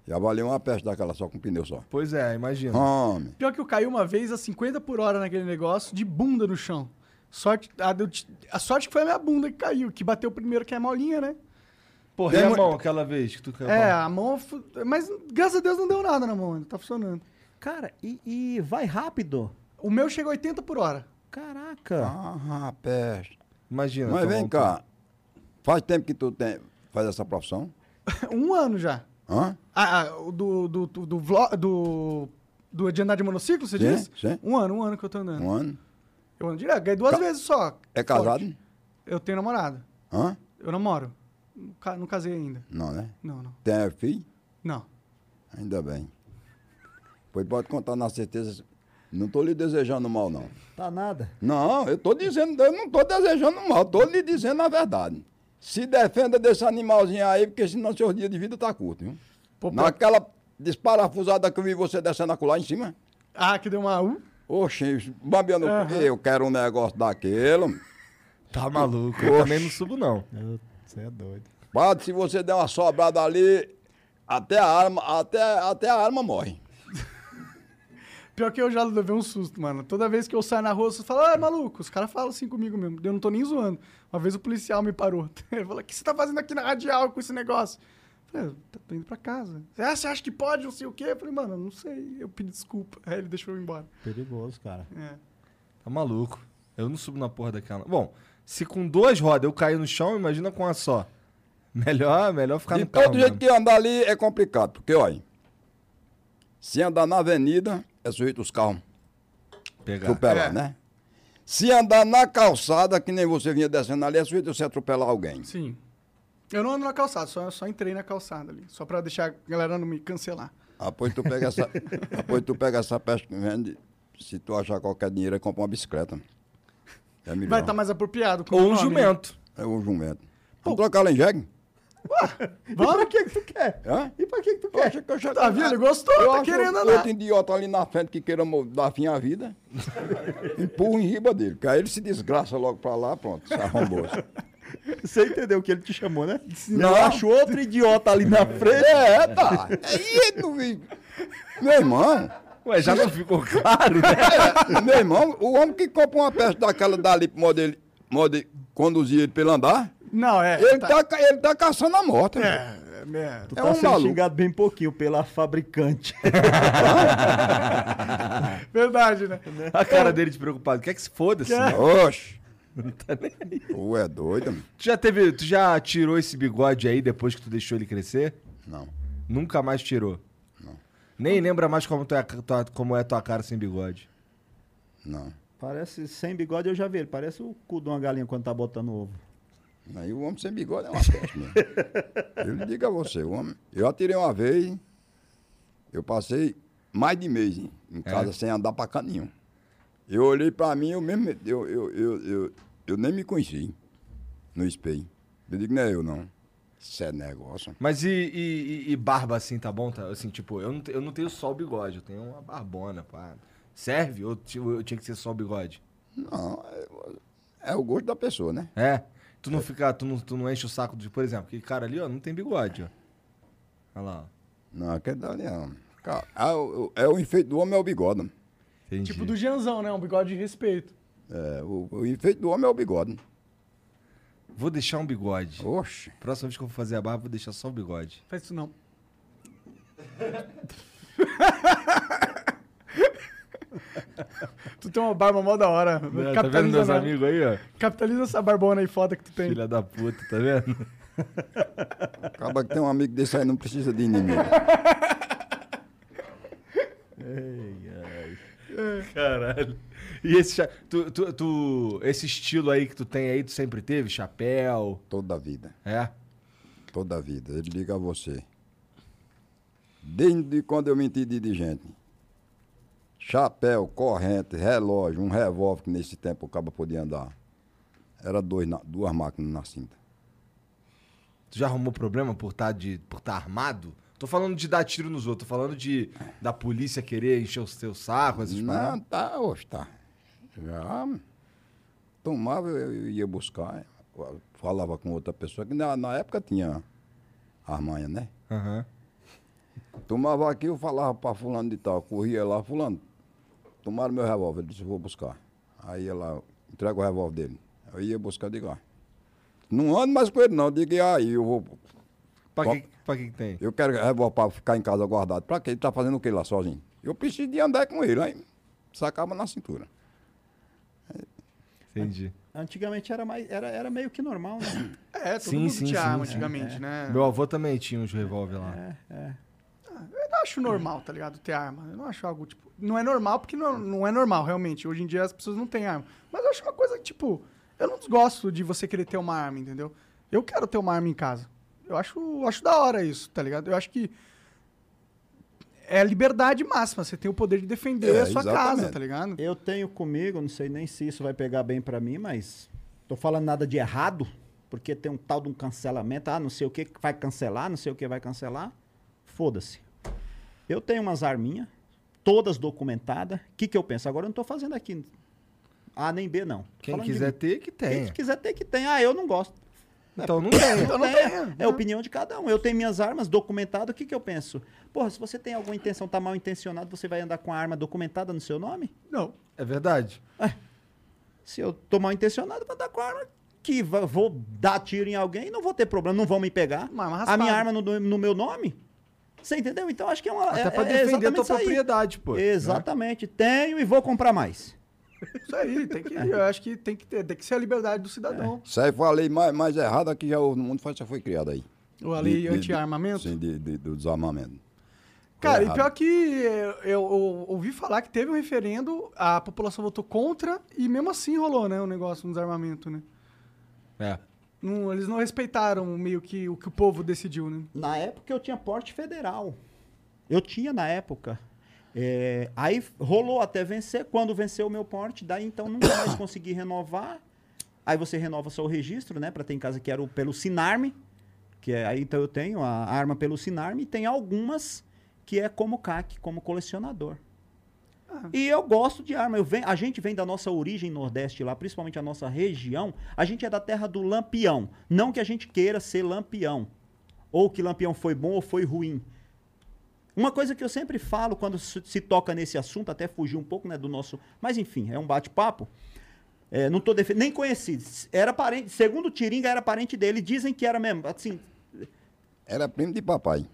[SPEAKER 4] Já valeu uma peste daquela só com um pneu só.
[SPEAKER 2] Pois é, imagina.
[SPEAKER 4] Homem.
[SPEAKER 1] Pior que eu caí uma vez a 50 por hora naquele negócio, de bunda no chão. Sorte, a, deu- a sorte que foi a minha bunda que caiu, que bateu primeiro, que é a molinha, né?
[SPEAKER 2] Pô,
[SPEAKER 4] Tem
[SPEAKER 2] e a
[SPEAKER 4] mu-
[SPEAKER 2] mão aquela vez que tu caiu?
[SPEAKER 1] É, a mão. fu- Mas graças a Deus não deu nada na mão, ainda tá funcionando.
[SPEAKER 3] Cara, e, e vai rápido.
[SPEAKER 1] O meu chegou a 80 por hora.
[SPEAKER 3] Caraca.
[SPEAKER 4] Ah, peste.
[SPEAKER 2] Imagina. um
[SPEAKER 4] Mas
[SPEAKER 2] tua
[SPEAKER 4] vem
[SPEAKER 2] mão
[SPEAKER 4] cá. Faz tempo que tu tem, faz essa profissão?
[SPEAKER 1] Um ano já.
[SPEAKER 4] Hã?
[SPEAKER 1] Ah, ah, o do, do, do, do vlog. Do, do de andar de monociclo, você
[SPEAKER 4] Sim,
[SPEAKER 1] disse?
[SPEAKER 4] sim.
[SPEAKER 1] Um ano, um ano que eu tô andando.
[SPEAKER 4] Um ano?
[SPEAKER 1] Eu ando direto, ganhei duas
[SPEAKER 4] Ca-
[SPEAKER 1] vezes só.
[SPEAKER 4] É casado?
[SPEAKER 1] Forte. Eu tenho namorado.
[SPEAKER 4] Hã?
[SPEAKER 1] Eu namoro. Não ca- Não casei ainda.
[SPEAKER 4] Não, né?
[SPEAKER 1] Não, não.
[SPEAKER 4] Tem filho?
[SPEAKER 1] Não.
[SPEAKER 4] Ainda bem. Pois pode contar na certeza. Não tô lhe desejando mal, não.
[SPEAKER 3] Tá nada.
[SPEAKER 4] Não, eu tô dizendo, eu não tô desejando mal, tô lhe dizendo a verdade. Se defenda desse animalzinho aí, porque senão seus dias de vida tá curto, viu?
[SPEAKER 1] Pô, pô.
[SPEAKER 4] Naquela desparafusada que eu vi você descendo acolá em cima.
[SPEAKER 1] Ah, que deu uma. U.
[SPEAKER 4] Oxe, bambiando, eu quero um negócio daquele.
[SPEAKER 2] Tá, tá maluco. Eu também não subo, não.
[SPEAKER 3] Você é doido.
[SPEAKER 4] Padre, se você der uma sobrada ali, até a arma, até, até a arma morre.
[SPEAKER 1] Pior que eu já levei um susto, mano. Toda vez que eu saio na rua, vocês falam, ah, maluco, os caras falam assim comigo mesmo. Eu não tô nem zoando. Uma vez o policial me parou. Ele falou, o que você tá fazendo aqui na radial com esse negócio? Eu falei, "Eu tô- tô indo pra casa. Ah, você acha que pode, não sei o quê? Eu falei, mano, eu não sei. Eu pedi desculpa. Aí ele deixou eu ir embora.
[SPEAKER 3] Perigoso, cara.
[SPEAKER 1] É.
[SPEAKER 2] Tá maluco. Eu não subo na porra daquela. Bom, se com duas rodas eu caio no chão, imagina com uma só. Melhor, melhor ficar
[SPEAKER 4] de
[SPEAKER 2] no carro.
[SPEAKER 4] todo jeito
[SPEAKER 2] mesmo.
[SPEAKER 4] que andar ali é complicado, porque olha, se andar na avenida, é sujeito os carros
[SPEAKER 2] Pegar.
[SPEAKER 4] atropelar,
[SPEAKER 1] É.
[SPEAKER 4] né? Se andar na calçada, que nem você vinha descendo ali, é sujeito você atropelar alguém.
[SPEAKER 1] Sim. Eu não ando na calçada, só, só entrei na calçada ali. Só pra deixar a galera não me cancelar.
[SPEAKER 4] Após tu pega essa, após tu pega essa peste que vende, se tu achar qualquer dinheiro, é comprar uma bicicleta. É melhor.
[SPEAKER 1] Vai estar mais apropriado. com o
[SPEAKER 2] Ou um
[SPEAKER 1] nome, né?
[SPEAKER 2] jumento.
[SPEAKER 4] É o jumento. Vamos trocar lá em jegue?
[SPEAKER 1] Vamos?
[SPEAKER 3] que que tu quer?
[SPEAKER 4] Hã?
[SPEAKER 3] E pra que que tu
[SPEAKER 4] Acha que eu chego-
[SPEAKER 1] Tá vendo? Ele gostou, tá
[SPEAKER 4] acho
[SPEAKER 1] querendo
[SPEAKER 4] outro
[SPEAKER 1] andar.
[SPEAKER 4] idiota ali na frente que queira mo- dar fim à vida, empurra em riba dele. Porque aí ele se desgraça logo pra lá, pronto, se arrombou.
[SPEAKER 3] Você entendeu o que ele te chamou, né?
[SPEAKER 4] Não.
[SPEAKER 3] Eu acho outro idiota ali na frente.
[SPEAKER 4] é, tá. Aí ele não vi. Meu irmão,
[SPEAKER 2] Ué, já não ficou claro, né?
[SPEAKER 4] é, meu irmão, o homem que compra uma peça daquela dali pro modo ele, modo ele conduzir ele pelo andar,
[SPEAKER 1] Não, é.
[SPEAKER 4] ele tá, ca- ele tá caçando a morte.
[SPEAKER 1] É,
[SPEAKER 4] né?
[SPEAKER 1] é.
[SPEAKER 3] Tu
[SPEAKER 4] É
[SPEAKER 3] tá
[SPEAKER 4] um
[SPEAKER 3] sendo
[SPEAKER 4] maluco.
[SPEAKER 3] xingado bem pouquinho pela fabricante.
[SPEAKER 1] Verdade, né?
[SPEAKER 2] A cara dele de preocupado. Quer que se foda-se? né?
[SPEAKER 4] Oxe.
[SPEAKER 1] tá
[SPEAKER 4] Tu é doido, meu?
[SPEAKER 2] Tu já teve. Tu já tirou esse bigode aí depois que tu deixou ele crescer?
[SPEAKER 4] Não.
[SPEAKER 2] Nunca mais tirou. Nem lembra mais como, tu é, tua, como é tua cara sem bigode.
[SPEAKER 4] Não.
[SPEAKER 3] Parece, sem bigode eu já vi ele, parece o cu de uma galinha quando tá botando ovo.
[SPEAKER 4] Aí o homem sem bigode é uma peste mesmo. Eu lhe digo a você, o homem. Eu atirei uma vez, eu passei mais de mês em em casa sem andar pra canto nenhum. Eu olhei pra mim, eu mesmo. Eu, eu, eu, eu, eu nem me conheci no espelho. Eu digo, não é eu não. Isso é negócio.
[SPEAKER 2] Mas e, e- e- e barba assim, tá bom? Tá, assim, tipo, eu não, te- eu não tenho só o bigode, eu tenho uma barbona, pá. Serve? Ou ti- eu tinha que ser só o bigode?
[SPEAKER 4] Não, é, é o gosto da pessoa, né?
[SPEAKER 2] É? Tu não fica, tu não, tu não enche o saco de, por exemplo, aquele cara ali, ó, não tem bigode, ó. Olha lá, ó.
[SPEAKER 4] Não, aquele dali não. Ca- É o, é o enfeite do homem é o bigode.
[SPEAKER 2] Entendi.
[SPEAKER 1] Tipo do Gianzão, né? Um bigode de respeito.
[SPEAKER 4] É, o, o enfeite do homem é o bigode.
[SPEAKER 2] Vou deixar um bigode.
[SPEAKER 4] Oxe.
[SPEAKER 2] Próxima vez que eu for fazer a barba, vou deixar só o bigode.
[SPEAKER 1] Faz isso não. tu tem uma barba mó da hora.
[SPEAKER 2] tá vendo meus
[SPEAKER 1] ela.
[SPEAKER 2] amigos aí, ó?
[SPEAKER 1] Capitaliza essa barbona aí foda que tu tem.
[SPEAKER 2] Filha da puta, tá vendo?
[SPEAKER 4] Acaba que tem um amigo desse aí, não precisa de inimigo.
[SPEAKER 2] Caralho. E esse, cha- tu, tu, tu- esse estilo aí que tu tem aí, tu sempre teve? Chapéu?
[SPEAKER 4] Toda a vida.
[SPEAKER 2] É?
[SPEAKER 4] Toda a vida. Ele liga a você. Desde quando eu me entendi de gente. Chapéu, corrente, relógio, um revólver que nesse tempo o cabo podia andar. Era dois na- duas máquinas na cinta.
[SPEAKER 2] Tu já arrumou problema por estar de por tá armado? Tô falando de dar tiro nos outros, tô falando de da polícia querer encher o seu saco, essas paradas.
[SPEAKER 4] Não, tá, hoje tá. Já tomava, eu eu ia buscar, eu falava com outra pessoa, que na, na época tinha armanha, né?
[SPEAKER 2] Aham.
[SPEAKER 4] Tomava aqui, eu falava pra fulano de tal, corria lá, fulano, tomaram meu revólver, ele disse, vou buscar. Aí ia lá, entrega o revólver dele. Eu ia buscar, digo, ah, não ando mais com ele não, digo, e aí eu vou,
[SPEAKER 2] Pra, que, pra que que tem?
[SPEAKER 4] eu quero revólver pra ficar em casa guardado. Pra quê? Ele tá fazendo o que lá sozinho? Eu preciso de andar com ele, aí sacava na cintura.
[SPEAKER 2] Entendi.
[SPEAKER 3] Antigamente era, mais, era, era meio que normal, né?
[SPEAKER 1] É, todo
[SPEAKER 2] Sim,
[SPEAKER 1] mundo
[SPEAKER 2] sim,
[SPEAKER 1] tinha
[SPEAKER 2] sim,
[SPEAKER 1] arma
[SPEAKER 2] sim. É.
[SPEAKER 1] antigamente, né?
[SPEAKER 2] Meu avô também tinha uns revólver lá.
[SPEAKER 3] É,
[SPEAKER 1] Eu não acho normal, tá ligado? Ter arma. Eu não acho algo, tipo. Não é normal porque não, não é normal, realmente. Hoje em dia as pessoas não têm arma. Mas eu acho uma coisa que, tipo, eu não desgosto de você querer ter uma arma, entendeu? Eu quero ter uma arma em casa. Eu acho, acho da hora isso, tá ligado? Eu acho que. É a liberdade máxima. Você tem o poder de defender
[SPEAKER 4] É,
[SPEAKER 1] a sua casa,
[SPEAKER 4] exatamente.
[SPEAKER 1] tá ligado?
[SPEAKER 3] Eu tenho comigo, não sei nem se isso vai pegar bem pra mim, mas tô falando nada de errado, porque tem um tal de um cancelamento, ah, não sei o que vai cancelar, não sei o que vai cancelar. Foda-se. Eu tenho umas arminhas, todas documentadas. O que, que eu penso? Agora eu não tô fazendo aqui A nem B, não. Tô
[SPEAKER 2] Quem
[SPEAKER 3] falando de
[SPEAKER 2] quiser
[SPEAKER 3] mim.
[SPEAKER 2] ter, que
[SPEAKER 3] Quem
[SPEAKER 2] tenha.
[SPEAKER 3] quiser ter, que tenha. Ah, eu não gosto.
[SPEAKER 2] Então não tem.
[SPEAKER 1] Então não
[SPEAKER 3] É,
[SPEAKER 1] tem.
[SPEAKER 3] É a opinião de cada um. Eu tenho minhas armas documentadas, o que, que eu penso? Porra, se você tem alguma intenção, tá mal intencionado, você vai andar com a arma documentada no seu nome?
[SPEAKER 1] Não.
[SPEAKER 2] É verdade.
[SPEAKER 3] Se eu tô mal intencionado, vou andar com a arma que va- vou dar tiro em alguém e não vou ter problema, não vão me pegar.
[SPEAKER 1] Uma arma
[SPEAKER 3] a
[SPEAKER 1] raspada.
[SPEAKER 3] minha arma no, no meu nome? Você entendeu? Então acho que é uma.
[SPEAKER 2] Até
[SPEAKER 3] é,
[SPEAKER 2] pra
[SPEAKER 3] é
[SPEAKER 2] defender a tua
[SPEAKER 3] exatamente isso aí.
[SPEAKER 2] propriedade, pô. né?
[SPEAKER 3] Exatamente. Tenho e vou comprar mais.
[SPEAKER 1] Isso aí, tem que. Eu acho que tem que ter. Tem que ser a liberdade do cidadão.
[SPEAKER 4] Isso aí foi a lei mais, mais errada que já houve no mundo, foi- já foi criada aí.
[SPEAKER 1] Ou a lei
[SPEAKER 4] É. De- de-
[SPEAKER 1] anti-armamento.
[SPEAKER 4] Sim, de, de- do desarmamento.
[SPEAKER 1] Cara,
[SPEAKER 4] Errado.
[SPEAKER 1] e pior que eu, eu ouvi falar que teve um referendo, a população votou contra e mesmo assim rolou, né, o negócio no desarmamento, né?
[SPEAKER 2] né? É.
[SPEAKER 1] Não, eles não respeitaram meio que o que o povo decidiu, né?
[SPEAKER 3] Na época eu tinha porte federal. Eu tinha na época. É, aí rolou até vencer. Quando venceu o meu porte, daí então nunca mais consegui renovar. Aí você renova só o registro, né? Pra ter em casa que era o, pelo Sinarme. Que é, aí então eu tenho a arma pelo Sinarme. E tem algumas que é como CAC, como colecionador. E eu gosto de arma. Eu ven- a gente vem da nossa origem nordeste lá, principalmente a nossa região. A gente é da terra do lampião. Não que a gente queira ser lampião. Ou que lampião foi bom ou foi ruim. Uma coisa que eu sempre falo quando se se toca nesse assunto, até fugir um pouco né, do nosso. Mas enfim, é um bate-papo. É, não tô defendendo. Nem conheci. Era parente. Segundo o Tiringa, era parente dele. Dizem que era mesmo. Assim,
[SPEAKER 4] Era primo de papai.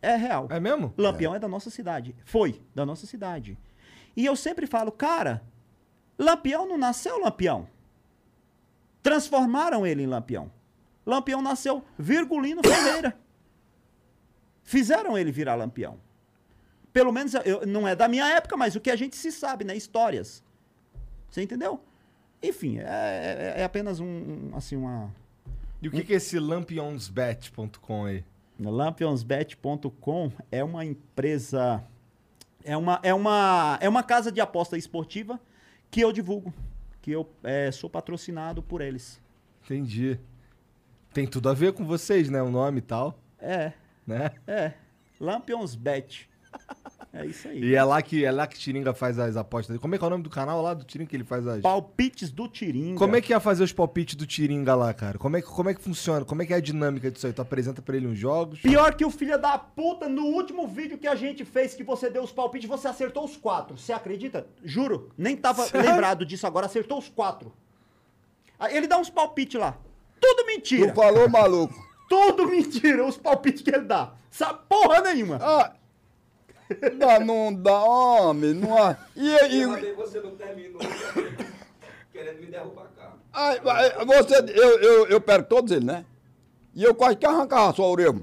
[SPEAKER 3] é real.
[SPEAKER 2] É mesmo?
[SPEAKER 3] Lampião é. da nossa cidade. Foi da nossa cidade. E eu sempre falo, cara, Lampião não nasceu Lampião. Transformaram ele em Lampião. Lampião nasceu Virgulino Ferreira. Fizeram ele virar Lampião. Pelo menos eu- não é da minha época, mas o que a gente se sabe, né? Histórias. Você entendeu? Enfim, é, é- é apenas um, um, assim uma
[SPEAKER 2] E o que, que é esse lampionsbet.com aí?
[SPEAKER 3] Lampionsbet.com é uma empresa, é uma, é, uma, é uma casa de aposta esportiva que eu divulgo, que eu eh, sou patrocinado por eles.
[SPEAKER 2] Entendi. Tem tudo a ver com vocês, né? O nome e tal,
[SPEAKER 3] É,
[SPEAKER 2] né?
[SPEAKER 3] é. Lampionsbet. É isso aí.
[SPEAKER 2] E é lá que é lá que Tiringa faz as apostas. Como é que é o nome do canal lá do Tiringa que ele faz as?
[SPEAKER 3] Palpites do Tiringa.
[SPEAKER 2] Como é que ia fazer os palpites do Tiringa lá, cara? Como é que como é que funciona? Como é que é a dinâmica disso aí? Tu apresenta pra ele uns jogos?
[SPEAKER 3] Pior que o filho da puta, no último vídeo que a gente fez, que você deu os palpites, você acertou os quatro. Você acredita? Juro, nem tava lembrado disso agora, acertou os quatro. Aí Ele dá uns palpites lá. Tudo mentira.
[SPEAKER 4] Tu falou, maluco?
[SPEAKER 3] Tudo mentira, os palpites que ele dá. Sabe porra nenhuma.
[SPEAKER 4] Ah, dá, não dá, homem, não há. E,
[SPEAKER 6] Eu
[SPEAKER 4] e,
[SPEAKER 6] falei, você não terminou. Querendo me derrubar cá.
[SPEAKER 4] ai, ai, você, eu, eu, eu perco todos eles, né? E eu quase que arrancava a sua orelha.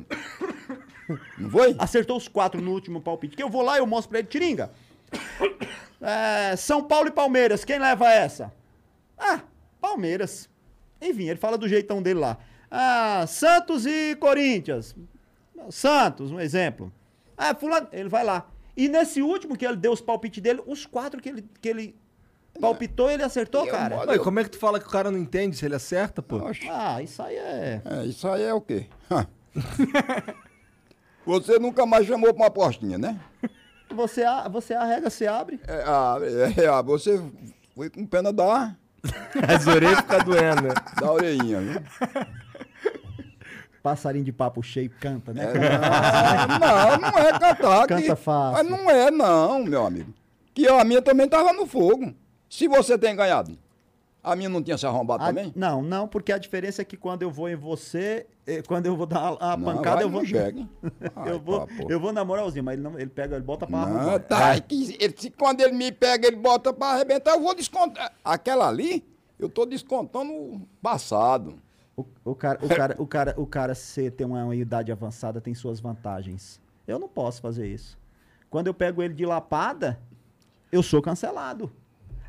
[SPEAKER 4] Não foi?
[SPEAKER 3] Acertou os quatro no último palpite. Que eu vou lá e eu mostro pra ele, Tiringa. É, São Paulo e Palmeiras, quem leva essa? Ah, Palmeiras. Enfim, ele fala do jeitão dele lá. Ah, Santos e Corinthians. Santos, um exemplo. Ah, fulano, ele vai lá. E nesse último que ele deu os palpites dele, os quatro que ele, que ele Palpitou, ele acertou,
[SPEAKER 4] Eu
[SPEAKER 3] cara?
[SPEAKER 4] moro-
[SPEAKER 2] Ué, como é que tu fala que o cara não entende se ele acerta, pô?
[SPEAKER 4] Oxe,
[SPEAKER 3] Ah, isso aí é.
[SPEAKER 4] é, isso aí é o quê? Hã. Você nunca mais chamou pra uma apostinha, né?
[SPEAKER 3] Você, a- você arrega, você abre.
[SPEAKER 4] É, ah, é, ah, você foi com pena da,
[SPEAKER 2] As orelhas ficam doendo, né?
[SPEAKER 4] da orelhinha, viu?
[SPEAKER 3] Passarinho de papo cheio canta, né?
[SPEAKER 4] É, não, não é cantar. que-
[SPEAKER 3] Canta fácil.
[SPEAKER 4] Mas não é, não, meu amigo. Que eu, a minha também tava no fogo. Se você tem ganhado, a minha não tinha se arrombado
[SPEAKER 3] A-
[SPEAKER 4] também?
[SPEAKER 3] não, não, porque a diferença é que quando eu vou em você, eh, quando eu vou dar a, a
[SPEAKER 4] Não,
[SPEAKER 3] pancada,
[SPEAKER 4] vai
[SPEAKER 3] eu vou.
[SPEAKER 4] no jegue. Ai,
[SPEAKER 3] eu, vou
[SPEAKER 4] papo.
[SPEAKER 3] eu vou na moralzinha, mas ele, não, ele pega, ele bota pra
[SPEAKER 4] Não,
[SPEAKER 3] arrumar.
[SPEAKER 4] tá. é que ele- se, quando ele me pega, ele bota pra arrebentar, eu vou descontar. Aquela ali, eu tô descontando o passado.
[SPEAKER 3] O, o cara, o cara, o cara, o cara ser ter uma, uma idade avançada tem suas vantagens. Eu não posso fazer isso. Quando eu pego ele de lapada, eu sou cancelado.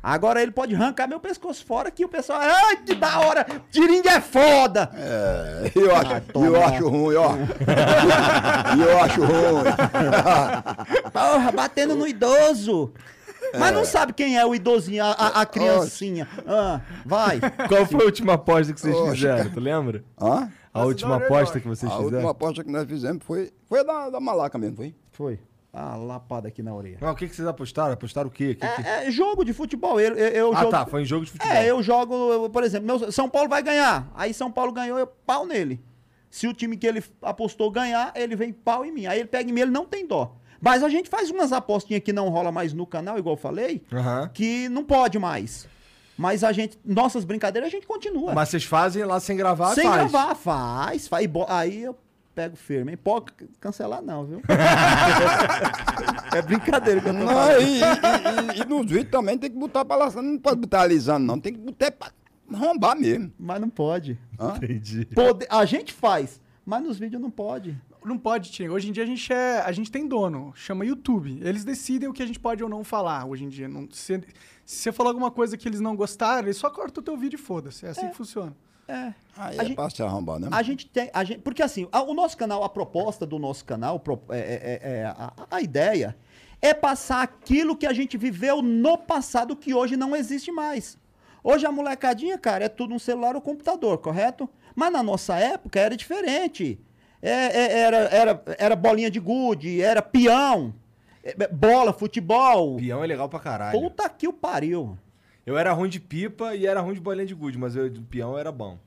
[SPEAKER 3] Agora ele pode arrancar meu pescoço fora que o pessoal, ai, que da hora! Tiringa é foda!
[SPEAKER 4] É, eu acho, eu
[SPEAKER 3] Ah, toma.
[SPEAKER 4] acho ruim, ó. eu acho ruim.
[SPEAKER 3] Porra, batendo no idoso. Mas não sabe quem é o idosinho, a, a- a criancinha. Ah, vai.
[SPEAKER 2] Qual foi a última aposta que vocês
[SPEAKER 4] Oxe,
[SPEAKER 2] fizeram? Tu lembra?
[SPEAKER 4] Hã?
[SPEAKER 2] A última
[SPEAKER 1] hora é
[SPEAKER 2] aposta
[SPEAKER 1] nóis.
[SPEAKER 2] que vocês
[SPEAKER 4] A última
[SPEAKER 2] fizeram?
[SPEAKER 4] aposta que nós fizemos foi, foi a da, da malaca mesmo, foi?
[SPEAKER 3] Foi. Ah, lapada aqui na orelha.
[SPEAKER 2] Não, o que, que vocês apostaram? Apostaram o quê? O que que-
[SPEAKER 3] É, é jogo de futebol. Eu, eu, eu
[SPEAKER 2] ah,
[SPEAKER 3] jogo-
[SPEAKER 2] tá. Foi em jogo de futebol.
[SPEAKER 3] É, eu jogo, eu, por exemplo, meu- São Paulo vai ganhar. Aí São Paulo ganhou, eu pau nele. Se o time que ele apostou ganhar, ele vem pau em mim. Aí ele pega em mim, ele não tem dó. Mas a gente faz umas apostinhas que não rola mais no canal, igual eu falei,
[SPEAKER 2] Aham.
[SPEAKER 3] que não pode mais. Mas a gente, nossas brincadeiras a gente continua.
[SPEAKER 2] Mas vocês fazem lá sem gravar?
[SPEAKER 3] Sem
[SPEAKER 2] faz.
[SPEAKER 3] gravar, faz, faz. e bo- Aí eu pego firme, hein? Pode c- cancelar, não, viu? é brincadeira que eu tô
[SPEAKER 4] Não,
[SPEAKER 3] falando.
[SPEAKER 4] Ah, e, e, e- e nos vídeos também tem que botar pra laçar. Não pode botar alisando, não. Tem que botar é pra arrombar mesmo.
[SPEAKER 3] Mas não pode.
[SPEAKER 4] Hã?
[SPEAKER 2] Entendi.
[SPEAKER 3] Pode- a gente faz, mas nos vídeos não pode.
[SPEAKER 1] Não pode, Tinha. Hoje em dia a gente, é, a gente tem dono, chama YouTube. Eles decidem o que a gente pode ou não falar hoje em dia. Não, se, se você falar alguma coisa que eles não gostaram, eles só cortam o teu vídeo e foda-se. É assim que funciona.
[SPEAKER 4] Aí
[SPEAKER 3] A
[SPEAKER 4] é
[SPEAKER 3] gente-
[SPEAKER 4] pra se arrombar, né?
[SPEAKER 3] A gente tem. A gente, porque assim, a- o nosso canal, a proposta do nosso canal, pro- é- é- é- é- a, a ideia é passar aquilo que a gente viveu no passado que hoje não existe mais. Hoje a molecadinha, cara, é tudo um celular ou computador, correto? Mas na nossa época era diferente. É- é- era, era, era bolinha de gude, era peão, é- é bola, futebol.
[SPEAKER 2] Pião é legal pra caralho.
[SPEAKER 3] Puta que o pariu.
[SPEAKER 2] Eu era ruim de pipa e era ruim de bolinha de gude, mas eu, do peão eu era bom.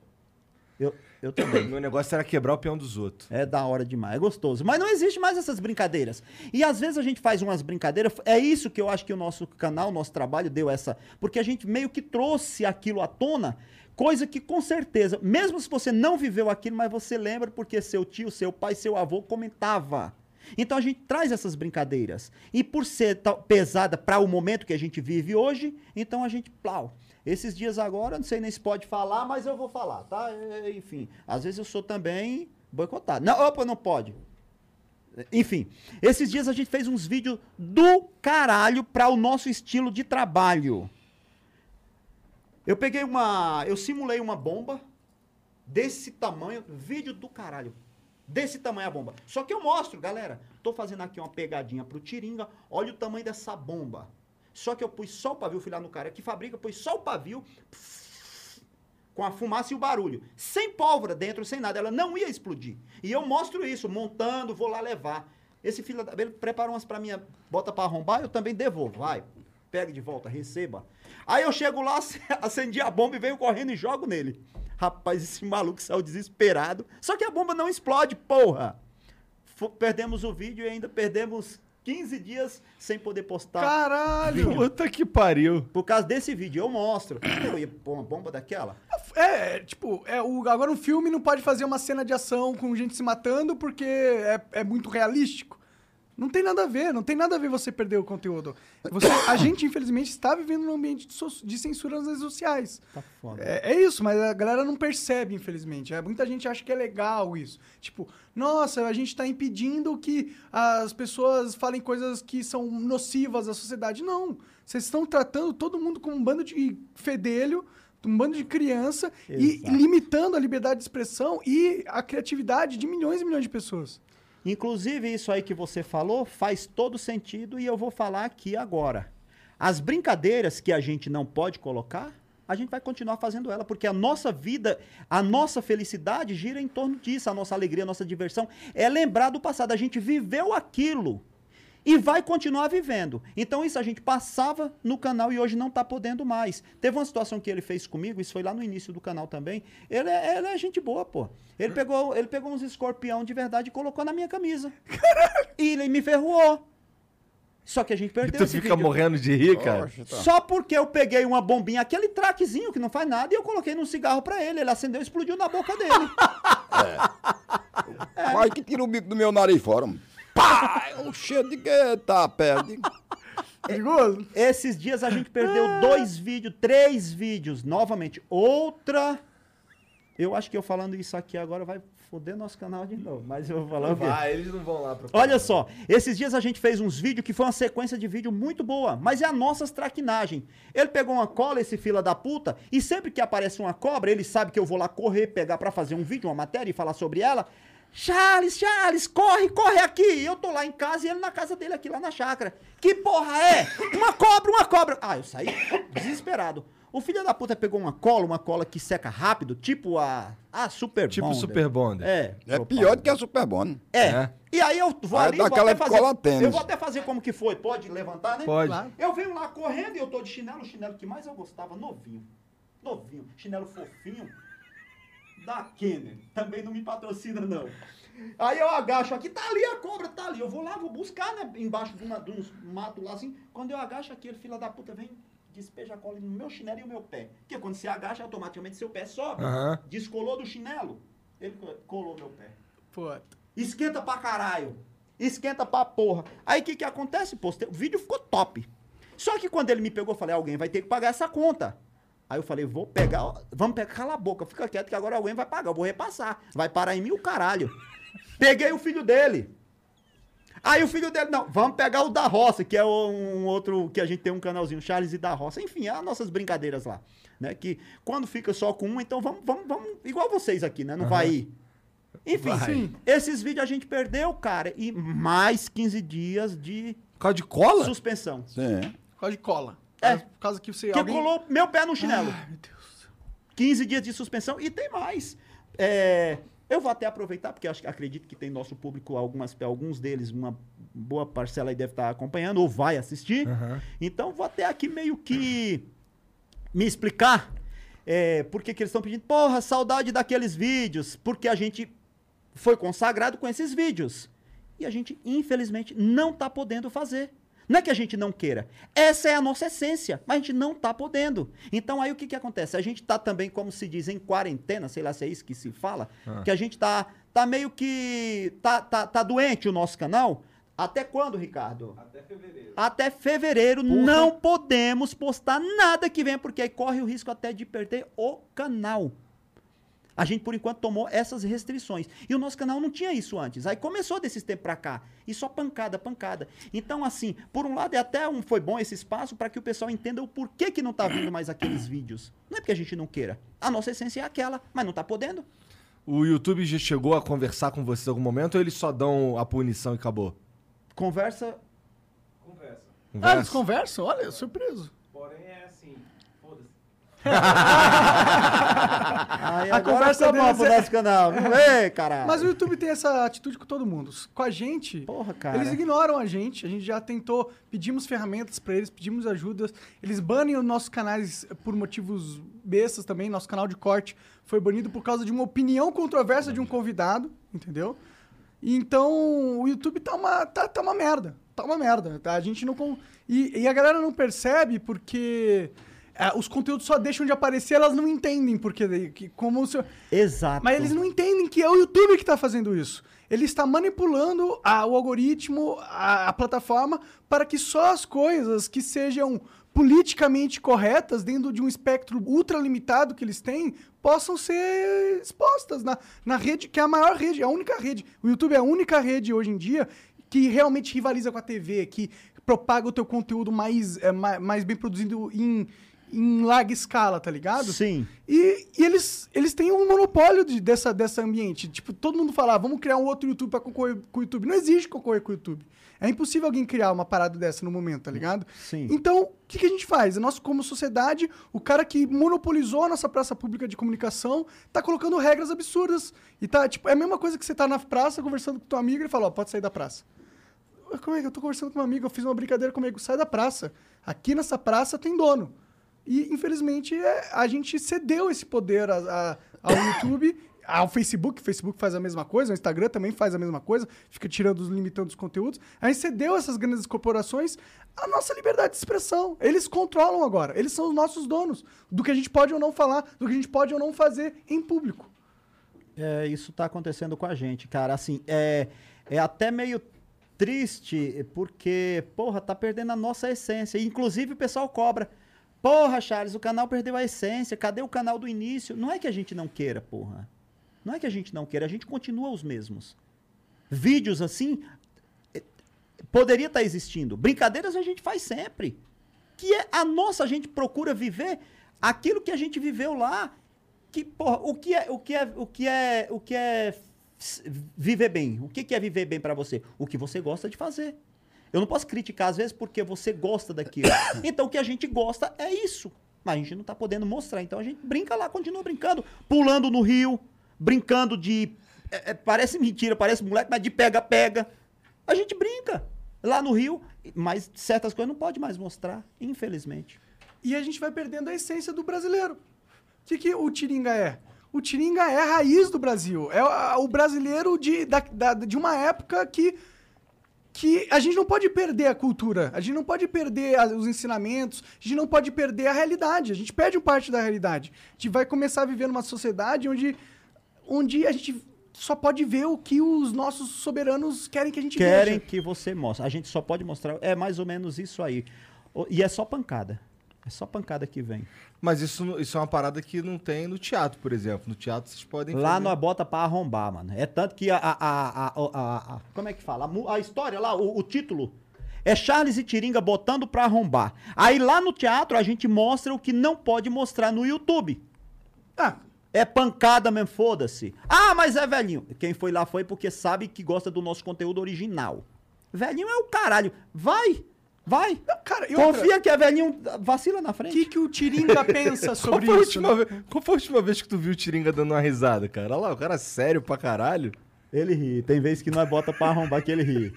[SPEAKER 3] Eu, eu também.
[SPEAKER 2] Meu negócio era quebrar o peão dos outros.
[SPEAKER 3] É da hora demais, é gostoso. Mas não existe mais essas brincadeiras. E às vezes a gente faz umas brincadeiras, é isso que eu acho que o nosso canal, o nosso trabalho deu essa. Porque a gente meio que trouxe aquilo à tona, coisa que com certeza, mesmo se você não viveu aquilo, mas você lembra porque seu tio, seu pai, seu avô comentava. Então a gente traz essas brincadeiras. E por ser tal- pesada para o momento que a gente vive hoje, então a gente plau. Esses dias agora, não sei nem se pode falar, mas eu vou falar, tá? É, Enfim, às vezes eu sou também boicotado. Não, opa, não pode. Enfim, esses dias a gente fez uns vídeos do caralho para o nosso estilo de trabalho. Eu peguei uma, eu simulei uma bomba desse tamanho, vídeo do caralho. Desse tamanho a bomba. Só que eu mostro, galera. Tô fazendo aqui uma pegadinha pro Tiringa. Olha o tamanho dessa bomba. Só que eu pus só o pavio, fui lá no cara que fabrica, pus só o pavio com a fumaça e o barulho. Sem pólvora dentro, sem nada. Ela não ia explodir. E eu mostro isso, montando, vou lá levar. Esse filho da... Ele prepara umas pra mim, bota pra arrombar, eu também devolvo. Vai, pega de volta, receba. Aí eu chego lá, acendi a bomba e venho correndo e jogo nele. Rapaz, esse maluco saiu desesperado. Só que a bomba não explode, porra. Fo- perdemos o vídeo e ainda perdemos 15 dias sem poder postar.
[SPEAKER 1] Caralho!
[SPEAKER 2] Puta que pariu.
[SPEAKER 3] Por causa desse vídeo, eu mostro. Eu ia pôr uma bomba daquela.
[SPEAKER 1] É, tipo, é, o, agora um filme não pode fazer uma cena de ação com gente se matando porque é, é muito realístico. Não tem nada a ver, não tem nada a ver você perder o conteúdo. Você- a gente, infelizmente, está vivendo num ambiente de, so- de censura nas redes sociais.
[SPEAKER 3] Tá foda.
[SPEAKER 1] É, é isso, mas a galera não percebe, infelizmente. É, muita gente acha que é legal isso. Tipo, nossa, a gente está impedindo que as pessoas falem coisas que são nocivas à sociedade. Não. Vocês estão tratando todo mundo como um bando de fedelho, um bando de criança, e
[SPEAKER 3] Exato.
[SPEAKER 1] limitando a liberdade de expressão e a criatividade de milhões e milhões de pessoas.
[SPEAKER 3] Inclusive, isso aí que você falou faz todo sentido e eu vou falar aqui agora. As brincadeiras que a gente não pode colocar, a gente vai continuar fazendo ela, porque a nossa vida, a nossa felicidade gira em torno disso, a nossa alegria, a nossa diversão é lembrar do passado. A gente viveu aquilo e vai continuar vivendo. Então isso a gente passava no canal e hoje não está podendo mais. Teve uma situação que ele fez comigo, isso foi lá no início do canal também. Ele é, ele é gente boa, pô. Ele pegou, ele pegou uns escorpião de verdade e colocou na minha camisa. E ele me ferroou. Só que a gente perdeu
[SPEAKER 2] Tu
[SPEAKER 3] esse
[SPEAKER 2] fica
[SPEAKER 3] vídeo.
[SPEAKER 2] morrendo de rir, cara.
[SPEAKER 4] Poxa, tá.
[SPEAKER 3] Só porque eu peguei uma bombinha, aquele traquezinho que não faz nada, e eu coloquei num cigarro pra ele. Ele acendeu e explodiu na boca dele.
[SPEAKER 4] Vai que tira o bico do meu nariz fora, mano. Pá! É um cheiro de que tá perto.
[SPEAKER 1] Perigoso?
[SPEAKER 3] Esses dias a gente perdeu dois vídeos, três vídeos. Novamente, outra. Eu acho que eu falando isso aqui agora vai foder nosso canal de novo. Mas eu vou falar o quê?
[SPEAKER 2] eles não vão lá pro.
[SPEAKER 3] Olha só, esses dias a gente fez uns vídeos que foi uma sequência de vídeo muito boa, mas é a nossa traquinagem. Ele pegou uma cola, esse fila da puta, e sempre que aparece uma cobra, ele sabe que eu vou lá correr, pegar pra fazer um vídeo, uma matéria e falar sobre ela. Charles, Charles, corre, corre aqui! E Eu tô lá em casa e ele na casa dele aqui, lá na chácara. Que porra é? Uma cobra, uma cobra! Ah, eu saí desesperado. O filho da puta pegou uma cola, uma cola que seca rápido, tipo a, a Super
[SPEAKER 2] Tipo
[SPEAKER 3] Bonder.
[SPEAKER 2] Super Bonder.
[SPEAKER 3] É.
[SPEAKER 4] É
[SPEAKER 3] Opa.
[SPEAKER 4] pior do que a Super né? Bond.
[SPEAKER 3] É.
[SPEAKER 2] É.
[SPEAKER 3] E aí eu vou
[SPEAKER 4] Aí
[SPEAKER 3] ali,
[SPEAKER 4] dá
[SPEAKER 3] vou
[SPEAKER 4] aquela
[SPEAKER 3] até fazer.
[SPEAKER 4] cola tênis.
[SPEAKER 3] Eu vou até fazer como que foi. Pode levantar, né?
[SPEAKER 2] Pode.
[SPEAKER 1] Claro.
[SPEAKER 3] Eu venho lá correndo e eu tô de chinelo, o chinelo que mais eu gostava, novinho. Novinho, chinelo fofinho. Da Kenner. Também não me patrocina, não. Aí eu agacho aqui, tá ali a cobra, tá ali. Eu vou lá, vou buscar, né? Embaixo de, uma, de uns mato lá assim. Quando eu agacho aqui, ele fila da puta vem, despeja a cola no meu chinelo e o meu pé. Porque quando você agacha, automaticamente seu pé sobe.
[SPEAKER 2] Aham.
[SPEAKER 3] Descolou do chinelo, ele co- colou meu pé.
[SPEAKER 1] Pô,
[SPEAKER 3] Esquenta pra caralho. Esquenta pra porra. Aí o que que acontece, pô? O vídeo ficou top. Só que quando ele me pegou, eu falei, alguém vai ter que pagar essa conta. Aí eu falei, vou pegar, ó, vamos pegar, cala a boca, fica quieto que agora alguém vai pagar, eu vou repassar. Vai parar em mim o caralho. Peguei o filho dele. Aí o filho dele, não, vamos pegar o da roça, que é um outro, que a gente tem um canalzinho, Charles e da roça. Enfim, as nossas brincadeiras lá, né? Que quando fica só com um, então vamos, vamos, vamos, igual vocês aqui, né? Não vai enfim, sim, esses vídeos a gente perdeu, cara, e mais 15 dias de
[SPEAKER 2] Por causa de cola?
[SPEAKER 3] suspensão.
[SPEAKER 4] Sim.
[SPEAKER 1] por causa de cola.
[SPEAKER 3] É.
[SPEAKER 1] Por causa que você.
[SPEAKER 3] Que
[SPEAKER 1] alguém-
[SPEAKER 3] colou meu pé no chinelo.
[SPEAKER 1] Ai, Ah, meu Deus.
[SPEAKER 3] 15 dias de suspensão e tem mais. É, eu vou até aproveitar, porque acho, acredito que tem nosso público, algumas, alguns deles, uma boa parcela aí deve estar acompanhando ou vai assistir.
[SPEAKER 2] Aham.
[SPEAKER 3] Então vou até aqui meio que me explicar é, por que, que eles estão pedindo. Porra, saudade daqueles vídeos, porque a gente foi consagrado com esses vídeos. E a gente, infelizmente, não está podendo fazer. Não é que a gente não queira. Essa é a nossa essência, mas a gente não está podendo. Então aí o que, que acontece? A gente está também, como se diz, em quarentena, sei lá se é isso que se fala, que a gente está tá meio que. Tá, tá, tá doente o nosso canal. Até quando, Ricardo?
[SPEAKER 6] Até fevereiro.
[SPEAKER 3] Até fevereiro não podemos postar nada que venha, porque aí corre o risco até de perder o canal. A gente, por enquanto, tomou essas restrições. E o nosso canal não tinha isso antes. Aí começou desses tempos pra cá. E só pancada, pancada. Então, assim, por um lado, é até um, foi bom esse espaço para que o pessoal entenda o porquê que não tá vindo mais aqueles vídeos. Não é porque a gente não queira. A nossa essência é aquela, mas não tá podendo.
[SPEAKER 2] O YouTube já chegou a conversar com vocês em algum momento ou eles só dão a punição e acabou?
[SPEAKER 3] Conversa.
[SPEAKER 6] Conversa.
[SPEAKER 1] Ah, eles conversam? Olha, surpreso.
[SPEAKER 6] Porém é assim, foda-se.
[SPEAKER 3] Aí
[SPEAKER 1] A
[SPEAKER 3] agora
[SPEAKER 1] conversa
[SPEAKER 3] ficou bom
[SPEAKER 1] deles
[SPEAKER 3] pro
[SPEAKER 1] é-
[SPEAKER 3] nosso canal. Ei, caralho.
[SPEAKER 1] Mas o YouTube tem essa atitude com todo mundo. Com a gente,
[SPEAKER 3] Porra, cara.
[SPEAKER 1] eles ignoram a gente. A gente já tentou, pedimos ferramentas pra eles, pedimos ajudas. Eles banem os nossos canais por motivos bestas também. Nosso canal de corte foi banido por causa de uma opinião controversa de um convidado, entendeu? E Então, o YouTube tá uma, tá, tá uma merda. Tá uma merda. tá? A gente não... con- E, e a galera não percebe porque... é, os conteúdos só deixam de aparecer, elas não entendem, porque que- como o seu,
[SPEAKER 3] Exato.
[SPEAKER 1] mas eles não entendem que é o YouTube que está fazendo isso. Ele está manipulando a- o algoritmo, a, a plataforma, para que só as coisas que sejam politicamente corretas, dentro de um espectro ultra limitado que eles têm, possam ser expostas na, na rede, que é a maior rede, a única rede. O YouTube é a única rede hoje em dia que realmente rivaliza com a TV, que propaga o teu conteúdo mais, é, ma- mais, bem produzido em, em larga escala, tá ligado?
[SPEAKER 3] Sim.
[SPEAKER 1] E, e eles, eles têm um monopólio de, dessa, dessa ambiente. Tipo, todo mundo fala, "Ah, vamos criar um outro YouTube pra concorrer com o YouTube. Não existe concorrer com o YouTube. É impossível alguém criar uma parada dessa no momento, tá ligado?
[SPEAKER 3] Sim.
[SPEAKER 1] Então, o que, que a gente faz? Nós, como sociedade, o cara que monopolizou a nossa praça pública de comunicação tá colocando regras absurdas. E tá, tipo, é a mesma coisa que você tá na praça conversando com teu amigo e ele fala, ó, pode sair da praça. Como é que eu tô conversando com um amigo, eu fiz uma brincadeira comigo, sai da praça. Aqui nessa praça tem dono. E, infelizmente, é, a gente cedeu esse poder a- a- ao YouTube, ao Facebook. O Facebook faz a mesma coisa, o Instagram também faz a mesma coisa, fica tirando, os- limitando os conteúdos. A gente cedeu essas grandes corporações a nossa liberdade de expressão. Eles controlam agora, eles são os nossos donos do que a gente pode ou não falar, do que a gente pode ou não fazer em público.
[SPEAKER 3] É, isso tá acontecendo com a gente, cara. Assim, é, é até meio triste, porque, porra, tá perdendo a nossa essência. Inclusive o pessoal cobra. Porra, Charles, o canal perdeu a essência. Cadê o canal do início? Não é que a gente não queira, porra. Não é que a gente não queira, a gente continua os mesmos. Vídeos assim eh, poderia estar existindo. Brincadeiras a gente faz sempre. Que é a nossa, a gente procura viver aquilo que a gente viveu lá que porra, o que é o que é o que é o que é s- viver bem? O que que é viver bem pra você? O que você gosta de fazer? Eu não posso criticar às vezes porque você gosta daquilo. Então o que a gente gosta é isso. Mas a gente não tá podendo mostrar. Então a gente brinca lá, continua brincando, pulando no rio, brincando de é- é, parece mentira, parece moleque, mas de pega pega. A gente brinca lá no rio, mas certas coisas não pode mais mostrar, infelizmente.
[SPEAKER 1] e a gente vai perdendo a essência do brasileiro. O que, que o Tiringa é? O Tiringa é a raiz do Brasil. É a- o brasileiro de, da- da- de uma época que, que a gente não pode perder a cultura, a gente não pode perder a- os ensinamentos, a gente não pode perder a realidade. A gente perde parte da realidade. A gente vai começar a viver numa sociedade onde, onde a gente só pode ver o que os nossos soberanos querem que a gente
[SPEAKER 3] querem
[SPEAKER 1] veja.
[SPEAKER 3] que você mostre. A gente só pode mostrar. É mais ou menos isso aí. O- E é só pancada. É só pancada que vem.
[SPEAKER 2] Mas isso, não- isso é uma parada que não tem no teatro, por exemplo. No teatro vocês podem.
[SPEAKER 3] Lá
[SPEAKER 2] fazer-
[SPEAKER 3] nós bota pra arrombar, mano. É tanto que a. a, a, a, a- a- como é que fala? A, mu- a história lá, o, o título. É Charles e Tiringa botando pra arrombar. Aí lá no teatro a gente mostra o que não pode mostrar no YouTube.
[SPEAKER 1] Ah,
[SPEAKER 3] É pancada mesmo, foda-se. Ah, mas é velhinho. Quem foi lá foi porque sabe que gosta do nosso conteúdo original. Velhinho é o caralho. Vai! Vai!
[SPEAKER 1] cara, e outra?
[SPEAKER 3] Confia que é velhinho. Vacila na
[SPEAKER 1] o
[SPEAKER 3] frente.
[SPEAKER 1] que, que o Tiringa pensa
[SPEAKER 2] Qual
[SPEAKER 1] sobre
[SPEAKER 2] foi, a
[SPEAKER 1] isso? né?
[SPEAKER 2] última vez, qual foi a última vez que tu viu o Tiringa dando uma risada, cara? Olha lá, o cara é sério pra caralho.
[SPEAKER 3] Ele ri. Tem vezes que nós bota pra arrombar que ele ri.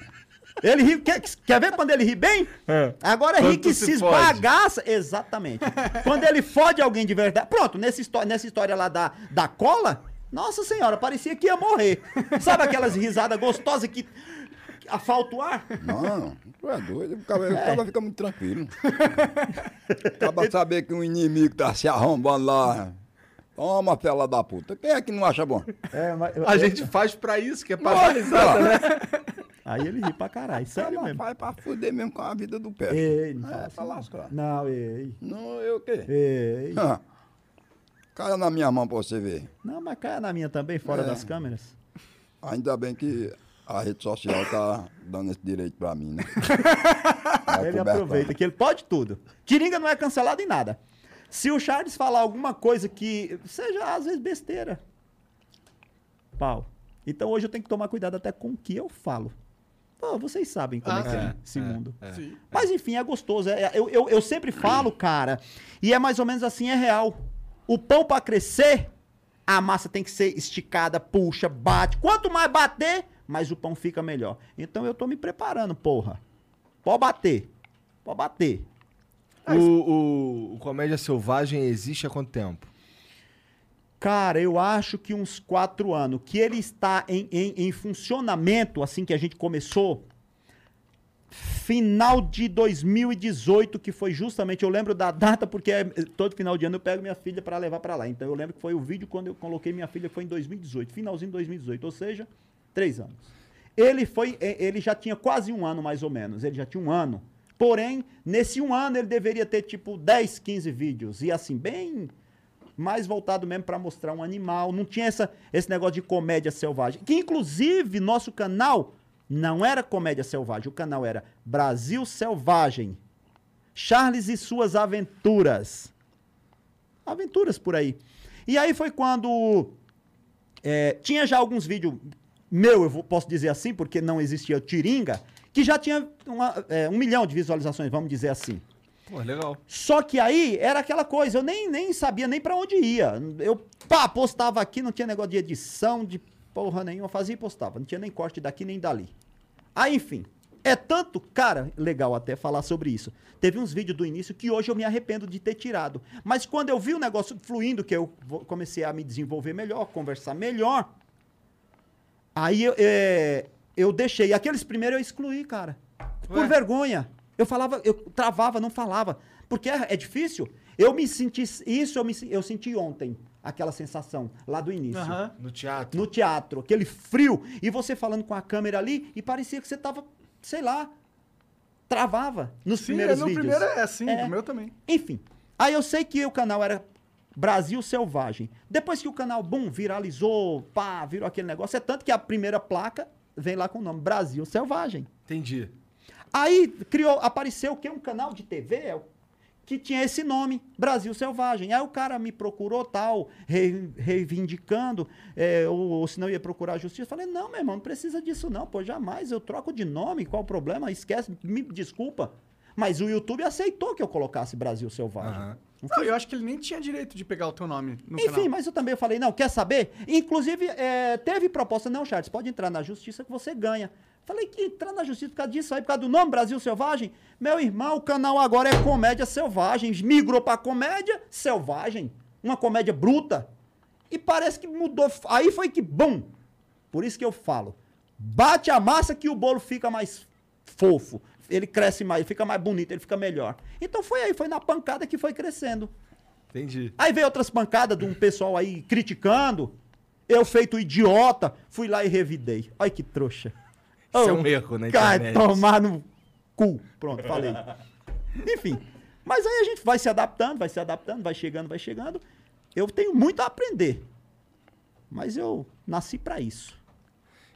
[SPEAKER 3] Ele ri. Quer, quer ver quando ele ri bem?
[SPEAKER 2] É.
[SPEAKER 3] Agora ri
[SPEAKER 2] Quando
[SPEAKER 3] que
[SPEAKER 2] tu
[SPEAKER 3] se,
[SPEAKER 2] se fode.
[SPEAKER 3] esbagaça. Exatamente. quando ele fode alguém de verdade. Pronto, nessa, histó- nessa história lá da, da cola, nossa senhora, parecia que ia morrer. Sabe aquelas risadas gostosas que. que Falta o ar?
[SPEAKER 4] Não, tu é doido. O cara, o cara fica muito tranquilo. Acaba de saber que um inimigo tá se arrombando lá. Toma, fela da puta. Quem é que não acha bom?
[SPEAKER 3] É, mas,
[SPEAKER 2] A gente faz pra isso, que é pra dar risada.
[SPEAKER 4] né?
[SPEAKER 3] Aí ele ri pra caralho. Sério
[SPEAKER 4] Ele
[SPEAKER 3] mesmo.
[SPEAKER 4] vai pra fuder mesmo com a vida do pé.
[SPEAKER 3] Ei, não fala
[SPEAKER 4] É, pra
[SPEAKER 3] assim,
[SPEAKER 4] lascar.
[SPEAKER 3] Não, ei.
[SPEAKER 4] Não, eu o quê?
[SPEAKER 3] Ei.
[SPEAKER 4] Ah, Cara na minha mão pra você ver.
[SPEAKER 3] Não, mas cai na minha também, fora
[SPEAKER 4] É.
[SPEAKER 3] das câmeras.
[SPEAKER 4] Ainda bem que a rede social tá dando esse direito pra mim, né? Vai
[SPEAKER 3] Ele
[SPEAKER 4] cobertar.
[SPEAKER 3] aproveita que ele pode tudo. Tiringa não é cancelado em nada. Se o Charles falar alguma coisa que seja às vezes besteira, pau. Então hoje eu tenho que tomar cuidado até com o que eu falo. Pô, vocês sabem como é que é esse mundo.
[SPEAKER 1] Sim.
[SPEAKER 3] Mas enfim, é gostoso. É- é- eu, eu- eu sempre falo, cara, e é mais ou menos assim, é real. O pão pra crescer, a massa tem que ser esticada, puxa, bate. Quanto mais bater, mais o pão fica melhor. Então eu tô me preparando, porra. Pode bater. Pode bater.
[SPEAKER 2] O, o, o Comédia Selvagem existe há quanto tempo?
[SPEAKER 3] Cara, eu acho que uns quatro anos. Que ele está em, em, em funcionamento, assim que a gente começou. Final de 2018, que foi justamente. Eu lembro da data, porque é, todo final de ano eu pego minha filha para levar para lá. Então eu lembro que foi o vídeo quando eu coloquei minha filha, foi em 2018, finalzinho de 2018, ou seja, três anos. Ele foi. e- Ele já tinha quase um ano, mais ou menos. Ele já tinha um ano. Porém, nesse um ano ele deveria ter tipo 10, 15 vídeos. E assim, bem mais voltado mesmo pra mostrar um animal. Não tinha essa, esse negócio de comédia selvagem. Que inclusive nosso canal não era comédia selvagem, o canal era Brasil Selvagem. Charles e suas aventuras. aventuras por aí. E aí foi quando é, tinha já alguns vídeos meu, eu vou- posso dizer assim, porque não existia o Tiringa, que já tinha uma, é, um milhão de visualizações, vamos dizer assim.
[SPEAKER 2] Pô, legal.
[SPEAKER 3] Só que aí era aquela coisa, eu nem, nem sabia nem pra onde ia. Eu pá, postava aqui, não tinha negócio de edição, de porra nenhuma, fazia e postava. Não tinha nem corte daqui nem dali. Aí, enfim, é tanto, cara, legal até falar sobre isso. Teve uns vídeos do início que hoje eu me arrependo de ter tirado. Mas quando eu vi o negócio fluindo, que eu vo- comecei a me desenvolver melhor, conversar melhor, Aí eu, é, eu deixei. Aqueles primeiros eu excluí, cara. Por vergonha. Eu falava, eu travava, não falava. Porque é, é difícil. Eu me senti. Isso eu, me, sen- eu senti ontem, aquela sensação lá do início.
[SPEAKER 1] Aham.
[SPEAKER 2] No teatro.
[SPEAKER 3] No teatro, aquele frio. E você falando com a câmera ali, e parecia que você tava, sei lá, travava nos
[SPEAKER 1] Sim, é,
[SPEAKER 3] primeiros
[SPEAKER 1] no
[SPEAKER 3] vídeos.
[SPEAKER 1] primeiro é assim,
[SPEAKER 3] É.
[SPEAKER 1] o meu também.
[SPEAKER 3] Enfim. Aí eu sei que o canal era Brasil Selvagem. Depois que o canal, bum, viralizou, pá, virou aquele negócio. É tanto que a primeira placa vem lá com o nome Brasil Selvagem.
[SPEAKER 2] Entendi.
[SPEAKER 3] Aí criou, apareceu o quê? Um canal de TV é, que tinha esse nome, Brasil Selvagem. Aí o cara me procurou tal, re- reivindicando, é, ou, ou senão ia procurar a justiça. Eu Falei, não, meu irmão, não precisa disso não, pô, jamais, eu troco de nome, qual o problema? Esquece, me desculpa. Mas o YouTube aceitou que eu colocasse Brasil Selvagem.
[SPEAKER 2] Aham.
[SPEAKER 1] Não, eu acho que ele nem tinha direito de pegar o teu nome no
[SPEAKER 3] Enfim,
[SPEAKER 1] canal.
[SPEAKER 3] mas eu também falei, não, quer saber? Inclusive, é, teve proposta, não, Charles, pode entrar na justiça que você ganha. Falei que entrar na justiça por causa disso aí, por causa do nome Brasil Selvagem. Meu irmão, o canal agora é Comédia Selvagem. Migrou pra Comédia Selvagem. Uma comédia bruta. E parece que mudou. Aí foi que, bum! Por isso que eu falo. Bate a massa que o bolo fica mais fofo. Ele cresce mais, fica mais bonito, ele fica melhor. Então foi aí, foi na pancada que foi crescendo.
[SPEAKER 2] Entendi.
[SPEAKER 3] Aí veio outras pancadas de um pessoal aí criticando. Eu, feito idiota, fui lá e revidei. Olha que trouxa.
[SPEAKER 2] Isso é um erro na
[SPEAKER 3] Cai
[SPEAKER 2] internet.
[SPEAKER 3] tomar no cu. Pronto, falei. Enfim. Mas aí a gente vai se adaptando, vai se adaptando, vai chegando, vai chegando. Eu tenho muito a aprender. Mas eu nasci pra isso.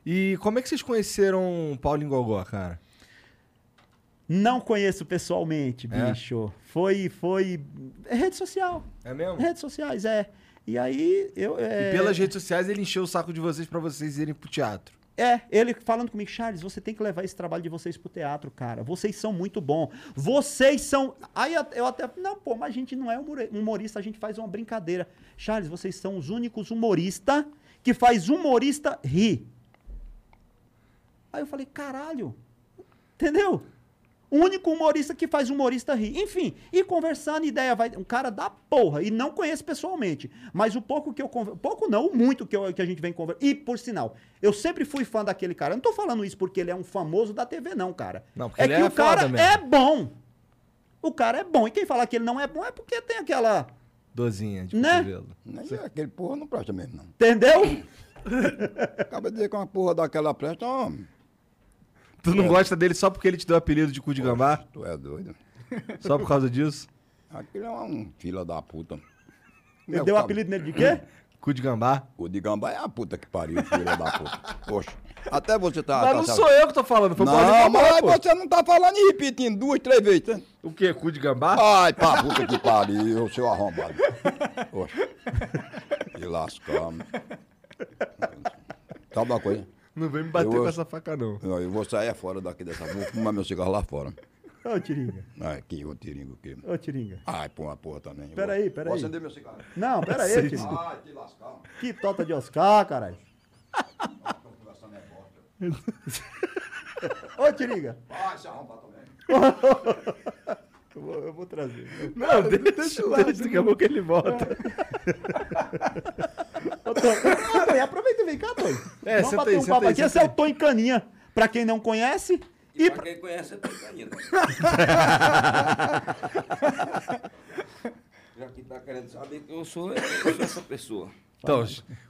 [SPEAKER 2] E como é que vocês conheceram Paulo Gogó, cara?
[SPEAKER 3] Não conheço pessoalmente,
[SPEAKER 2] É?
[SPEAKER 3] bicho. Foi, foi. É rede social.
[SPEAKER 2] É mesmo?
[SPEAKER 3] Redes sociais, é. E aí eu. é-
[SPEAKER 2] E pelas redes sociais ele encheu o saco de vocês pra vocês irem pro teatro.
[SPEAKER 3] É, ele falando comigo, Charles, você tem que levar esse trabalho de vocês pro teatro, cara. Vocês são muito bom. Vocês são. Aí a- eu até. Não, pô, mas a gente não é humor- humorista, a gente faz uma brincadeira. Charles, vocês são os únicos humoristas que faz humorista rir. Aí eu falei, caralho. Entendeu? O único humorista que faz humorista rir. Enfim, e conversando, ideia vai. Um cara da porra, e não conheço pessoalmente. Mas o pouco que eu converso. Pouco não, o muito que, eu- que a gente vem conversando. E, por sinal, eu sempre fui fã daquele cara. Eu não tô falando isso porque ele é um famoso da TV, não, cara.
[SPEAKER 2] Não, porque
[SPEAKER 3] é
[SPEAKER 2] ele
[SPEAKER 3] que
[SPEAKER 2] é
[SPEAKER 3] o cara
[SPEAKER 2] foda mesmo.
[SPEAKER 3] é bom. O cara é bom. E quem falar que ele não é bom é porque tem aquela.
[SPEAKER 2] Dozinha de
[SPEAKER 3] Né?
[SPEAKER 2] cotovelo.
[SPEAKER 4] Nem aquele porra não presta mesmo, não.
[SPEAKER 3] Entendeu?
[SPEAKER 4] Acaba de dizer que uma porra daquela presta, homem.
[SPEAKER 2] Tu não gosta dele só porque ele te deu o apelido de cu de gambá?
[SPEAKER 4] Tu é doido.
[SPEAKER 2] Só por causa disso?
[SPEAKER 4] Aquilo é um fila da puta.
[SPEAKER 2] É
[SPEAKER 3] Ele
[SPEAKER 4] Meu
[SPEAKER 3] deu o
[SPEAKER 4] cab-
[SPEAKER 3] apelido nele de quê?
[SPEAKER 2] Cu de gambá?
[SPEAKER 4] O de gambá é a puta que pariu, filha da puta. Poxa, até você tá...
[SPEAKER 2] mas
[SPEAKER 4] tá
[SPEAKER 2] Ah, não
[SPEAKER 4] sabe-
[SPEAKER 2] sou eu que tô falando, foi o Paulo
[SPEAKER 4] Não, mas
[SPEAKER 2] Gogó, pô.
[SPEAKER 4] você não tá falando e repetindo duas, três vezes.
[SPEAKER 2] O quê? Cu de gambá?
[SPEAKER 4] Ai, pra puta que pariu, seu arrombado. Poxa. E lascamos. Sabe uma coisa?
[SPEAKER 2] Não vem me bater
[SPEAKER 4] Eu
[SPEAKER 2] com
[SPEAKER 4] ouço.
[SPEAKER 2] essa faca, não.
[SPEAKER 4] Não, Eu vou sair fora daqui dessa rua, vou fumar meu cigarro lá fora.
[SPEAKER 3] Ô, Tiringa.
[SPEAKER 4] Ai, que o tiringo aqui.
[SPEAKER 3] Ô, Tiringa.
[SPEAKER 4] Ai, pô, uma porra também.
[SPEAKER 3] Peraí, peraí.
[SPEAKER 4] Vou acender meu cigarro.
[SPEAKER 3] Não, pera aí, Tiringa.
[SPEAKER 4] Ai, te lascar.
[SPEAKER 3] Que tota de Oscar, caralho.
[SPEAKER 4] Tô conversando é bosta.
[SPEAKER 3] Ô, Tiringa.
[SPEAKER 4] Ai, se arrombar também.
[SPEAKER 3] Eu vou, eu vou trazer.
[SPEAKER 1] Ah,
[SPEAKER 2] Não, deixa, deixa, daqui a pouco ele volta.
[SPEAKER 3] Ô, Tom, ah, Tony, aproveita e vem cá, Tony.
[SPEAKER 2] É,
[SPEAKER 3] Vamos
[SPEAKER 2] senta
[SPEAKER 3] bater
[SPEAKER 2] aí,
[SPEAKER 3] um
[SPEAKER 2] senta
[SPEAKER 3] papo
[SPEAKER 2] aí,
[SPEAKER 3] aqui.
[SPEAKER 2] senta
[SPEAKER 3] Esse é o
[SPEAKER 2] aí. Né?
[SPEAKER 3] Tom Caninha, pra quem não conhece. E
[SPEAKER 6] E
[SPEAKER 3] pra-
[SPEAKER 6] pra quem conhece, é picanha. né? Já que tá querendo saber quem eu sou, eu sou essa pessoa.
[SPEAKER 2] Então,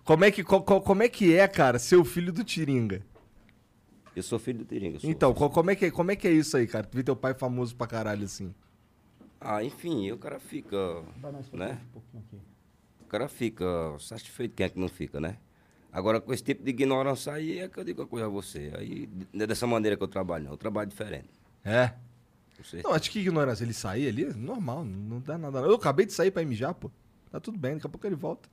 [SPEAKER 2] como é, que, co- co- como é que é, cara, ser o filho do Tiringa?
[SPEAKER 6] Eu sou filho do Tiringa. eu sou.
[SPEAKER 2] Então, co- como é, que, como é que é isso aí, cara? Tu vê teu pai famoso pra caralho, assim.
[SPEAKER 6] Ah, enfim, o cara fica. Né?
[SPEAKER 3] um
[SPEAKER 6] O cara fica satisfeito, quem é que não fica, né? Agora, com esse tipo de ignorância aí, é que eu digo a coisa a você. Aí, d- não é dessa maneira que eu trabalho, não. Eu trabalho diferente.
[SPEAKER 2] É.
[SPEAKER 6] Você...
[SPEAKER 2] Não, acho que ignorância. Ele sair ali, normal, não dá nada. Eu acabei de sair pra mijar, pô. Tá tudo bem, daqui a pouco ele volta.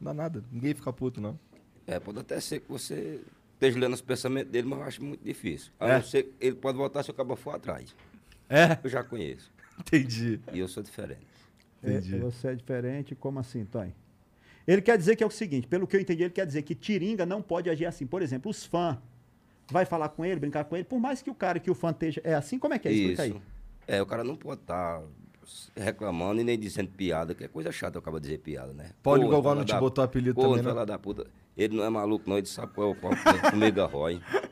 [SPEAKER 2] Não dá nada, ninguém fica puto, não.
[SPEAKER 6] É, pode até ser que você esteja lendo os pensamentos dele, mas eu acho muito difícil. A não ser que ele pode voltar se o cabo for atrás.
[SPEAKER 2] É,
[SPEAKER 6] Eu já conheço.
[SPEAKER 2] entendi.
[SPEAKER 6] E eu sou diferente.
[SPEAKER 2] Entendi.
[SPEAKER 3] É, você é diferente, como assim, Tony? Ele quer dizer que é o seguinte, pelo que eu entendi, ele quer dizer que Tiringa não pode agir assim. Por exemplo, os fãs vai falar com ele, brincar com ele, por mais que o cara que o fã esteja. É assim? Como é que é? Explica aí.
[SPEAKER 6] É, o cara não pode estar reclamando e nem dizendo piada, que é coisa chata eu acabo de dizer piada, né?
[SPEAKER 2] Paulo
[SPEAKER 6] Pô,
[SPEAKER 2] Galvão
[SPEAKER 6] fala
[SPEAKER 2] não te
[SPEAKER 6] da-
[SPEAKER 2] botou apelido
[SPEAKER 6] Pô,
[SPEAKER 2] também,
[SPEAKER 6] fala
[SPEAKER 3] né?
[SPEAKER 2] não?
[SPEAKER 6] da puta. Ele não é maluco, não, ele sabe qual é o pau que tem comigo Roy.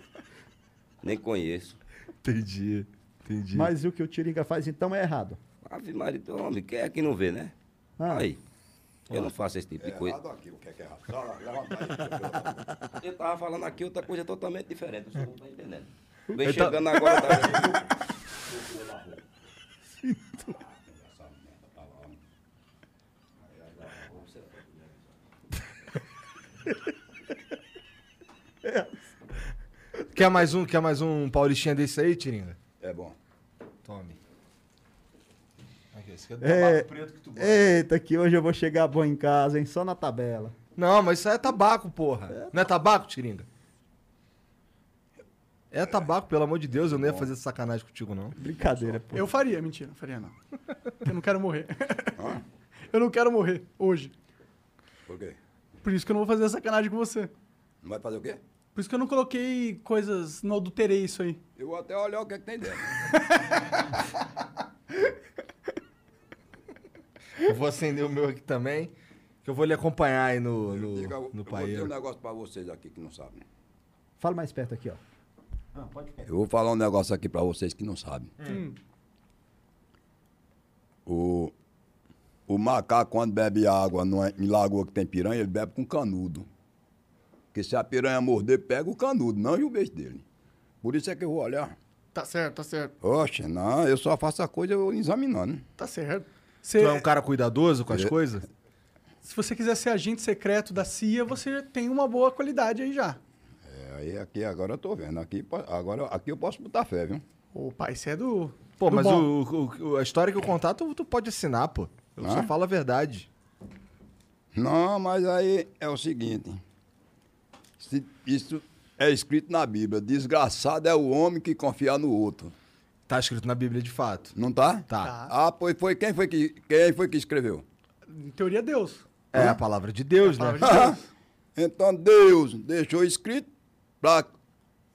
[SPEAKER 6] Nem conheço.
[SPEAKER 2] Entendi. Entendi.
[SPEAKER 3] Mas o que o Tiringa faz então é errado.
[SPEAKER 6] Ave Maria, então, homem, quem é que não vê, né?
[SPEAKER 3] Ah.
[SPEAKER 6] Aí. Eu não faço esse tipo de coisa.
[SPEAKER 4] Errado aqui, o que é que é errado? Só levanta aí.
[SPEAKER 6] Eu tava falando aqui outra coisa totalmente diferente, o senhor não tá entendendo. Vem
[SPEAKER 2] Eu tô-
[SPEAKER 6] chegando agora, tá
[SPEAKER 2] Quer mais um, quer mais um paulistinha desse aí, Tiringa?
[SPEAKER 4] É bom.
[SPEAKER 2] Tome. Aqui, esse aqui é do
[SPEAKER 3] É,
[SPEAKER 2] tabaco preto que tu gosta.
[SPEAKER 3] Eita, que hoje eu vou chegar bom em casa, hein? Só na tabela.
[SPEAKER 2] Não, mas isso aí é tabaco, porra. Não é tabaco, Tiringa? É tabaco, pelo amor de Deus, eu não ia fazer essa sacanagem contigo, não.
[SPEAKER 3] Brincadeira, pô.
[SPEAKER 1] Eu faria, mentira, não faria não. Eu não quero morrer.
[SPEAKER 2] Ah.
[SPEAKER 1] Eu não quero morrer hoje.
[SPEAKER 4] Por quê?
[SPEAKER 1] Por isso que eu não vou fazer sacanagem com você.
[SPEAKER 4] Não vai fazer o quê?
[SPEAKER 1] Por isso que eu não coloquei coisas, não adulterei isso aí.
[SPEAKER 4] Eu vou até olhar o que é que tem dentro.
[SPEAKER 2] Eu vou acender o meu aqui também, que eu vou lhe acompanhar aí no,
[SPEAKER 4] Diga, eu
[SPEAKER 2] no, no
[SPEAKER 4] vou ter um
[SPEAKER 2] paeiro.
[SPEAKER 4] negócio pra vocês aqui que não sabem.
[SPEAKER 3] Fala mais perto aqui, ó.
[SPEAKER 4] Eu vou falar um negócio aqui pra vocês que não sabem. O, o macaco, quando bebe água numa- em lagoa que tem piranha, ele bebe com canudo. Porque se a piranha morder, pega o canudo, não o beijo dele. Por isso é que eu vou olhar.
[SPEAKER 1] Tá certo, tá certo,
[SPEAKER 4] Oxe, não, eu só faço a coisa eu examinando.
[SPEAKER 1] tá certo. Você-
[SPEAKER 2] Tu é um cara cuidadoso com as coisas?
[SPEAKER 1] Se você quiser ser agente secreto da CIA, você tem uma boa qualidade aí já.
[SPEAKER 4] É, aí aqui agora eu tô vendo. Aqui, po- agora, aqui eu posso botar fé, viu?
[SPEAKER 1] Ô, pai, você é do.
[SPEAKER 2] Pô,
[SPEAKER 1] do
[SPEAKER 2] mas
[SPEAKER 1] bom.
[SPEAKER 2] o, o- o- a história que eu contar, tu, tu pode assinar, pô. Eu só
[SPEAKER 4] Ah?
[SPEAKER 2] falo a verdade.
[SPEAKER 4] Não, mas aí é o seguinte. Se- Isso é escrito na Bíblia. Desgraçado é o homem que confiar no outro.
[SPEAKER 2] Tá escrito na Bíblia de fato.
[SPEAKER 4] Não tá?
[SPEAKER 2] Tá.
[SPEAKER 4] Ah, pois foi quem foi que quem foi que escreveu?
[SPEAKER 1] Em teoria, Deus.
[SPEAKER 2] É a palavra de Deus, né?
[SPEAKER 4] Então Deus deixou escrito para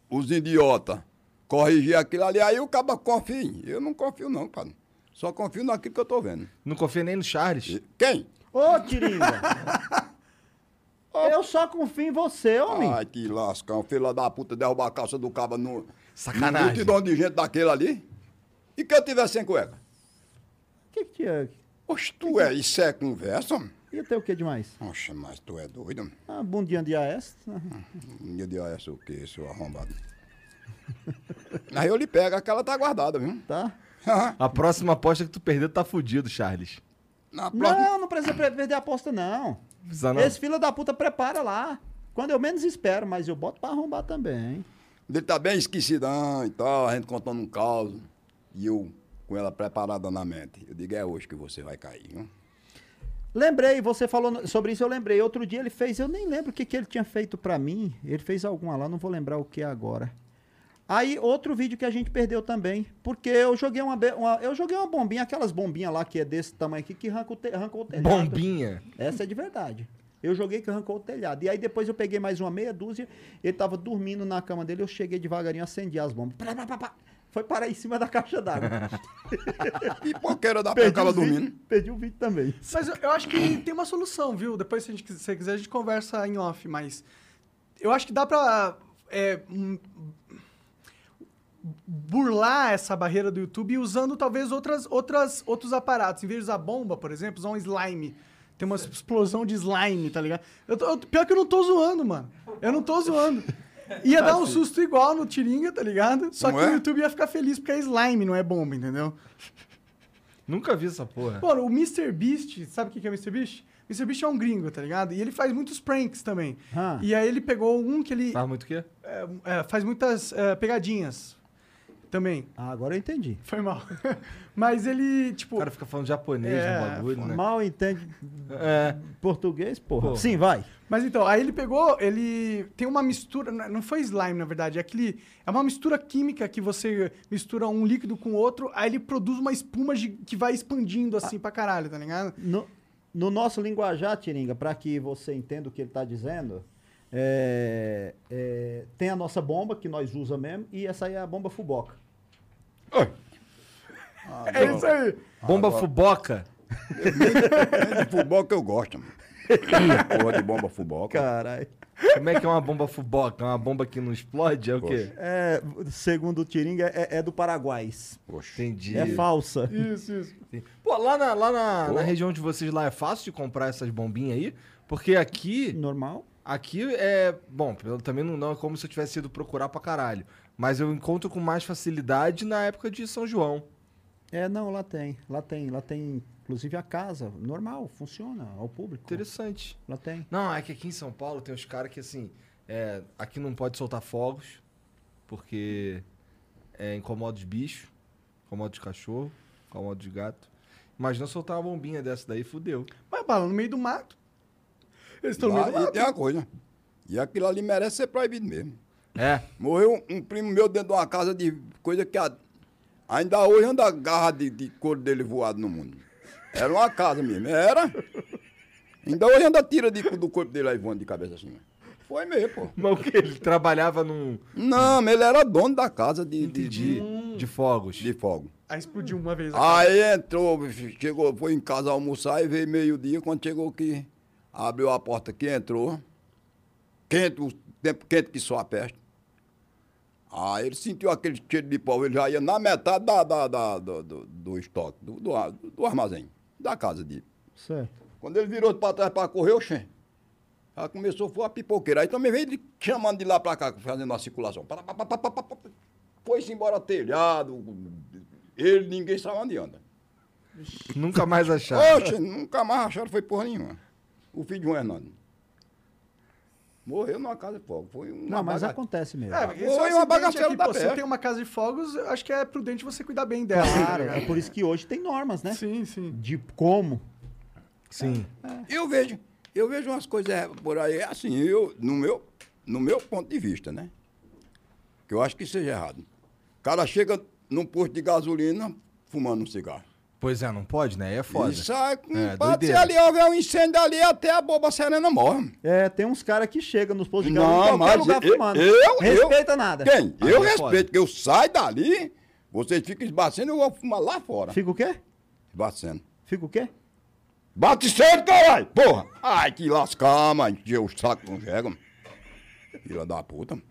[SPEAKER 4] os idiotas corrigir aquilo ali. Aí o caba confia. Eu não confio não, cara. Só confio naquilo que eu tô vendo.
[SPEAKER 2] Não confia nem no Charles.
[SPEAKER 4] E- Quem?
[SPEAKER 3] Ô, Tiringa! eu só confio em você, homem.
[SPEAKER 4] Ai, que lascão, filha da puta, derrubar a calça do caba no
[SPEAKER 2] Sacanagem.
[SPEAKER 4] no multidão de gente daquele ali. E que eu tivesse sem cueca?
[SPEAKER 3] O que que tinha?
[SPEAKER 4] Oxe, tu é, isso é conversa? homem?
[SPEAKER 3] Ia ter o que demais?
[SPEAKER 4] Oxe, mas tu é doido? Um homem?
[SPEAKER 3] Ah, bundinha de AS.
[SPEAKER 4] Meu Deus, essa o quê, seu arrombado? Aí eu lhe pego, aquela tá guardada, viu?
[SPEAKER 3] Tá?
[SPEAKER 2] A próxima aposta que tu perder, tu tá fudido, Charles.
[SPEAKER 4] Na próxima.
[SPEAKER 3] Não, não precisa pre- perder a aposta, não.
[SPEAKER 2] Precisa não.
[SPEAKER 3] Esse fila da puta prepara lá. Quando eu menos espero, mas eu boto pra arrombar também.
[SPEAKER 4] Ele tá bem esquecidão e tal, a gente contando um caos. E eu com ela preparada na mente. Eu digo, é hoje que você vai cair, viu?
[SPEAKER 3] Lembrei, você falou no- sobre isso, eu lembrei. Outro dia ele fez, eu nem lembro o que, que ele tinha feito pra mim. Ele fez alguma lá, não vou lembrar o que agora. Aí, outro vídeo que a gente perdeu também, porque eu joguei uma, be- uma- eu joguei uma bombinha, aquelas bombinhas lá que é desse tamanho aqui, que arranca o te- arrancou o telhado.
[SPEAKER 2] Bombinha.
[SPEAKER 3] Essa é de verdade. Eu joguei que arrancou o telhado. E aí depois eu peguei mais uma meia dúzia. Ele tava dormindo na cama dele. Eu cheguei devagarinho, acendi as bombas. Pá, pá, pá, pá. Foi parar em cima da caixa d'água.
[SPEAKER 4] Pipoqueira da
[SPEAKER 3] perdi,
[SPEAKER 4] pecada
[SPEAKER 3] o vídeo,
[SPEAKER 4] dormindo.
[SPEAKER 3] perdi o vídeo também.
[SPEAKER 1] Mas eu, eu acho que tem uma solução, viu? Depois, se a gente quis- se você quiser, a gente conversa em off, mas. Eu acho que dá pra. é, hum, burlar essa barreira do YouTube usando talvez outras, outras, outros aparatos. Em vez de usar bomba, por exemplo, usar um slime. Tem uma explosão de slime, tá ligado? Eu tô- eu- pior que eu não tô zoando, mano. Eu não tô zoando. Ia dar um susto igual no Tiringa, tá ligado? Só
[SPEAKER 4] Ah, Não
[SPEAKER 1] que
[SPEAKER 4] é?
[SPEAKER 1] o YouTube ia ficar feliz porque é slime, não é bomba, entendeu?
[SPEAKER 2] Nunca vi essa porra.
[SPEAKER 1] Mano, o Mr. Beast, sabe o que que é o Mr. Beast? O Mr. Beast é um gringo, tá ligado? E ele faz muitos pranks também.
[SPEAKER 3] Ah.
[SPEAKER 2] Tá.
[SPEAKER 1] E aí ele pegou um que ele
[SPEAKER 2] Faz muito o quê?
[SPEAKER 1] é, é, faz muitas é, pegadinhas. também.
[SPEAKER 3] Ah, agora eu entendi.
[SPEAKER 1] Foi mal. Mas ele, tipo.
[SPEAKER 2] O cara fica falando japonês
[SPEAKER 1] É,
[SPEAKER 2] no bagulho, né?
[SPEAKER 3] Mal entende
[SPEAKER 2] É.
[SPEAKER 3] português, porra.
[SPEAKER 2] Pô.
[SPEAKER 3] Sim, vai.
[SPEAKER 1] Mas então, aí ele pegou, ele tem uma mistura, n- não foi slime na verdade, é aquele, é uma mistura química que você mistura um líquido com outro, aí ele produz uma espuma gi- que vai expandindo assim pra caralho, tá ligado?
[SPEAKER 3] No, no nosso linguajar, Tiringa, para que você entenda o que ele está dizendo, é- é, tem a nossa bomba, que nós usa mesmo, e essa aí é a bomba fuboca.
[SPEAKER 1] é isso aí.
[SPEAKER 2] Bomba fuboca.
[SPEAKER 4] Nem de É futebol que eu gosto, mano. Porra de bomba futebol.
[SPEAKER 3] Caralho.
[SPEAKER 2] Como é que é uma bomba fuboca? É uma bomba que não explode? É o quê?
[SPEAKER 3] É, segundo o Tiringa, é, é do Paraguai.
[SPEAKER 2] Entendi.
[SPEAKER 3] É falsa.
[SPEAKER 1] Isso, isso.
[SPEAKER 2] Pô, lá, na, lá na, na região de vocês lá é fácil de comprar essas bombinhas aí? Porque aqui
[SPEAKER 3] Normal.
[SPEAKER 2] Aqui é. Bom, eu também não, não é como se eu tivesse ido procurar pra caralho. Mas eu encontro com mais facilidade na época de São João.
[SPEAKER 3] É, não, lá tem. Lá tem, lá tem, inclusive a casa. Normal, funciona, ao público.
[SPEAKER 2] Interessante.
[SPEAKER 3] Lá tem.
[SPEAKER 2] Não, é que aqui em São Paulo tem uns caras que, assim. é, aqui não pode soltar fogos, porque é, incomoda os bichos, incomoda os cachorros, incomoda os gatos. Imagina soltar uma bombinha dessa daí, fudeu.
[SPEAKER 1] Mas bala no meio do mato. Eles estão no meio do
[SPEAKER 4] Lá, Ah, e
[SPEAKER 1] mato.
[SPEAKER 4] tem uma coisa. E aquilo ali merece ser proibido mesmo.
[SPEAKER 2] É.
[SPEAKER 4] Morreu um, um primo meu dentro de uma casa de coisa que a- ainda hoje anda a garra de, de couro dele voado no mundo. Era uma casa mesmo, era. Ainda hoje anda tira de- do corpo dele aí voando de cabeça assim. ó. Foi mesmo, pô.
[SPEAKER 2] Mas o que? Ele trabalhava num.
[SPEAKER 4] Não, mas ele era dono da casa de, de, de,
[SPEAKER 2] De, Hum. de fogos.
[SPEAKER 4] de fogo.
[SPEAKER 1] Aí explodiu
[SPEAKER 4] Hum.
[SPEAKER 1] uma vez.
[SPEAKER 2] Ah,
[SPEAKER 4] Aí entrou, bicho, chegou, foi em casa almoçar e veio meio-dia. Quando chegou aqui, abriu a porta aqui, entrou. Quente, o tempo quente que só a peste. Aí ele sentiu aquele cheiro de pau, ele já ia na metade da, da- da- do, do- do estoque, do, do ar- do armazém, da casa dele.
[SPEAKER 3] Certo.
[SPEAKER 4] Quando ele virou para trás para correr, oxê, já começou foi a pipoqueira. Aí também veio ele chamando de lá para cá, fazendo uma circulação. Pá, pá, pá, pá, pá, pá, pá. Foi-se embora telhado, ele, ninguém sabe onde anda.
[SPEAKER 2] Nunca mais achava.
[SPEAKER 4] Oxe, nunca mais acharam, foi porra nenhuma. O filho de um Hernando. Morreu numa casa de fogo. Foi uma
[SPEAKER 3] Não, mas
[SPEAKER 4] baga-
[SPEAKER 3] acontece mesmo.
[SPEAKER 1] É, porque
[SPEAKER 4] Ou
[SPEAKER 1] isso
[SPEAKER 4] é
[SPEAKER 1] é
[SPEAKER 4] uma
[SPEAKER 1] uma
[SPEAKER 4] bagaceira
[SPEAKER 1] aqui,
[SPEAKER 4] da
[SPEAKER 1] pô, você
[SPEAKER 4] peste.
[SPEAKER 1] tem uma casa de fogos, eu acho que é prudente você cuidar bem dela. Né?
[SPEAKER 3] Claro, é por isso que hoje tem normas,
[SPEAKER 4] É.
[SPEAKER 3] né?
[SPEAKER 1] Sim, sim.
[SPEAKER 3] De como.
[SPEAKER 2] Sim.
[SPEAKER 4] Eu vejo, eu vejo umas coisas por aí, assim, eu, no, meu, no meu ponto de vista, né? Que eu acho que seja errado. O cara chega num posto de gasolina fumando um cigarro.
[SPEAKER 2] Pois é, não pode, né? Aí é foda.
[SPEAKER 4] E sai com.
[SPEAKER 2] É,
[SPEAKER 4] pode ser
[SPEAKER 2] doideira.
[SPEAKER 4] ali, houver um incêndio ali, até a boba serena morre.
[SPEAKER 3] É, tem uns caras que chegam nos postos de
[SPEAKER 4] Não,
[SPEAKER 3] gasolina em qualquer
[SPEAKER 4] mas
[SPEAKER 3] lugar
[SPEAKER 4] eu-
[SPEAKER 3] fumando.
[SPEAKER 4] eu-
[SPEAKER 3] Respeita nada.
[SPEAKER 4] Quem? eu
[SPEAKER 2] é
[SPEAKER 4] respeito,
[SPEAKER 2] foda.
[SPEAKER 4] que eu saio dali, vocês ficam esbacendo, eu vou fumar lá fora.
[SPEAKER 3] Fica o quê?
[SPEAKER 4] Esbacendo.
[SPEAKER 3] Fica o quê?
[SPEAKER 4] Bate certo, caralho! Porra! Ai, que lascar, mano. Encheu o saco com jega, mano. Filha da puta, mano.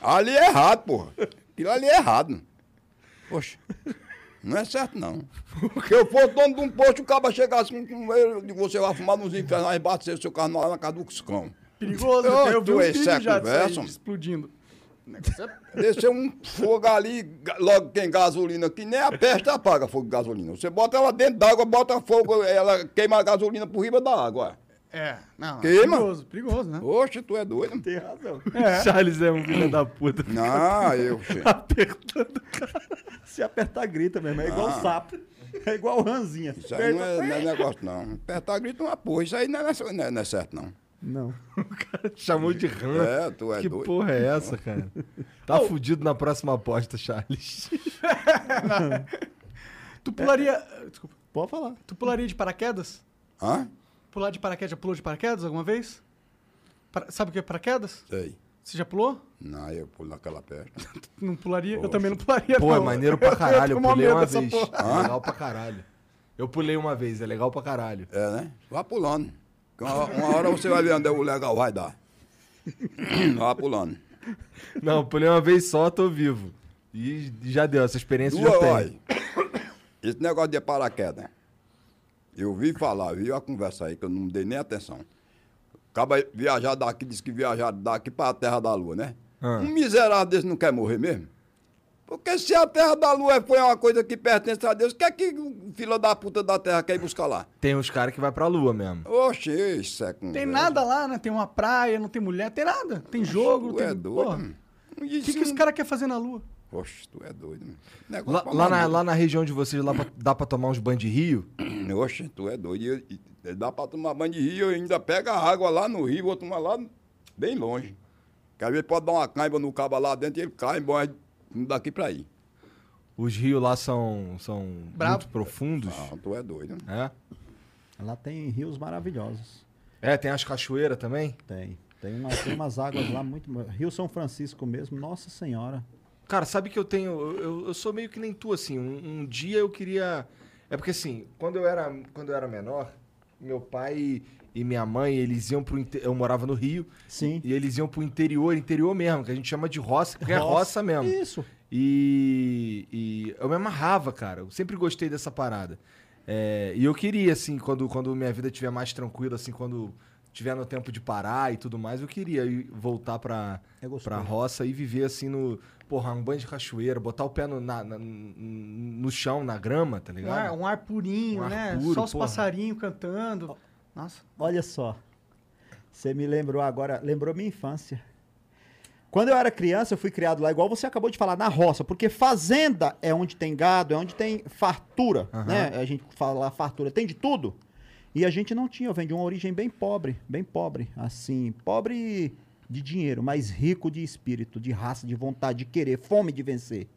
[SPEAKER 4] Ali é errado, porra. Aquilo ali é errado, mano. Poxa, não é certo, não. Se eu for dono de um posto, o cara assim, chegasse com com- eu digo, um você vai fumar nos infernais e bater seu carro lá na casa do cão.
[SPEAKER 1] Perigoso,
[SPEAKER 4] Ô,
[SPEAKER 1] eu vi
[SPEAKER 4] tu,
[SPEAKER 1] um
[SPEAKER 4] esse é
[SPEAKER 1] vídeo já disso aí,
[SPEAKER 4] conversa, mano.
[SPEAKER 1] explodindo.
[SPEAKER 4] Desceu um fogo ali, ga- logo tem gasolina, que nem a peste apaga fogo de gasolina. Você bota ela dentro d'água, bota fogo, ela queima a gasolina por riba da água.
[SPEAKER 1] É, não,
[SPEAKER 4] Queima?
[SPEAKER 1] perigoso, perigoso, né?
[SPEAKER 4] Oxe, tu é doido? mano.
[SPEAKER 3] Tem razão.
[SPEAKER 2] Charles é um filho da puta.
[SPEAKER 4] Não, eu. che-
[SPEAKER 3] Apertando, cara. Se apertar, grita mesmo. É igual sapo. É igual ranzinha.
[SPEAKER 4] Ah.
[SPEAKER 3] né?
[SPEAKER 4] Isso aí não é, não é negócio, não. Apertar grito é uma porra. Isso aí não é, não é- não é certo, não.
[SPEAKER 3] Não.
[SPEAKER 2] Chamou de rã.
[SPEAKER 4] É, tu é
[SPEAKER 2] que
[SPEAKER 4] doido.
[SPEAKER 2] porra é essa, cara? Tá fudido na próxima aposta, Charles.
[SPEAKER 1] Tu pularia.
[SPEAKER 2] É.
[SPEAKER 1] Desculpa.
[SPEAKER 3] Pode falar.
[SPEAKER 1] Tu pularia de paraquedas?
[SPEAKER 4] Hã?
[SPEAKER 1] Pular de paraquedas, já pulou de paraquedas alguma vez? Para- Sabe o que é paraquedas?
[SPEAKER 4] Sei.
[SPEAKER 1] Você já pulou?
[SPEAKER 4] Não, eu pulo naquela perna.
[SPEAKER 1] Não pularia? Eu também não pularia.
[SPEAKER 2] Pô, é
[SPEAKER 1] não.
[SPEAKER 2] maneiro pra caralho. Eu
[SPEAKER 1] tenho mó
[SPEAKER 2] pulei
[SPEAKER 1] medo
[SPEAKER 2] uma
[SPEAKER 1] dessa
[SPEAKER 2] vez.
[SPEAKER 1] porra.
[SPEAKER 2] É legal pra caralho. Eu pulei uma vez, é legal pra caralho.
[SPEAKER 4] É, né? Vá pulando. Que Uma, uma hora você vai ver onde é o legal vai dar. Vá pulando.
[SPEAKER 2] Não, eu pulei uma vez só, tô vivo. E já deu, essa experiência eu já
[SPEAKER 4] Duas,
[SPEAKER 2] tem.
[SPEAKER 4] olha, Esse negócio de paraquedas. Eu vi falar, vi a conversa aí, que eu não dei nem atenção. Acaba viajar daqui, diz que viajar daqui para a Terra da Lua, né?
[SPEAKER 2] Ah.
[SPEAKER 4] Um miserável desse não quer morrer mesmo? Porque se a Terra da Lua é, foi uma coisa que pertence a Deus, o que é que o filho da puta da Terra quer ir buscar lá?
[SPEAKER 2] Tem uns caras que vai pra lua mesmo.
[SPEAKER 4] Oxe, isso é com.
[SPEAKER 2] Uhum.
[SPEAKER 1] Tem nada lá, né? Tem uma praia, não tem mulher, tem nada. Tem jogo, não
[SPEAKER 4] Tu
[SPEAKER 1] tem.
[SPEAKER 4] é doido.
[SPEAKER 1] porra.
[SPEAKER 4] mano. O
[SPEAKER 1] O que, que os caras querem fazer na lua?
[SPEAKER 4] Oxe, tu é doido, meu.
[SPEAKER 2] Lá,
[SPEAKER 4] Negócio pra
[SPEAKER 2] lá na,
[SPEAKER 4] mamar.
[SPEAKER 2] lá na região de vocês, lá pra- dá pra tomar uns banho de rio?
[SPEAKER 4] Oxe, tu é doido. E eu- e- e dá pra tomar banho de rio, eu ainda pega a água lá no rio, vou tomar lá bem longe. Quer ver, pode dar uma caiba no cabo lá dentro e ele cai, mas daqui pra aí.
[SPEAKER 2] Os rios lá são, são
[SPEAKER 1] Bravo.
[SPEAKER 2] muito profundos.
[SPEAKER 4] Ah, tu é doido.
[SPEAKER 2] né?
[SPEAKER 3] Lá tem rios maravilhosos.
[SPEAKER 2] É, tem as cachoeiras também.
[SPEAKER 3] Tem. Tem, uma- tem umas águas lá muito. bo- Rio São Francisco mesmo, Nossa Senhora.
[SPEAKER 2] Cara, sabe que eu tenho. eu- Eu, eu sou meio que nem tu, assim. Um, um dia eu queria. É porque assim, quando eu era, quando eu era menor, meu pai e minha mãe, eles iam pro. inte- Eu morava no Rio.
[SPEAKER 3] Sim.
[SPEAKER 2] E eles iam pro interior, interior mesmo, que a gente chama de roça, porque é roça mesmo.
[SPEAKER 3] Isso.
[SPEAKER 2] E, e eu me amarrava, cara. Eu sempre gostei dessa parada. É, e eu queria, assim, quando, quando minha vida estiver mais tranquila, assim, quando tiver no tempo de parar e tudo mais, eu queria ir- voltar pra,
[SPEAKER 3] É gostoso.
[SPEAKER 2] pra roça e viver, assim, no... Porra, um banho de cachoeira, botar o pé no, na- na- no chão, na grama, tá
[SPEAKER 1] Um ar,
[SPEAKER 3] Ah,
[SPEAKER 2] ligado?
[SPEAKER 1] um ar purinho,
[SPEAKER 2] Um ar
[SPEAKER 1] né?
[SPEAKER 2] puro,
[SPEAKER 1] Só os
[SPEAKER 2] porra.
[SPEAKER 1] passarinhos cantando. Nossa.
[SPEAKER 3] Olha só. Você me lembrou agora, lembrou minha infância. Quando eu era criança, eu fui criado lá, igual você acabou de falar, na roça, porque fazenda é onde tem gado, é onde tem fartura, né? A gente fala fartura, tem de tudo. E a gente não tinha, eu venho de uma origem bem pobre, bem pobre, assim, pobre de dinheiro, mas rico de espírito, de raça, de vontade, de querer, fome de vencer.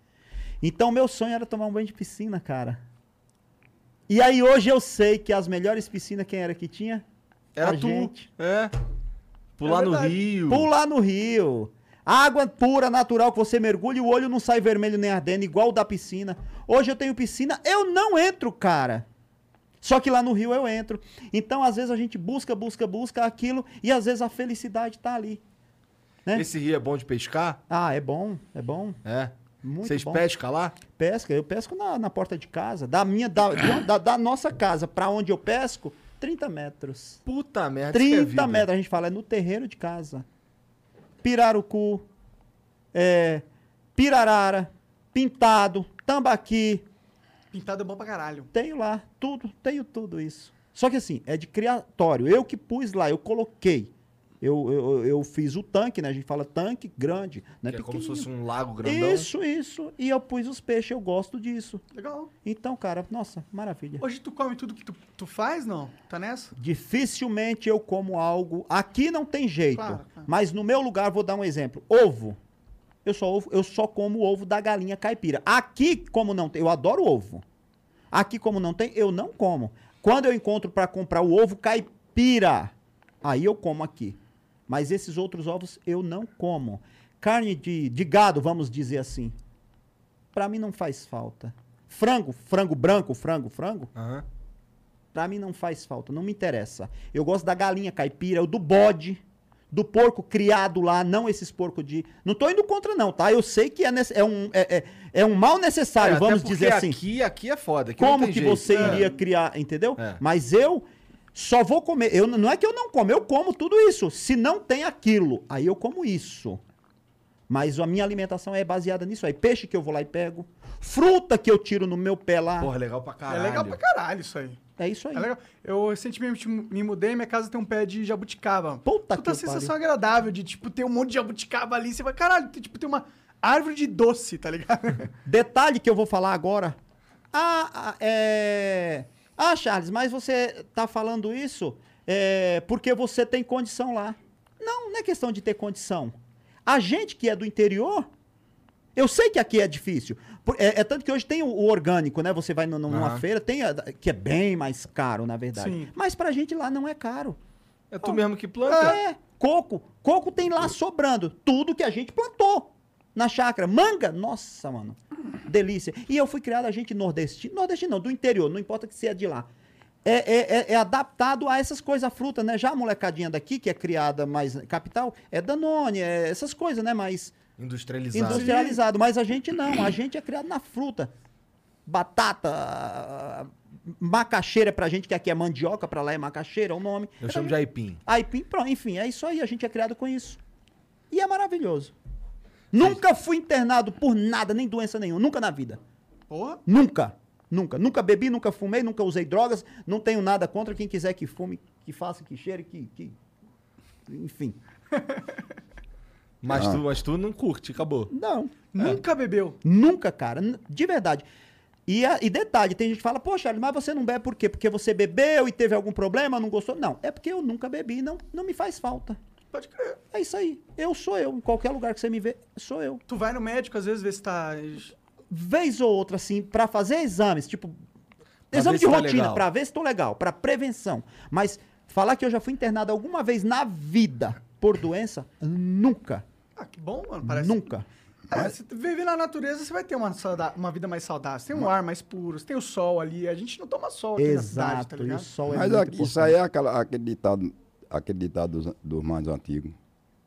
[SPEAKER 3] Então, meu sonho era tomar um banho de piscina, cara. E aí, hoje eu sei que as melhores piscinas, quem era que tinha?
[SPEAKER 2] Era
[SPEAKER 3] a
[SPEAKER 2] tu.
[SPEAKER 3] gente.
[SPEAKER 2] É. Pular
[SPEAKER 1] É
[SPEAKER 2] no
[SPEAKER 1] verdade.
[SPEAKER 2] rio.
[SPEAKER 3] Pular no rio. Água pura, natural, que você mergulha e o olho não sai vermelho nem ardendo, igual o da piscina. Hoje eu tenho piscina, eu não entro, cara. Só que lá no rio eu entro. Então, às vezes, a gente busca, busca, busca aquilo e às vezes a felicidade tá ali. né?
[SPEAKER 2] Esse rio é bom de pescar?
[SPEAKER 3] Ah, é bom, é bom.
[SPEAKER 2] É.
[SPEAKER 3] Muito
[SPEAKER 2] Vocês
[SPEAKER 3] bom.
[SPEAKER 2] pescam lá?
[SPEAKER 3] Pesca, eu pesco na, na porta de casa. Da minha, da, de onde- da, da nossa casa pra onde eu pesco, 30 metros.
[SPEAKER 2] Puta merda, isso que é
[SPEAKER 3] 30
[SPEAKER 2] vida.
[SPEAKER 3] metros, a gente fala, é no terreiro de casa. Pirarucu, é, pirarara, pintado, tambaqui,
[SPEAKER 1] Pintado é bom pra caralho.
[SPEAKER 3] tenho lá, tudo, tenho tudo isso. Só que assim, é de criatório, eu que pus lá, eu coloquei. Eu, eu, eu fiz o tanque, né? A gente fala tanque grande, né?
[SPEAKER 2] Que é como se fosse um lago grandão.
[SPEAKER 3] Isso, isso. E eu pus os peixes, eu gosto disso.
[SPEAKER 1] Legal.
[SPEAKER 3] Então, cara, nossa, maravilha.
[SPEAKER 1] Hoje tu come tudo que tu, tu faz, não? Tá nessa?
[SPEAKER 3] Dificilmente eu como algo. Aqui não tem jeito.
[SPEAKER 1] Claro, claro.
[SPEAKER 3] Mas no meu lugar, vou dar um exemplo: ovo. Eu só, ovo- eu só como ovo da galinha caipira. Aqui, como não tem. Eu adoro ovo. Aqui, como não tem, eu não como. Quando eu encontro para comprar o ovo caipira, aí eu como aqui. Mas esses outros ovos eu não como. Carne de, de gado, vamos dizer assim. Para mim não faz falta. Frango, frango branco, frango, frango.
[SPEAKER 2] Aham.
[SPEAKER 3] Pra mim não faz falta, não me interessa. Eu gosto da galinha caipira, eu do bode, do porco criado lá, não esses porcos de. Não tô indo contra, não, tá? Eu sei que é, nece- é um, é, é- é um mal necessário,
[SPEAKER 2] É, até
[SPEAKER 3] vamos
[SPEAKER 2] porque
[SPEAKER 3] dizer assim.
[SPEAKER 2] Aqui, aqui é foda. aqui não
[SPEAKER 3] Como
[SPEAKER 2] tem
[SPEAKER 3] que
[SPEAKER 2] jeito.
[SPEAKER 3] você
[SPEAKER 2] É.
[SPEAKER 3] iria criar, entendeu?
[SPEAKER 2] É.
[SPEAKER 3] Mas eu só vou comer. Eu, não é que eu não como, eu como tudo isso. Se não tem aquilo, aí eu como isso. Mas a minha alimentação é baseada nisso aí. Peixe que eu vou lá e pego. Fruta que eu tiro no meu pé lá.
[SPEAKER 2] Porra, legal pra caralho.
[SPEAKER 1] É legal pra caralho isso aí.
[SPEAKER 3] É isso aí.
[SPEAKER 1] É legal. Eu recentemente me mudei, minha casa tem um pé de jabuticaba.
[SPEAKER 3] Puta que
[SPEAKER 1] Puta
[SPEAKER 3] eu
[SPEAKER 1] sensação agradável de, tipo, ter um monte de jabuticaba ali. Você vai, caralho, tem, tipo, tem uma árvore de doce, tá ligado?
[SPEAKER 3] Detalhe que eu vou falar agora. Ah, ah, é... ah Charles, mas você tá falando isso é, porque você tem condição lá. Não, não é questão de ter condição. A gente que é do interior, eu sei que aqui é difícil. Por- É, é tanto que hoje tem o, o orgânico, né? Você vai no- no- numa
[SPEAKER 2] Aham.
[SPEAKER 3] feira, tem a- que é bem mais caro, na verdade.
[SPEAKER 1] Sim.
[SPEAKER 3] Mas pra gente lá não é caro.
[SPEAKER 2] É tu mesmo que planta.
[SPEAKER 3] É, coco. Coco tem lá sobrando. Tudo que a gente plantou na chácara. Manga, nossa, mano. Delícia. E eu fui criado a gente nordestino. Nordestino não, do interior, não importa que se é de lá. É, é- é- é adaptado a essas coisas, a fruta, né? Já a molecadinha daqui, que é criada mais na capital, é Danone, é essas coisas, né? Mais
[SPEAKER 2] Industrializado.
[SPEAKER 3] industrializado. Mas a gente não, a gente é criado na fruta. Batata, macaxeira pra gente, que aqui é mandioca, pra lá é macaxeira, é o nome.
[SPEAKER 2] Eu chamo de aipim.
[SPEAKER 3] Aipim, pronto, enfim, é isso aí, a gente é criado com isso. E é maravilhoso. Nunca fui internado por nada, nem doença nenhuma, nunca na vida.
[SPEAKER 1] Porra.
[SPEAKER 3] Nunca, nunca. Nunca bebi, nunca fumei, nunca usei drogas, não tenho nada contra quem quiser que fume, que faça, que cheire, que. que... Enfim.
[SPEAKER 2] Mas, tu, mas tu não curte, acabou.
[SPEAKER 3] Não.
[SPEAKER 1] Nunca bebeu.
[SPEAKER 3] Nunca, cara. N- De verdade. E, a- e detalhe, tem gente que fala, poxa, Charles, mas você não bebe por quê? Porque você bebeu e teve algum problema, não gostou? Não, é porque eu nunca bebi, não, não me faz falta.
[SPEAKER 1] Pode crer.
[SPEAKER 3] É isso aí. Eu sou eu. Em qualquer lugar que você me vê, sou eu.
[SPEAKER 1] Tu vai no médico, às vezes, ver se tá.
[SPEAKER 3] Vez ou outra, assim, pra fazer exames, tipo.
[SPEAKER 2] Pra ver
[SPEAKER 3] exame
[SPEAKER 2] se
[SPEAKER 3] de
[SPEAKER 2] tá
[SPEAKER 3] rotina,
[SPEAKER 2] legal.
[SPEAKER 3] pra ver se tô legal, pra prevenção. Mas falar que eu já fui internado alguma vez na vida por doença, nunca.
[SPEAKER 1] Ah, que bom, mano. Parece.
[SPEAKER 3] Nunca.
[SPEAKER 1] É, se tu viver na natureza, você vai ter uma, sauda- uma vida mais saudável. Você tem um ar mais puro, você tem o sol ali. A gente não toma sol aqui na cidade, tá
[SPEAKER 3] Exato. e o
[SPEAKER 1] ligado?
[SPEAKER 3] sol é
[SPEAKER 4] Mas
[SPEAKER 3] muito
[SPEAKER 4] aqui, isso
[SPEAKER 3] importante.
[SPEAKER 4] aí é aquela, aquele ditado, aquele ditado dos, dos mais antigos.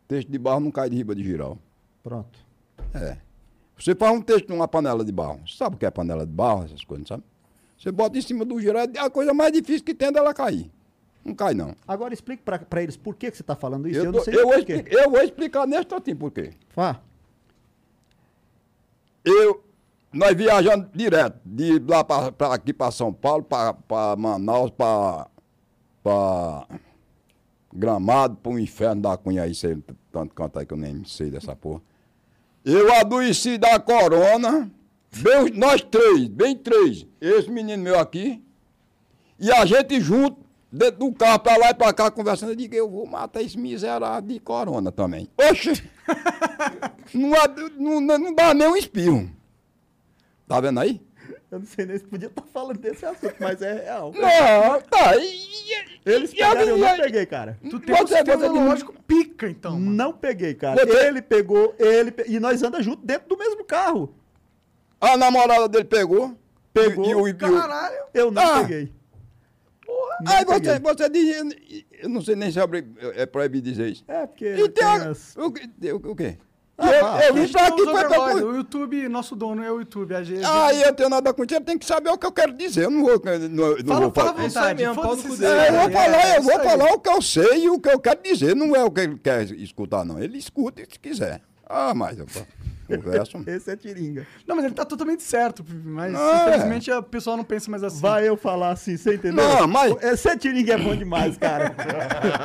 [SPEAKER 4] Texto de barro não cai de riba de giral.
[SPEAKER 3] Pronto.
[SPEAKER 4] É. Você faz um texto numa panela de barro. Sabe o que é panela de barro, essas coisas, sabe? Você bota em cima do giral, é a coisa mais difícil que tem é dela cair. Não cai, não.
[SPEAKER 3] Agora explique pra, pra eles por que, que você tá falando isso.
[SPEAKER 4] Eu,
[SPEAKER 3] Eu,
[SPEAKER 4] dou-
[SPEAKER 3] não sei
[SPEAKER 4] eu
[SPEAKER 3] por
[SPEAKER 4] vou,
[SPEAKER 3] quê.
[SPEAKER 4] explicar, eu vou explicar neste assim por quê.
[SPEAKER 3] Fá.
[SPEAKER 4] Eu, nós viajando direto, de lá pra, pra aqui para São Paulo, para Manaus, para Gramado, para o inferno da Cunha aí, sei tanto quanto aí que eu nem sei dessa porra. Eu adoeci da corona, bem os- nós três, bem três, esse menino meu aqui, e a gente junto, dentro do carro, pra lá e pra cá, conversando, eu digo, eu vou matar esse miserável de corona também. Oxe! Não, há- não, não- não dá nem um espirro. Tá vendo aí?
[SPEAKER 3] Eu não sei nem se podia estar falando desse assunto, mas é real.
[SPEAKER 4] Não, tá. E, e-
[SPEAKER 3] Eles
[SPEAKER 4] e- e-
[SPEAKER 3] pegaram, eu
[SPEAKER 4] e-
[SPEAKER 3] não peguei, cara.
[SPEAKER 1] Tu tem um
[SPEAKER 4] Você-
[SPEAKER 1] sistema
[SPEAKER 4] você-
[SPEAKER 1] imunológico pica, então. mano.
[SPEAKER 3] Não peguei, cara.
[SPEAKER 4] Você-
[SPEAKER 3] Ele pegou, ele. pe- E nós andamos junto dentro do mesmo carro.
[SPEAKER 4] A namorada dele pegou.
[SPEAKER 3] Pegou.
[SPEAKER 4] E, o- e, o- e, o-
[SPEAKER 1] Caralho.
[SPEAKER 3] Eu não
[SPEAKER 4] Ah!
[SPEAKER 3] peguei. Não
[SPEAKER 4] aí você,
[SPEAKER 3] peguei.
[SPEAKER 4] você diz. Eu não sei nem se é obri- é proibido dizer isso.
[SPEAKER 3] É, porque.
[SPEAKER 4] E tem a-
[SPEAKER 3] as-
[SPEAKER 4] o, que- o, o quê?
[SPEAKER 3] Ah,
[SPEAKER 4] eu,
[SPEAKER 3] ah,
[SPEAKER 4] eu vim pra
[SPEAKER 1] Então,
[SPEAKER 4] aqui
[SPEAKER 1] os
[SPEAKER 4] pra
[SPEAKER 1] overlords,
[SPEAKER 3] né?
[SPEAKER 4] pra-
[SPEAKER 1] O YouTube, nosso dono é o YouTube. A gente,
[SPEAKER 4] Ah, eu tenho nada com dinheiro, tem que saber o que eu quero dizer. Eu não vou. Não,
[SPEAKER 1] fala,
[SPEAKER 4] não vou
[SPEAKER 1] fala à
[SPEAKER 4] falar.
[SPEAKER 2] É isso aí
[SPEAKER 1] vontade.
[SPEAKER 2] mesmo, pau
[SPEAKER 1] foda-se
[SPEAKER 2] no cu
[SPEAKER 1] isso aí,
[SPEAKER 2] dele.
[SPEAKER 4] É, eu
[SPEAKER 1] é,
[SPEAKER 4] vou falar, eu
[SPEAKER 1] isso
[SPEAKER 4] vou
[SPEAKER 1] aí.
[SPEAKER 4] falar o que eu sei e o que eu quero dizer. Não é o que ele quer escutar, não. Ele escuta se quiser. Ah, mas eu converso.
[SPEAKER 3] Esse é tiringa.
[SPEAKER 1] Não, mas ele tá totalmente certo, mas
[SPEAKER 4] Ah, é.
[SPEAKER 1] infelizmente a pessoa não pensa mais assim.
[SPEAKER 3] Vai eu falar assim, você entendeu?
[SPEAKER 4] Não, mas-
[SPEAKER 3] Esse é tiringa é bom demais, cara.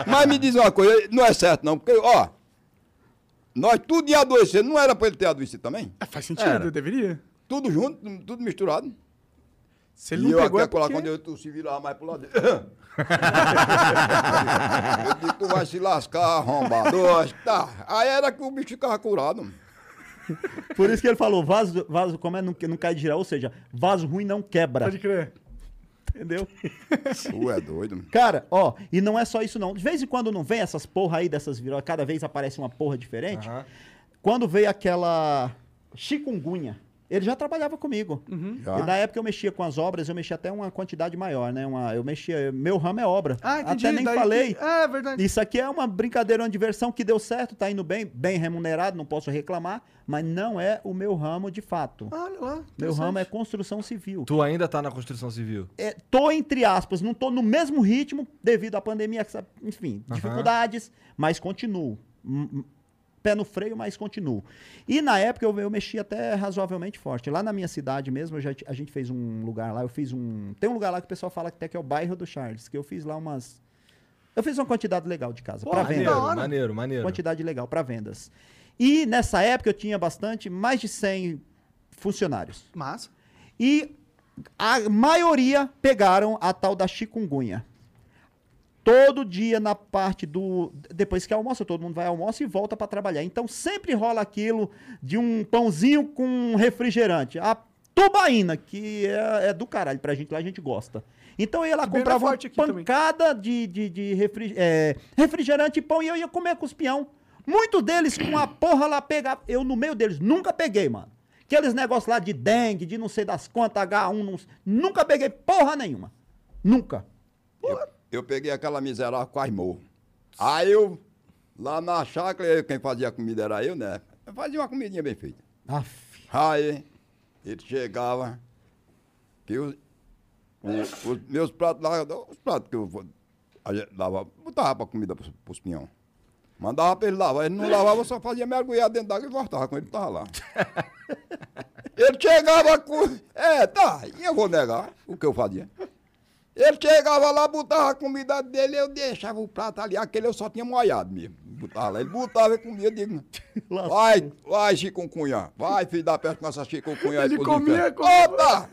[SPEAKER 4] Mas me diz uma coisa, não é certo não, porque, ó, nós tudo ia adoecer, não era pra ele ter adoecido também?
[SPEAKER 1] Ah, faz sentido,
[SPEAKER 2] Era.
[SPEAKER 1] deveria.
[SPEAKER 4] Tudo junto, tudo misturado.
[SPEAKER 1] Se ele
[SPEAKER 4] e
[SPEAKER 1] não
[SPEAKER 4] eu
[SPEAKER 1] pegou
[SPEAKER 4] aqui
[SPEAKER 1] é
[SPEAKER 4] acolá,
[SPEAKER 1] porque...
[SPEAKER 4] quando eu tu se virava mais pro lado dele. eu digo, tu vai se lascar, arrombado. Hoje, Tá. Aí era que o bicho ficava curado.
[SPEAKER 3] Por isso que ele falou, vaso, vaso como é, não, não cai de girar, ou seja, vaso ruim não quebra.
[SPEAKER 1] Pode crer.
[SPEAKER 3] Entendeu?
[SPEAKER 4] Tu é doido.
[SPEAKER 3] Cara, ó, e não é só isso não. De vez em quando não vem essas porra aí dessas virolas, cada vez aparece uma porra diferente. Quando veio aquela chikungunya, ele já trabalhava comigo.
[SPEAKER 1] Uhum.
[SPEAKER 4] Já?
[SPEAKER 3] E na época eu mexia com as obras, eu mexia até uma quantidade maior, né? Uma, eu mexia, meu ramo é obra.
[SPEAKER 1] Ah, entendi.
[SPEAKER 3] Até nem
[SPEAKER 1] daí-
[SPEAKER 3] falei.
[SPEAKER 1] Ah, é verdade.
[SPEAKER 3] Isso aqui é uma brincadeira, uma diversão que deu certo, tá indo bem, bem remunerado, não posso reclamar, mas não é o meu ramo de fato.
[SPEAKER 1] Olha lá.
[SPEAKER 3] meu
[SPEAKER 1] Ah, interessante.
[SPEAKER 3] ramo é construção civil
[SPEAKER 2] Tu ainda tá na construção civil.
[SPEAKER 3] é, tô entre aspas, não tô no mesmo ritmo devido à pandemia, que sabe- enfim,
[SPEAKER 2] Aham.
[SPEAKER 3] dificuldades, mas continuo. Hum, hum, Pé no freio, mas continuo. E na época eu, eu mexi até razoavelmente forte. Lá na minha cidade mesmo, eu já ti- a gente fez um lugar lá, eu fiz um. Tem um lugar lá que o pessoal fala que até que é o bairro do Charles, que eu fiz lá umas. Eu fiz uma quantidade legal de casa, pra venda.
[SPEAKER 2] maneiro,
[SPEAKER 1] da hora.
[SPEAKER 2] maneiro, maneiro.
[SPEAKER 3] Quantidade legal para vendas. E nessa época eu tinha bastante, mais de 100 funcionários.
[SPEAKER 1] Massa.
[SPEAKER 3] E a maioria pegaram a tal da chikungunya. Todo dia na parte do. Depois que almoça, todo mundo vai almoço e volta para trabalhar. Então sempre rola aquilo de um pãozinho com um refrigerante. A tubaína, que é, é do caralho pra gente lá, a gente gosta. Então eu ia lá
[SPEAKER 1] Tubaína é
[SPEAKER 3] comprava uma
[SPEAKER 1] forte aqui também.
[SPEAKER 3] pancada de, de, de refri- é, refrigerante e pão e eu ia comer com os peão. Muitos deles com a porra lá pegava. Eu no meio deles nunca peguei, mano. Aqueles negócios lá de dengue, de não sei das quantas, H1, não- nunca peguei porra nenhuma. Nunca.
[SPEAKER 4] Eu, eu peguei aquela miserável quase morro. Aí eu, lá na chácara, eu- quem fazia comida era eu, né? Eu fazia uma comidinha bem feita.
[SPEAKER 3] Aff.
[SPEAKER 4] Aí ele chegava, que os, o- os meus pratos lá, os pratos que eu vou- a gente dava, botava pra comida pros, pros pinhão. Mandava pra ele lavar, ele não lavava, eu só fazia mergulhar dentro d'água e voltava com ele, tava lá. ele chegava com. É, tá, e eu vou negar o que eu fazia. Ele chegava lá, botava a comida dele, eu deixava o prato ali, aquele eu só tinha molhado mesmo. botava lá. Ele botava e comia, eu digo. Vai, vai, Chicunhunha. Vai, filho da peste com essa Chicunhunha. aí
[SPEAKER 1] Ele
[SPEAKER 4] pros
[SPEAKER 1] comia,
[SPEAKER 4] infernos.
[SPEAKER 1] comia.
[SPEAKER 4] Opa!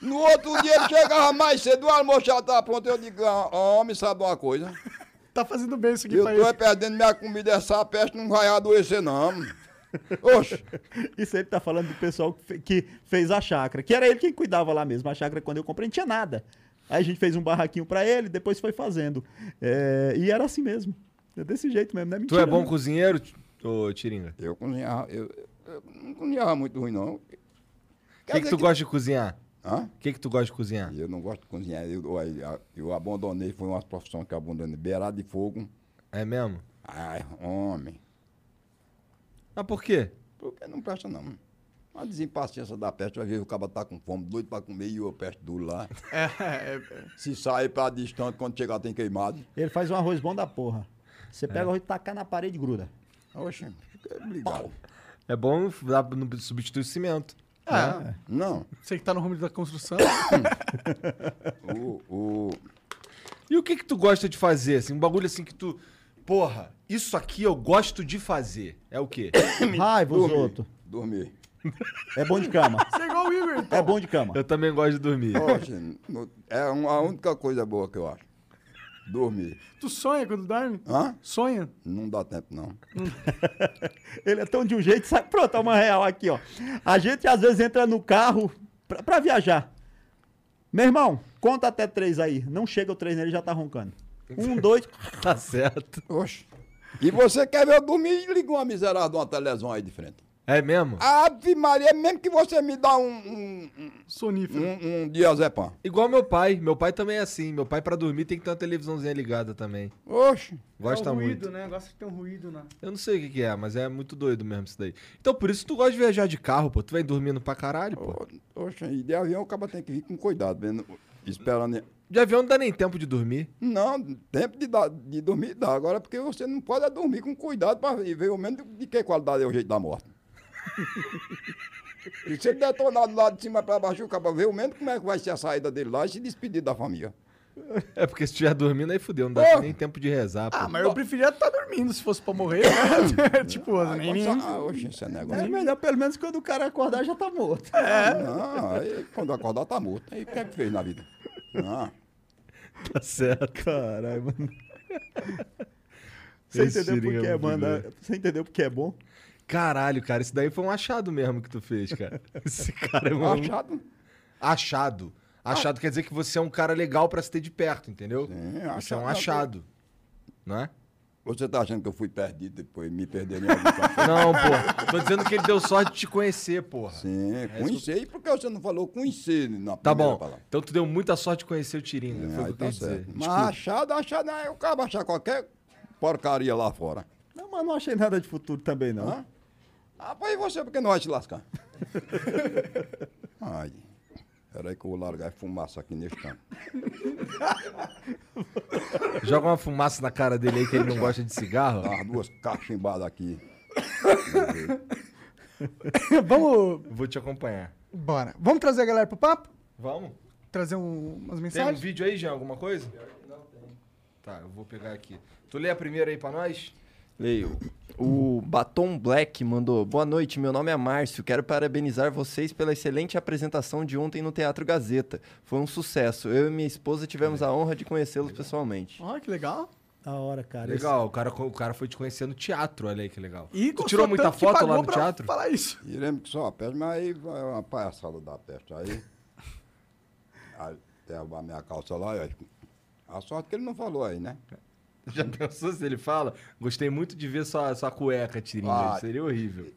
[SPEAKER 4] No outro dia ele chegava mais cedo, o almoço já estava pronto. Eu digo, "Ah, homem, sabe de uma coisa?
[SPEAKER 1] Tá fazendo bem isso aqui
[SPEAKER 4] Eu
[SPEAKER 1] pra
[SPEAKER 4] tô é
[SPEAKER 1] ele.
[SPEAKER 4] perdendo minha comida, essa peste não vai adoecer, não. Oxe,
[SPEAKER 3] Isso aí ele tá falando do pessoal que fe- que fez a chácara, que era ele quem cuidava lá mesmo. A chácara, quando eu comprei, não tinha nada. Aí a gente fez um barraquinho pra ele, depois foi fazendo. É, e era assim mesmo. É desse jeito mesmo, não é
[SPEAKER 2] Tu
[SPEAKER 3] mentira.
[SPEAKER 2] é bom
[SPEAKER 3] não.
[SPEAKER 2] cozinheiro, Ti- ô Tiringa?
[SPEAKER 4] eu cozinhava, eu, eu não cozinhava muito ruim, não.
[SPEAKER 2] O que, que tu gosta de cozinhar?
[SPEAKER 4] Hã?
[SPEAKER 2] O que, que tu gosta de cozinhar?
[SPEAKER 4] Eu não gosto de cozinhar. Eu, eu, eu abandonei, foi uma profissão que eu abandonei. Beirada de fogo.
[SPEAKER 2] É mesmo?
[SPEAKER 4] Ai, homem.
[SPEAKER 2] Mas por quê?
[SPEAKER 4] Porque não presta, não. Uma desimpaciência da peste, às vezes o cabo tá com fome, doido pra comer e o peste duro lá.
[SPEAKER 2] É,
[SPEAKER 4] Se sair pra distante, quando chegar tem queimado.
[SPEAKER 3] Ele faz um arroz bom da porra.
[SPEAKER 2] É.
[SPEAKER 3] Você pega o arroz e tacar na parede e gruda.
[SPEAKER 4] Oxe, fica ligado.
[SPEAKER 2] É bom dar no substituir cimento. É. né?
[SPEAKER 1] Ah,
[SPEAKER 4] Não,
[SPEAKER 1] você que tá no ramo da construção.
[SPEAKER 4] o, o,
[SPEAKER 2] E o que que tu gosta de fazer, assim? Um bagulho assim que tu... Porra, isso aqui eu gosto de fazer. É o quê?
[SPEAKER 3] Raiva, os outros.
[SPEAKER 4] dormir.
[SPEAKER 3] É bom de cama.
[SPEAKER 1] Você é igual o Igor. então.
[SPEAKER 3] É bom de cama.
[SPEAKER 2] eu também gosto de dormir.
[SPEAKER 4] Oxe, no- é uma- a única coisa boa que eu acho. Dormir.
[SPEAKER 1] Tu sonha quando dorme?
[SPEAKER 4] Hã?
[SPEAKER 1] Sonha?
[SPEAKER 4] Não dá tempo, não.
[SPEAKER 3] Ele é tão de um jeito, sabe? Pronto, é uma real aqui, ó. A gente às vezes entra no carro pra, pra viajar. Meu irmão, conta até três aí. Não chega o três nele, já tá roncando. Um, dois.
[SPEAKER 2] Tá certo.
[SPEAKER 4] Oxe. E você quer ver eu dormir? Liga uma miserável de uma televisão aí de frente.
[SPEAKER 2] É mesmo?
[SPEAKER 4] Ave Maria, mesmo que você me dá um, um, um,
[SPEAKER 1] Sonífero.
[SPEAKER 4] um, um diazepam.
[SPEAKER 2] Igual meu pai. Meu pai também é assim. Meu pai, pra dormir, tem que ter uma televisãozinha ligada também.
[SPEAKER 4] Oxe.
[SPEAKER 2] Gosta
[SPEAKER 1] é um
[SPEAKER 2] muito.
[SPEAKER 1] ruído, né? Gosta de ter um ruído, né?
[SPEAKER 2] Eu não sei o que, que é, mas é muito doido mesmo isso daí. Então, por isso que tu gosta de viajar de carro, pô. Tu vai dormindo pra caralho, pô.
[SPEAKER 4] Ô, Oxe, e de avião o cara tem que vir com cuidado, vendo, esperando.
[SPEAKER 2] De avião não dá nem tempo de dormir.
[SPEAKER 4] Não, tempo de, dar- de dormir dá. Agora, porque você não pode é dormir com cuidado para ver o menos de, de que qualidade é o jeito da morte. e se ele detonar do lado de cima para baixo, o cara vê o menos como é que vai ser a saída dele lá e se despedir da família.
[SPEAKER 2] É porque se estiver dormindo, aí fudeu. Não dá
[SPEAKER 4] Porra.
[SPEAKER 2] nem tempo de rezar, pô.
[SPEAKER 1] Ah, mas eu preferia estar dormindo se fosse pra morrer. né? tipo,
[SPEAKER 4] Ah,
[SPEAKER 1] nem
[SPEAKER 4] quando sa- ah, oxe, esse é negócio.
[SPEAKER 3] É melhor, pelo menos quando o cara acordar, já tá morto.
[SPEAKER 2] É.
[SPEAKER 4] Não, aí quando acordar tá morto. Aí o que é que fez na vida? Ah, Não.
[SPEAKER 2] Tá certo.
[SPEAKER 3] Caralho, mano. Você
[SPEAKER 2] Esse
[SPEAKER 3] entendeu por
[SPEAKER 2] seringa
[SPEAKER 3] que
[SPEAKER 2] é
[SPEAKER 3] é,
[SPEAKER 2] muito
[SPEAKER 3] mano?
[SPEAKER 2] doido.
[SPEAKER 3] Você entendeu por que é bom?
[SPEAKER 2] Caralho, cara, isso daí foi um achado mesmo que tu fez, cara. Esse cara é um
[SPEAKER 4] Achado?
[SPEAKER 2] achado. Achado quer dizer que você é um cara legal pra se ter de perto, entendeu?
[SPEAKER 4] Sim,
[SPEAKER 2] Você é um achado.
[SPEAKER 4] achado.
[SPEAKER 2] Não é?
[SPEAKER 4] Você tá achando que eu fui perdido depois me perderam em algum canto?
[SPEAKER 2] Não, pô. Tô dizendo que ele deu sorte de te conhecer, porra.
[SPEAKER 4] Sim, conhecer. E por que você não falou conhecer na primeira
[SPEAKER 2] É, Tá bom.
[SPEAKER 4] palavra?
[SPEAKER 2] Então tu deu muita sorte de conhecer o Tiringa. foi o que eu
[SPEAKER 4] Aí
[SPEAKER 2] quis
[SPEAKER 4] tá
[SPEAKER 2] dizer.
[SPEAKER 4] certo. Mas achado, achado, é o cara achar qualquer porcaria lá fora.
[SPEAKER 3] Não, mas não achei nada de futuro também, não.
[SPEAKER 4] Hã? Ah, pois e você, por que não vai te lascar? Ai, peraí que eu vou largar fumaça aqui neste canto.
[SPEAKER 2] Joga uma fumaça na cara dele aí que ele não gosta de
[SPEAKER 4] Tá
[SPEAKER 2] cigarro.
[SPEAKER 4] umas duas cachimbadas aqui.
[SPEAKER 1] Vamos.
[SPEAKER 2] Vou te acompanhar.
[SPEAKER 1] Bora. Vamos trazer a galera pro papo?
[SPEAKER 2] Vamos?
[SPEAKER 1] Trazer um- umas
[SPEAKER 2] Tem um
[SPEAKER 1] mensagens?
[SPEAKER 2] vídeo aí, Jean? Alguma coisa? Tá, eu vou pegar aqui. Tu lê a primeira aí pra nós?
[SPEAKER 9] Leio. O Batom Black mandou: Boa noite, meu nome é Márcio. Quero parabenizar vocês pela excelente apresentação de ontem no Teatro Gazeta. Foi um sucesso. Eu e minha esposa tivemos a honra de conhecê-los pessoalmente.
[SPEAKER 1] Ó, que legal.
[SPEAKER 3] Da hora, cara.
[SPEAKER 2] Legal, o cara, o cara foi te conhecer no teatro, olha aí que legal.
[SPEAKER 1] E
[SPEAKER 2] tu
[SPEAKER 1] gostou
[SPEAKER 2] tirou muita
[SPEAKER 1] tanto que
[SPEAKER 2] foto lá
[SPEAKER 1] pagou
[SPEAKER 2] no
[SPEAKER 1] pra
[SPEAKER 2] teatro?
[SPEAKER 1] Falar isso.
[SPEAKER 4] E lembro que só a peste, mas aí vai uma palhaçada da peste. Aí, aí derrubar minha calça lá, aí, a sorte que ele não falou aí, né?
[SPEAKER 2] Já pensou se ele fala? Gostei muito de ver sua, sua cueca, Tiringa.
[SPEAKER 4] Ah.
[SPEAKER 2] Seria horrível.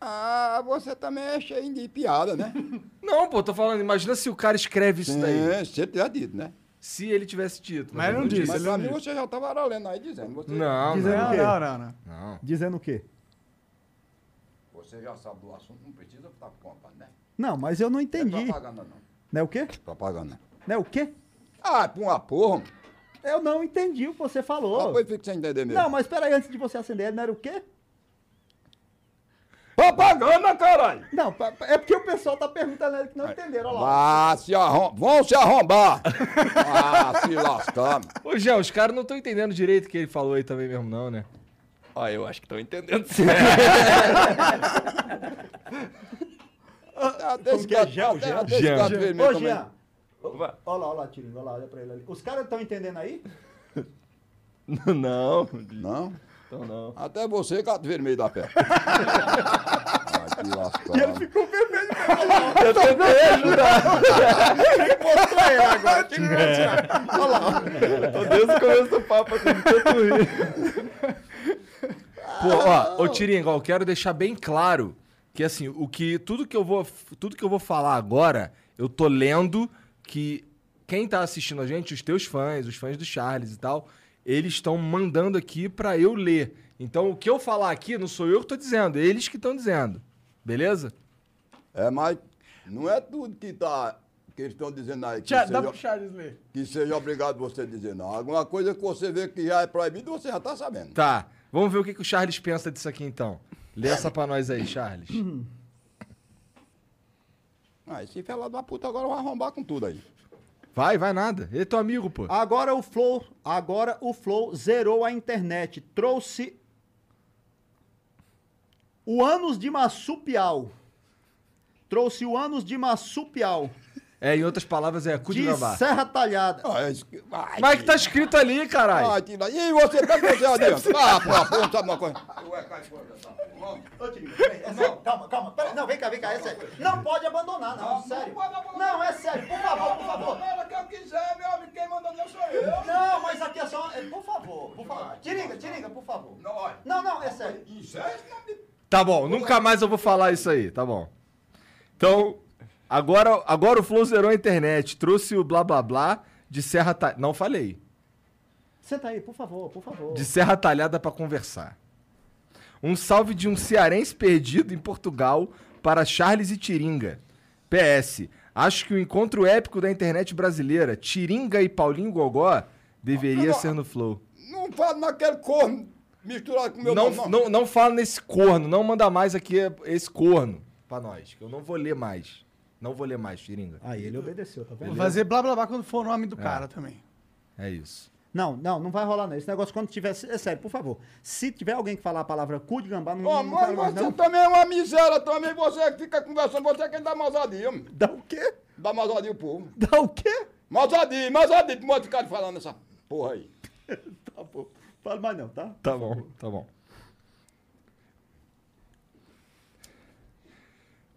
[SPEAKER 4] Ah, você também é cheio de piada, né?
[SPEAKER 2] Não, pô, tô falando, imagina se o cara escreve isso daí.
[SPEAKER 4] Sim, você tinha dito, né?
[SPEAKER 2] Se ele tivesse dito.
[SPEAKER 1] Mas não
[SPEAKER 2] ele
[SPEAKER 1] disse.
[SPEAKER 4] Mas
[SPEAKER 1] Isso,
[SPEAKER 4] pra
[SPEAKER 1] ele
[SPEAKER 4] mim
[SPEAKER 1] não
[SPEAKER 4] você já estava aralhando aí dizendo. Você,
[SPEAKER 2] Não,
[SPEAKER 3] Dizendo
[SPEAKER 2] não.
[SPEAKER 3] o quê?
[SPEAKER 1] não, não, não.
[SPEAKER 2] não.
[SPEAKER 3] Dizendo o quê?
[SPEAKER 4] você já sabe do assunto, não precisa estar contando, né?
[SPEAKER 3] Não, mas eu não entendi.
[SPEAKER 4] Não é propaganda, não.
[SPEAKER 3] Não é o quê?
[SPEAKER 4] Propaganda.
[SPEAKER 3] Não é o quê?
[SPEAKER 4] Ah, pra uma porra. mano.
[SPEAKER 3] Eu não entendi o que você
[SPEAKER 4] Ah,
[SPEAKER 3] falou.
[SPEAKER 4] pois fica sem entender mesmo.
[SPEAKER 3] né, Não, mas peraí, antes de você acender, não era o quê?
[SPEAKER 4] Propaganda, caralho.
[SPEAKER 3] Não, pa- pa- é porque o pessoal tá perguntando ele que não entenderam, olha lá.
[SPEAKER 4] Ah, se arrom... Vão se arrombar. Ah, se lascar.
[SPEAKER 2] Ô, Gé, os caras não estão entendendo direito o que ele falou aí também mesmo, não, né?
[SPEAKER 9] Ó, eu acho que estão entendendo sim.
[SPEAKER 4] Até esse
[SPEAKER 3] que é?
[SPEAKER 4] gato-
[SPEAKER 3] Jean,
[SPEAKER 4] até-
[SPEAKER 3] Jean?
[SPEAKER 4] até esse
[SPEAKER 2] Jean.
[SPEAKER 4] gato
[SPEAKER 2] Jean.
[SPEAKER 4] vermelho
[SPEAKER 3] Ô,
[SPEAKER 4] também.
[SPEAKER 3] Jean. Olha lá, olha lá, Tirinho, olha lá, olha pra ele ali. Os caras estão entendendo aí?
[SPEAKER 9] não,
[SPEAKER 4] Não?
[SPEAKER 9] então não.
[SPEAKER 4] Até você, gato vermelho da pé. Vai te lascar.
[SPEAKER 9] Eu tentei ajudar. Tô desde o começo do papo aqui, tanto rir.
[SPEAKER 2] Pô, ó, ô Tiringa, ó, eu quero deixar bem claro que assim, o que tudo que eu vou tudo que eu vou falar agora, eu tô lendo que quem tá assistindo a gente, os teus fãs, os fãs do Charles e tal, eles estão mandando aqui pra eu ler. Então, o que eu falar aqui não sou eu que tô dizendo, é eles que estão dizendo. Beleza?
[SPEAKER 4] É, mas não é tudo que tá. Que eles estão dizendo aí que,
[SPEAKER 1] Tia, dá
[SPEAKER 3] um
[SPEAKER 4] seja,
[SPEAKER 1] pro Charles ler.
[SPEAKER 4] que seja obrigado você dizer não. Alguma coisa que você vê que já é proibido, você já tá sabendo.
[SPEAKER 2] Tá. Vamos ver o que, que o Charles pensa disso aqui então. Lê essa pra nós aí, Charles.
[SPEAKER 4] Ah, esse filho da puta agora vai arrombar com tudo aí.
[SPEAKER 2] Vai, vai nada. Ele é teu amigo, pô.
[SPEAKER 3] Agora o Flow, agora o Flow zerou a internet, trouxe o Anos de Massupial. Trouxe o Anos de Massupial
[SPEAKER 2] É, em outras palavras, é cu de
[SPEAKER 3] de
[SPEAKER 2] gravar.
[SPEAKER 3] Serra Talhada.
[SPEAKER 4] Ah, esse que- Ai,
[SPEAKER 2] Mas que tá escrito ali, caralho.
[SPEAKER 4] Ai, tira. E você, como é que você adianta? Ah, pô, pô, sabe uma coisa? Ué, cai fora dessa porra.
[SPEAKER 3] Ô, Tirinho, peraí, é sério, calma, calma. peraí, não, vem cá, vem cá, é sério. Não pode abandonar, não, sério. Não, é sério, por favor, por favor.
[SPEAKER 4] Ela que eu quiser, meu amigo, quem mandou não sou eu.
[SPEAKER 3] Não, mas aqui é só. é, Por favor, por favor. Tiringa, tiringa, por favor.
[SPEAKER 4] Não, olha.
[SPEAKER 3] Não, não, é sério.
[SPEAKER 4] Incesto, não me-
[SPEAKER 2] Tá bom, nunca mais eu vou falar isso aí, tá bom. Então, agora, agora o Flow zerou a internet, trouxe o blá blá blá de Serra Talhada. Não falei.
[SPEAKER 3] Senta aí, por favor, por favor.
[SPEAKER 2] De Serra Talhada pra conversar. Um salve de um cearense perdido em Portugal para Charles e Tiringa. PS, acho que o encontro épico da internet brasileira, Tiringa e Paulinho Gogó, deveria
[SPEAKER 4] Não,
[SPEAKER 2] ser no Flow.
[SPEAKER 4] Não fala naquele corno misturado com o meu
[SPEAKER 2] Não,
[SPEAKER 4] nome,
[SPEAKER 2] não, não fala nesse corno, não manda mais aqui esse corno pra nós, que eu não vou ler mais. Não vou ler mais, Tiringa.
[SPEAKER 3] Aí ele obedeceu, tá
[SPEAKER 1] Vou fazer blá blá blá quando for o nome do cara também.
[SPEAKER 2] É isso.
[SPEAKER 3] Não, não, não vai rolar não. Esse negócio quando tiver. É sério, por favor. Se tiver alguém que falar a palavra cu de gambá, não,
[SPEAKER 4] Ô,
[SPEAKER 3] não fala
[SPEAKER 4] mas
[SPEAKER 3] mais,
[SPEAKER 4] você
[SPEAKER 3] não.
[SPEAKER 4] também é uma miséria também, você que fica conversando, você que dá mausadia, homem.
[SPEAKER 3] Dá o quê?
[SPEAKER 4] dá mausadia ao povo.
[SPEAKER 3] Dá o quê?
[SPEAKER 4] Mausadia, mausadia, tu pode ficar falando essa porra aí.
[SPEAKER 3] Tá bom. Fala mais não, tá?
[SPEAKER 2] Tá bom, tá bom.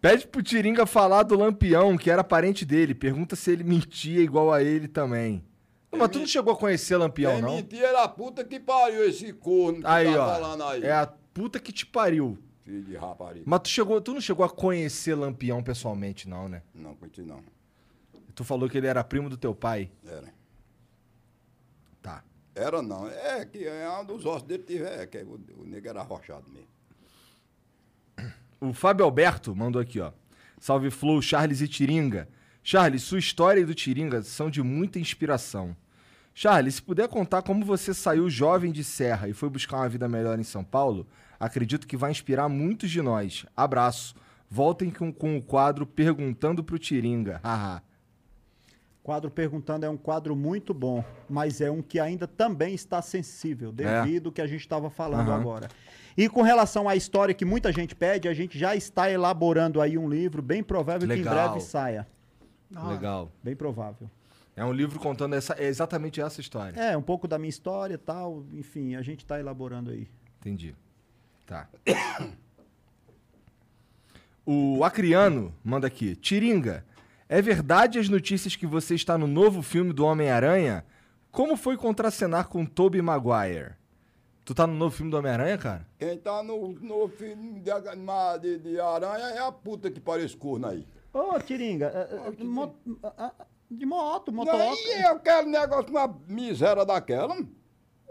[SPEAKER 2] Pede pro Tiringa falar do Lampião, que era parente dele. Pergunta se ele mentia igual a ele também. Não, mas tu não chegou a conhecer Lampião,
[SPEAKER 4] Quem
[SPEAKER 2] não?
[SPEAKER 4] mentia era a É puta que pariu esse corno que
[SPEAKER 2] Aí,
[SPEAKER 4] tá
[SPEAKER 2] ó.
[SPEAKER 4] falando aí.
[SPEAKER 2] É a puta que te pariu.
[SPEAKER 4] Filho de rapariga.
[SPEAKER 2] Mas tu, chegou, tu não chegou a conhecer Lampião pessoalmente, não, né?
[SPEAKER 4] Não, curti não.
[SPEAKER 2] Tu falou que ele era primo do teu pai.
[SPEAKER 4] Era.
[SPEAKER 2] Tá.
[SPEAKER 4] Era não. É que é um dos ossos dele tiver, é, que o, o nego era arrochado mesmo.
[SPEAKER 2] O Fábio Alberto mandou aqui, ó. Salve Flow, Charles e Tiringa. Charles, sua história e do Tiringa são de muita inspiração. Charles, se puder contar como você saiu jovem de Serra e foi buscar uma vida melhor em São Paulo, acredito que vai inspirar muitos de nós. Abraço. Voltem com, com o quadro Perguntando pro Tiringa. Haha.
[SPEAKER 3] Quadro Perguntando é um quadro muito bom, mas é um que ainda também está sensível, devido ao que a gente estava falando
[SPEAKER 2] É. Aham.
[SPEAKER 3] agora. E com relação à história que muita gente pede, a gente já está elaborando aí um livro, bem provável que em
[SPEAKER 2] Legal.
[SPEAKER 3] breve saia.
[SPEAKER 1] Não,
[SPEAKER 2] Legal.
[SPEAKER 3] Bem provável.
[SPEAKER 2] É um livro contando essa, é exatamente essa história.
[SPEAKER 3] É, um pouco da minha história e tal, enfim, a gente está elaborando aí.
[SPEAKER 2] Entendi. Tá. O Acriano manda aqui. Tiringa, é verdade as notícias que você está no novo filme do Homem-Aranha? Como foi contracenar com Tobey Maguire? Tu tá no novo filme do Homem-Aranha, cara?
[SPEAKER 4] Quem tá no, no filme de, aga- ma- de- de aranha é a puta que pariu esse corno aí.
[SPEAKER 3] Ô, Tiringa, é, é, mo- a- a- de moto,
[SPEAKER 4] Não,
[SPEAKER 3] motoca.
[SPEAKER 4] e eu quero um negócio com uma miséria daquela.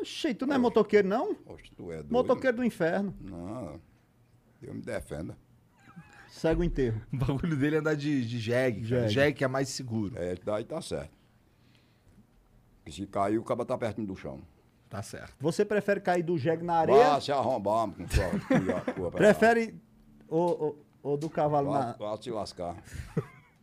[SPEAKER 3] Oxi, tu não é motoqueiro, não?
[SPEAKER 4] Oxe, tu é doido.
[SPEAKER 3] Motoqueiro do inferno.
[SPEAKER 4] Não, eu me defenda.
[SPEAKER 3] Segue o enterro.
[SPEAKER 2] O bagulho dele é andar de, de jegue. cara.
[SPEAKER 3] Jegue.
[SPEAKER 2] Jegue que é mais seguro.
[SPEAKER 4] É, daí tá certo. Porque se cair, o cabo tá pertinho do chão.
[SPEAKER 2] Tá certo.
[SPEAKER 3] Você prefere cair do jegue na areia?
[SPEAKER 4] Vá se arrombar com sua- com a- com a-
[SPEAKER 3] Prefere. Ô, ô, ou do cavalo na.
[SPEAKER 4] Vá te lascar.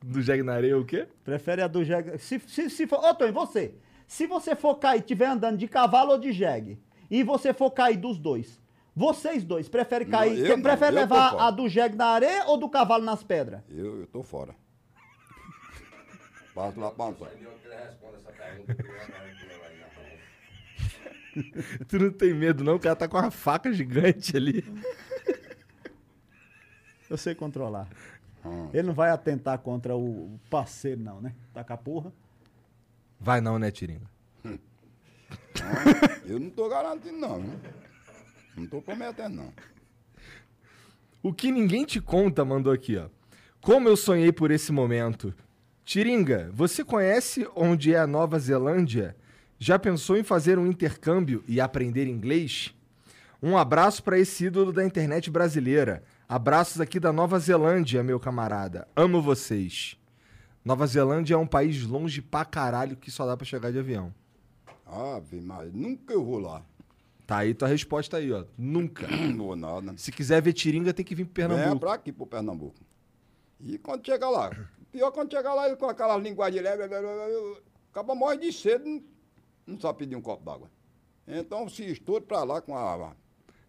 [SPEAKER 2] Do jegue na areia é o quê?
[SPEAKER 3] Prefere a do jegue. Se, se, se for. Ô, Tony, você. Se você for cair e estiver andando de cavalo ou de jegue, e você for cair dos dois, vocês dois, prefere
[SPEAKER 4] Não,
[SPEAKER 3] cair.
[SPEAKER 4] eu
[SPEAKER 3] quem
[SPEAKER 4] não,
[SPEAKER 3] prefere
[SPEAKER 4] eu
[SPEAKER 3] levar
[SPEAKER 4] concordo.
[SPEAKER 3] a do jegue na areia ou do cavalo nas pedras?
[SPEAKER 4] Eu, eu tô fora. Passo lá pra Antônio.
[SPEAKER 2] Tu não tem medo, não? O cara tá com uma faca gigante ali.
[SPEAKER 3] Eu sei controlar.
[SPEAKER 4] Ah.
[SPEAKER 3] Ele não vai atentar contra o parceiro, não, né? Tá com a porra.
[SPEAKER 2] Vai não, né, Tiringa?
[SPEAKER 4] Eu não tô garantindo, não. viu? Não tô prometendo, não.
[SPEAKER 2] O que ninguém te conta mandou aqui, ó. Como eu sonhei por esse momento. Tiringa, você conhece onde é a Nova Zelândia? Já pensou em fazer um intercâmbio e aprender inglês? Um abraço pra esse ídolo da internet brasileira. Abraços aqui da Nova Zelândia, meu camarada. Amo vocês. Nova Zelândia é um país longe pra caralho que só dá pra chegar de avião.
[SPEAKER 4] Ave Maria, nunca eu vou lá.
[SPEAKER 2] Tá aí tua resposta aí, ó. Nunca.
[SPEAKER 4] Não vou nada.
[SPEAKER 2] Se quiser ver Tiringa, tem que vir pro
[SPEAKER 4] Venha
[SPEAKER 2] Pernambuco.
[SPEAKER 4] É, pra aqui, pro Pernambuco. E quando chega lá, pior quando chega lá, ele com aquela linguagem leve, leve, leve, leve, acaba morre de sede, não- não sabe pedir um copo d'água. Então se estoura pra lá com a.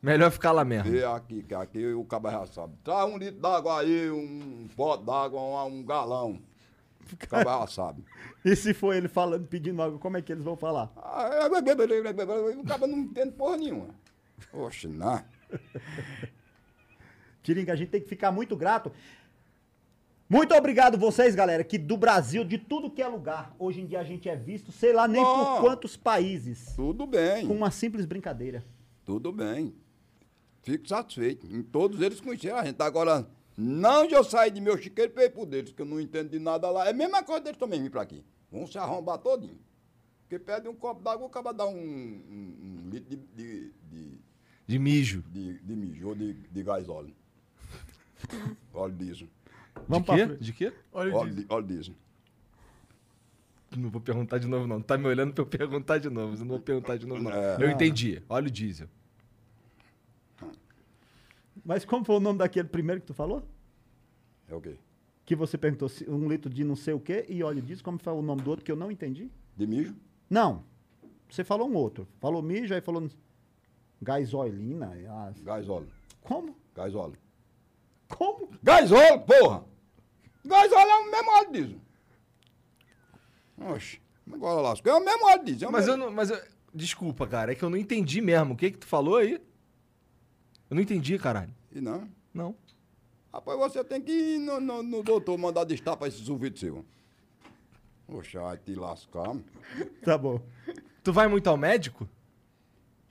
[SPEAKER 2] Melhor ficar lá mesmo.
[SPEAKER 4] Vê aqui, que aqui o caba já sabe. Traz um litro d'água aí, um pote d'água, um, um galão. O caba já sabe.
[SPEAKER 3] E se for ele falando, pedindo água, como é que eles vão falar?
[SPEAKER 4] Ah, é, blá, blá, blá, blá, blá, blá, blá, O caba não entende porra nenhuma. Oxe, não.
[SPEAKER 3] Tiringa, a gente tem que ficar muito grato. Muito obrigado vocês, galera, que do Brasil, de tudo que é lugar, hoje em dia a gente é visto, sei lá nem por
[SPEAKER 4] Bom.
[SPEAKER 3] quantos países,
[SPEAKER 4] Tudo
[SPEAKER 3] com
[SPEAKER 4] bem,
[SPEAKER 3] uma simples brincadeira.
[SPEAKER 4] tudo bem. Fico satisfeito. Em todos eles conheceram a gente. Agora, não de eu sair de meu chiqueiro para ir pro deles, que eu não entendo de nada lá. É a mesma coisa deles também vir para aqui. Vão se arrombar todinho. Porque pede um copo d'água, o cara dá um, um- um litro de, de, de,
[SPEAKER 2] De mijo.
[SPEAKER 4] de, de mijo ou de, de gás óleo. Óleo diesel.
[SPEAKER 3] Vamos
[SPEAKER 2] de
[SPEAKER 3] pra
[SPEAKER 2] quê?
[SPEAKER 3] frente.
[SPEAKER 2] De quê?
[SPEAKER 1] Olha o
[SPEAKER 4] Óleo,
[SPEAKER 1] Disney.
[SPEAKER 4] di- óleo diesel.
[SPEAKER 2] Não vou perguntar de novo, não. Tá me olhando pra eu perguntar de novo. mas Eu não vou perguntar de novo, não.
[SPEAKER 4] É.
[SPEAKER 2] Eu entendi. Olha o diesel.
[SPEAKER 3] Mas como foi o nome daquele primeiro que tu falou?
[SPEAKER 4] É o quê?
[SPEAKER 3] Que você perguntou se- um litro de não sei o quê e olha disso, como foi o nome do outro que eu não entendi?
[SPEAKER 4] De mijo?
[SPEAKER 3] Não, você falou um outro. Falou mijo, aí falou gasolina. ah,
[SPEAKER 4] Gás óleo.
[SPEAKER 3] Como?
[SPEAKER 4] Gás óleo.
[SPEAKER 3] Como?
[SPEAKER 4] Gasóleo, porra! Gasóleo é o mesmo óleo diesel. Oxe, agora lascou. É o mesmo óleo diesel. é o
[SPEAKER 2] Mas eu
[SPEAKER 4] mesmo.
[SPEAKER 2] não. Mas eu- Desculpa, cara. É que eu não entendi mesmo. O que que tu falou aí? Eu não entendi, caralho.
[SPEAKER 4] E não.
[SPEAKER 2] Não.
[SPEAKER 4] Rapaz, você tem que ir no, no, no doutor mandar destapar esses ouvidos seus. Oxe, vai te lascar.
[SPEAKER 3] Tá bom.
[SPEAKER 2] Tu vai muito ao médico?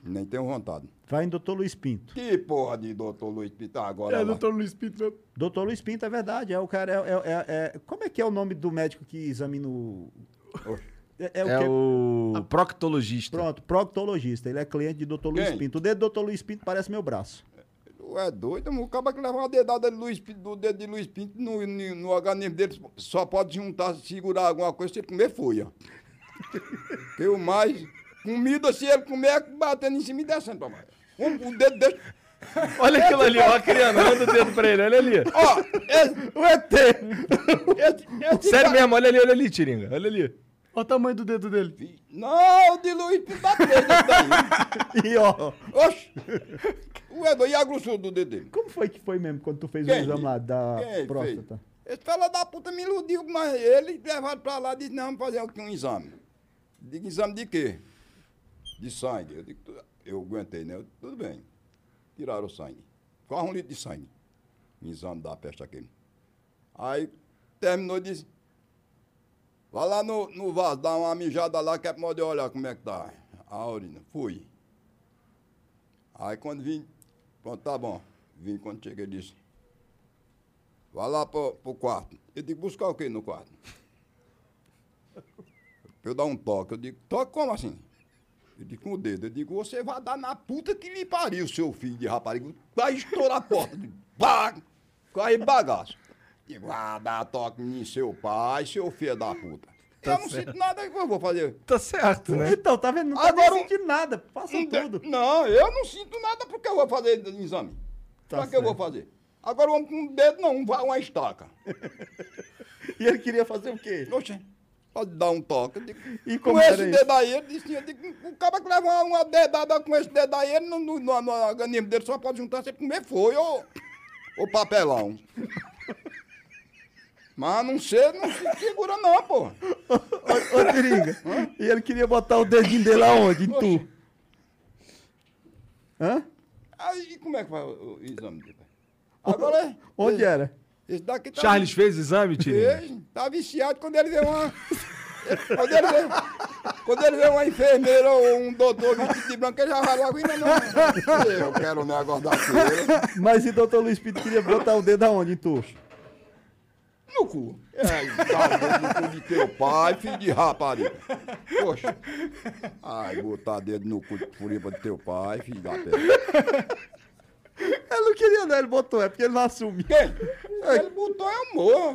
[SPEAKER 4] Nem tenho vontade.
[SPEAKER 3] Vai em doutor Luiz Pinto.
[SPEAKER 4] Que porra de doutor Luiz Pita agora?
[SPEAKER 1] É,
[SPEAKER 4] lá?
[SPEAKER 1] doutor Luiz Pinto. né?
[SPEAKER 3] Doutor Luiz Pinto, é verdade. É o cara. É, é- é- é- como é que é o nome do médico que examina o. É, é o quê?
[SPEAKER 2] o proctologista.
[SPEAKER 3] Pronto, proctologista. Ele é cliente de Doutor Luiz
[SPEAKER 4] Quem?
[SPEAKER 3] Pinto. O dedo do Dr. Luiz Pinto parece meu braço.
[SPEAKER 4] Tu é doido, amor. O cara que levar uma dedada de Luiz Pinto, do dedo de Luiz Pinto no, no, no organismo dele, só pode juntar, segurar alguma coisa se ele comer folha. que o mais. Comida, se ele comer, é batendo em cima e descendo pra mais. Um, o dedo dele.
[SPEAKER 2] Olha aquilo ali, ó. A criança. Manda o dedo pra ele. Olha ali.
[SPEAKER 4] Ó! Esse,
[SPEAKER 2] O ET.
[SPEAKER 4] esse, esse
[SPEAKER 2] Sério
[SPEAKER 4] cara-
[SPEAKER 2] mesmo. Olha ali, olha ali, Tiringa. Olha ali.
[SPEAKER 1] Olha o tamanho do dedo dele.
[SPEAKER 4] Não, de Luiz Pinto tá dá três dedos
[SPEAKER 3] E ó,
[SPEAKER 4] aí. Oxe! O Edu, e a grossura do dedo dele?
[SPEAKER 3] como foi que foi mesmo quando tu fez o
[SPEAKER 4] Quem?
[SPEAKER 3] exame lá da
[SPEAKER 4] Quem
[SPEAKER 3] próstata?
[SPEAKER 4] fez? Esse fela da puta me iludiu, mas ele levaram pra lá e disse, não, vamos fazer aqui um exame. Digo, exame de quê? De sangue. Eu digo, "Tu- eu aguentei, né? Eu, Tudo bem. Tiraram o sangue. Quase um litro de sangue. Um exame da peste aqui. Aí terminou e disse, vai lá no, no vaso, dá uma mijada lá, que é pra modo de olhar como é que tá. A urina. Fui. Aí quando vim, pronto, tá bom. Vim quando cheguei, disse, Vai lá pro, pro quarto. Eu digo, buscar o quê no quarto? Eu dar um toque. Eu digo, toque como assim? Eu digo, com o dedo. Eu digo, você vai dar na puta que lhe pariu, seu filho de rapariga. Vai estourar a porta. Pá! Cai bagaço. Digo, ah, dá toque em seu pai, seu filho da puta.
[SPEAKER 3] Tá
[SPEAKER 4] eu não sinto nada, o que eu vou fazer?
[SPEAKER 2] Tá certo, né?
[SPEAKER 3] Então, tá vendo? Não tá nem
[SPEAKER 4] Agora um- Então-
[SPEAKER 3] sentindo nada. Faça
[SPEAKER 4] Não,
[SPEAKER 3] é tudo.
[SPEAKER 4] Não, eu não sinto nada porque eu vou fazer exame.
[SPEAKER 3] Tá
[SPEAKER 4] pra que eu vou
[SPEAKER 3] certo.
[SPEAKER 4] fazer? Agora o homem com um dedo não, vai uma estaca.
[SPEAKER 3] E ele queria fazer o quê?
[SPEAKER 4] Oxe, pode dar um toque. Eu digo,
[SPEAKER 3] E como
[SPEAKER 4] com esse
[SPEAKER 3] era isso?
[SPEAKER 4] dedo aí, ele disse, eu digo, o cara que leva uma, uma dedada com esse dedo aí, ele no, no, no, no organismo dele só pode juntar sempre comer foi, ô, ô papelão. Mas não sei, não se segura não,
[SPEAKER 3] Ô,
[SPEAKER 4] pô.
[SPEAKER 3] ô, Tiringa, e ele queria botar o dedinho dele aonde? Em tu? Hã?
[SPEAKER 4] Aí como é que faz o, o exame dele? Agora, é,
[SPEAKER 3] Onde é? era?
[SPEAKER 4] esse daqui tá...
[SPEAKER 2] Charles fez o exame, Tiringa?
[SPEAKER 4] Ele tá viciado quando ele vê uma. Quando ele vê, quando ele vê uma enfermeira ou um doutor vestido de branco, ele já vai logo ainda não. Eu quero o negócio daquele.
[SPEAKER 3] Mas e o doutor Luiz Pinto queria botar o dedo aonde? Em tu?
[SPEAKER 4] No cu. É, talvez no cu de teu pai, filho de rapariga. Poxa. Ai, botar dedo no cu de furiba de teu pai, filho da pedra.
[SPEAKER 3] Ele não queria não, ele botou, é porque ele não assume.
[SPEAKER 4] Ele botou é amor.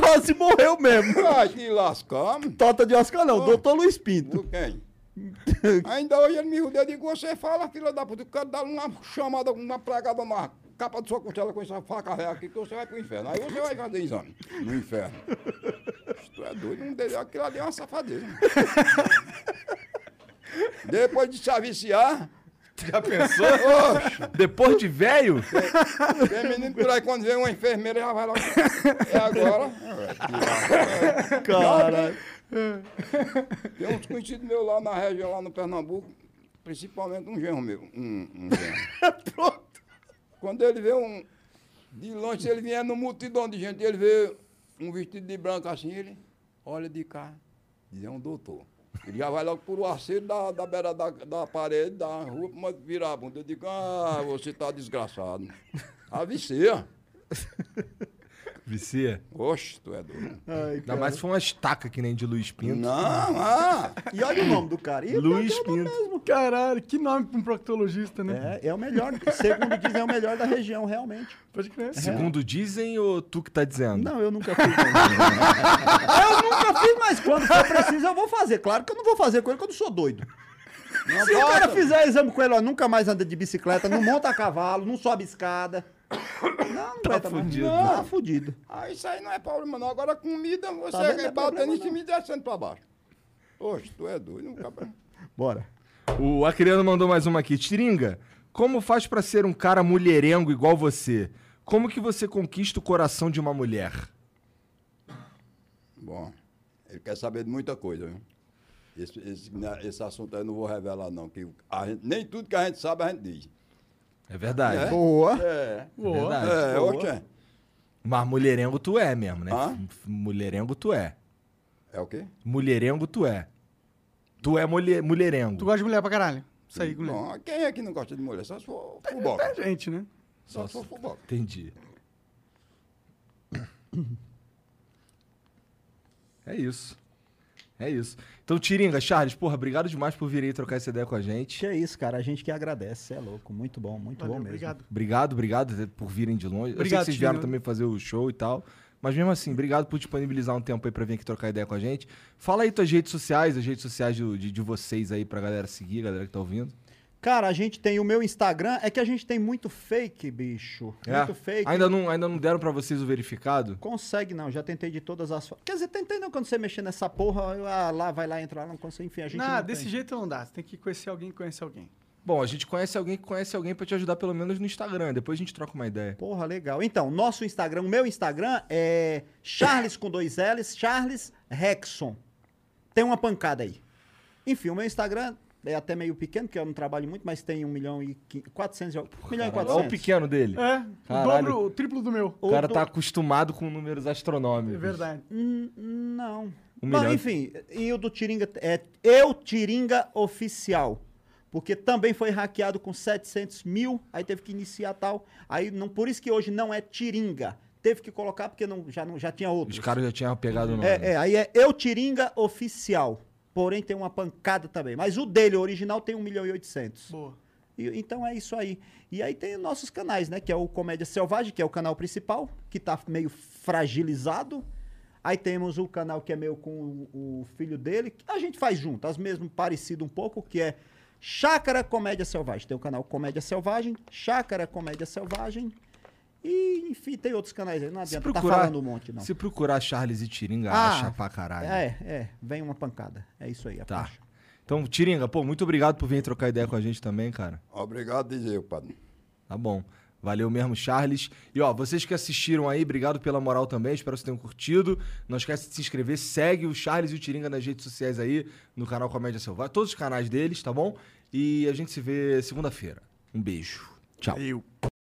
[SPEAKER 3] Quase morreu mesmo.
[SPEAKER 4] Ai, que lascamos.
[SPEAKER 3] Tota de Oscar não, doutor Luiz Pinto.
[SPEAKER 4] Quem? Ainda hoje ele me rodeia, eu digo, você fala, filha da puta, eu quero dar uma chamada, uma pregada na capa de sua costela com essa faca ré aqui, que você vai pro inferno. Aí você vai fazer exame no inferno. Isso tu é doido, não deu, aquilo ali é uma safadeza. Depois de se aviciar,
[SPEAKER 2] Já pensou?
[SPEAKER 4] oxe,
[SPEAKER 2] Depois de velho?
[SPEAKER 4] tem menino por aí, quando vem uma enfermeira, já vai lá. É agora. É,
[SPEAKER 3] Caralho.
[SPEAKER 4] Tem uns conhecidos meus lá na região, lá no Pernambuco, principalmente um genro meu. Um, um genro. Quando ele vê um. De longe, se ele vier no multidão de gente, ele vê um vestido de branco assim, ele olha de cá, diz, é um doutor. Ele já vai logo por o arceiro da, da beira da, da parede, da rua, mas virar a bunda. Eu digo, ah, você tá desgraçado. A vicia.
[SPEAKER 2] Vicia.
[SPEAKER 4] Oxe, tu é doido.
[SPEAKER 3] Ai,
[SPEAKER 2] Ainda mais se foi uma estaca que nem de Luiz Pinto.
[SPEAKER 4] Não, ah,
[SPEAKER 3] E olha o nome do cara. E
[SPEAKER 2] Luiz
[SPEAKER 3] tá
[SPEAKER 2] Pinto.
[SPEAKER 1] Caralho, que nome pra um proctologista, né?
[SPEAKER 3] É, é o melhor. Segundo dizem, é o melhor da região, realmente.
[SPEAKER 1] Pode crer.
[SPEAKER 2] Segundo dizem ou tu que tá dizendo?
[SPEAKER 3] Não, eu nunca fiz. não. eu nunca fiz, mas quando for preciso, eu vou fazer. Claro que eu não vou fazer com ele, que eu não sou doido. Se o cara fizer exame com ele, ó, nunca mais anda de bicicleta, não monta a cavalo, não sobe escada. Não, não tá
[SPEAKER 2] fudido.
[SPEAKER 3] Mais. Não, tá fudido.
[SPEAKER 4] Ah, isso aí não é problema, não. Agora comida, você
[SPEAKER 3] Tá vendo? Não é
[SPEAKER 4] batendo em
[SPEAKER 3] problema,
[SPEAKER 4] cima e descendo pra baixo. Oxe, tu é doido, nunca.
[SPEAKER 3] Bora.
[SPEAKER 2] O Acriano mandou mais uma aqui. Tiringa, como faz pra ser um cara mulherengo igual você? Como que você conquista o coração de uma mulher?
[SPEAKER 4] Bom, ele quer saber de muita coisa, viu? Esse, esse, na- esse assunto aí eu não vou revelar, não. Que a gente- nem tudo que a gente sabe a gente diz.
[SPEAKER 2] É verdade.
[SPEAKER 4] É.
[SPEAKER 3] Boa.
[SPEAKER 4] É.
[SPEAKER 1] Boa.
[SPEAKER 2] Verdade.
[SPEAKER 4] É, ok.
[SPEAKER 2] Mas mulherengo tu é mesmo, né?
[SPEAKER 4] Hã?
[SPEAKER 2] F- Mulherengo tu é.
[SPEAKER 4] É o quê?
[SPEAKER 2] Mulherengo tu é. Tu é mulher, mulherengo.
[SPEAKER 1] Tu gosta de mulher pra caralho?
[SPEAKER 4] Tá
[SPEAKER 1] Isso aí, mulher.
[SPEAKER 4] Bom, quem é que não gosta de mulher? Só se for futebol.
[SPEAKER 1] É gente, né?
[SPEAKER 4] Só se for futebol.
[SPEAKER 2] Entendi. É isso. É isso. Então, Tiringa, Charles, porra, obrigado demais por vir aí trocar essa ideia com a gente.
[SPEAKER 3] Que é isso, cara. A gente que agradece. Cê é louco. Muito bom, muito
[SPEAKER 1] Valeu,
[SPEAKER 3] bom mesmo.
[SPEAKER 1] obrigado.
[SPEAKER 2] Obrigado, obrigado por virem de longe. eu sei que
[SPEAKER 1] Obrigado,
[SPEAKER 2] vocês vieram
[SPEAKER 1] Tiringa.
[SPEAKER 2] também fazer o show e tal. Mas mesmo assim, obrigado por disponibilizar um tempo aí pra vir aqui trocar ideia com a gente. Fala aí tuas redes sociais, as redes sociais do- de, de vocês aí pra galera seguir, galera que tá ouvindo.
[SPEAKER 3] Cara, a gente tem o meu Instagram. É que a gente tem muito fake, bicho.
[SPEAKER 1] É?
[SPEAKER 3] É. Muito fake.
[SPEAKER 2] Ainda não, ainda não deram pra vocês o verificado?
[SPEAKER 3] Consegue não, já tentei de todas as formas. Quer dizer, tentei não quando você mexer nessa porra, eu, ah, lá, vai lá, entra lá, não consegue, enfim, a gente
[SPEAKER 1] Não,
[SPEAKER 3] não
[SPEAKER 1] desse
[SPEAKER 3] tem.
[SPEAKER 1] jeito não dá. Você tem que conhecer alguém que conhece alguém.
[SPEAKER 2] Bom, a gente conhece alguém que conhece alguém pra te ajudar pelo menos no Instagram. Depois a gente troca uma ideia.
[SPEAKER 3] Porra, legal. Então, nosso Instagram, o meu Instagram é Charles com dois L's, Charles Rexon. Tem uma pancada aí. Enfim, o meu Instagram é até meio pequeno, porque eu não trabalho muito, mas tem 1 milhão e quin- 400 e... al- 1 milhão
[SPEAKER 2] Olha
[SPEAKER 3] e
[SPEAKER 2] o
[SPEAKER 3] 400.
[SPEAKER 2] pequeno dele.
[SPEAKER 1] É, o
[SPEAKER 2] Caralho.
[SPEAKER 1] dobro, o triplo do meu.
[SPEAKER 2] O cara tá acostumado com números
[SPEAKER 1] É
[SPEAKER 2] astronômicos.
[SPEAKER 1] verdade.
[SPEAKER 3] Hum, Não.
[SPEAKER 2] Um
[SPEAKER 3] Não,
[SPEAKER 2] milhão.
[SPEAKER 3] enfim, e o do Tiringa é Eu Tiringa Oficial. Porque também foi hackeado com 700 mil, aí teve que iniciar tal. Aí não, por isso que hoje não é Tiringa. Teve que colocar porque não, já, não, já tinha outros.
[SPEAKER 2] Os caras já tinham pegado o nome.
[SPEAKER 3] É, é, aí é Eu Tiringa Oficial. Porém tem uma pancada também. Mas o dele, o original, tem 1 milhão e 800.
[SPEAKER 1] Boa.
[SPEAKER 3] E- então é isso aí. E aí tem nossos canais, né? Que é o Comédia Selvagem, que é o canal principal, que tá meio fragilizado. Aí temos o canal que é meu com o, o filho dele. que A gente faz junto, as mesmo parecido um pouco, que é Chácara Comédia Selvagem. Tem o canal Comédia Selvagem, Chácara Comédia Selvagem. E, enfim, tem outros canais aí. Não
[SPEAKER 2] Se
[SPEAKER 3] adianta
[SPEAKER 2] procurar,
[SPEAKER 3] tá falando um monte, não.
[SPEAKER 2] se procurar Charles e Tiringa,
[SPEAKER 3] Ah,
[SPEAKER 2] acha pra caralho.
[SPEAKER 3] É, é. Vem uma pancada. É isso aí.
[SPEAKER 2] Tá.
[SPEAKER 3] apaixona.
[SPEAKER 2] Então, Tiringa, pô, muito obrigado por vir trocar ideia com a gente também, cara.
[SPEAKER 4] Obrigado, diz eu, padre.
[SPEAKER 2] Tá bom. Valeu mesmo, Charles. E ó, vocês que assistiram aí, obrigado pela moral também. Espero que vocês tenham curtido. Não esquece de se inscrever. Segue o Charles e o Tiringa nas redes sociais aí, no canal Comédia Selvagem. Todos os canais deles, tá bom? E a gente se vê segunda-feira. Um beijo. Tchau.
[SPEAKER 5] Valeu.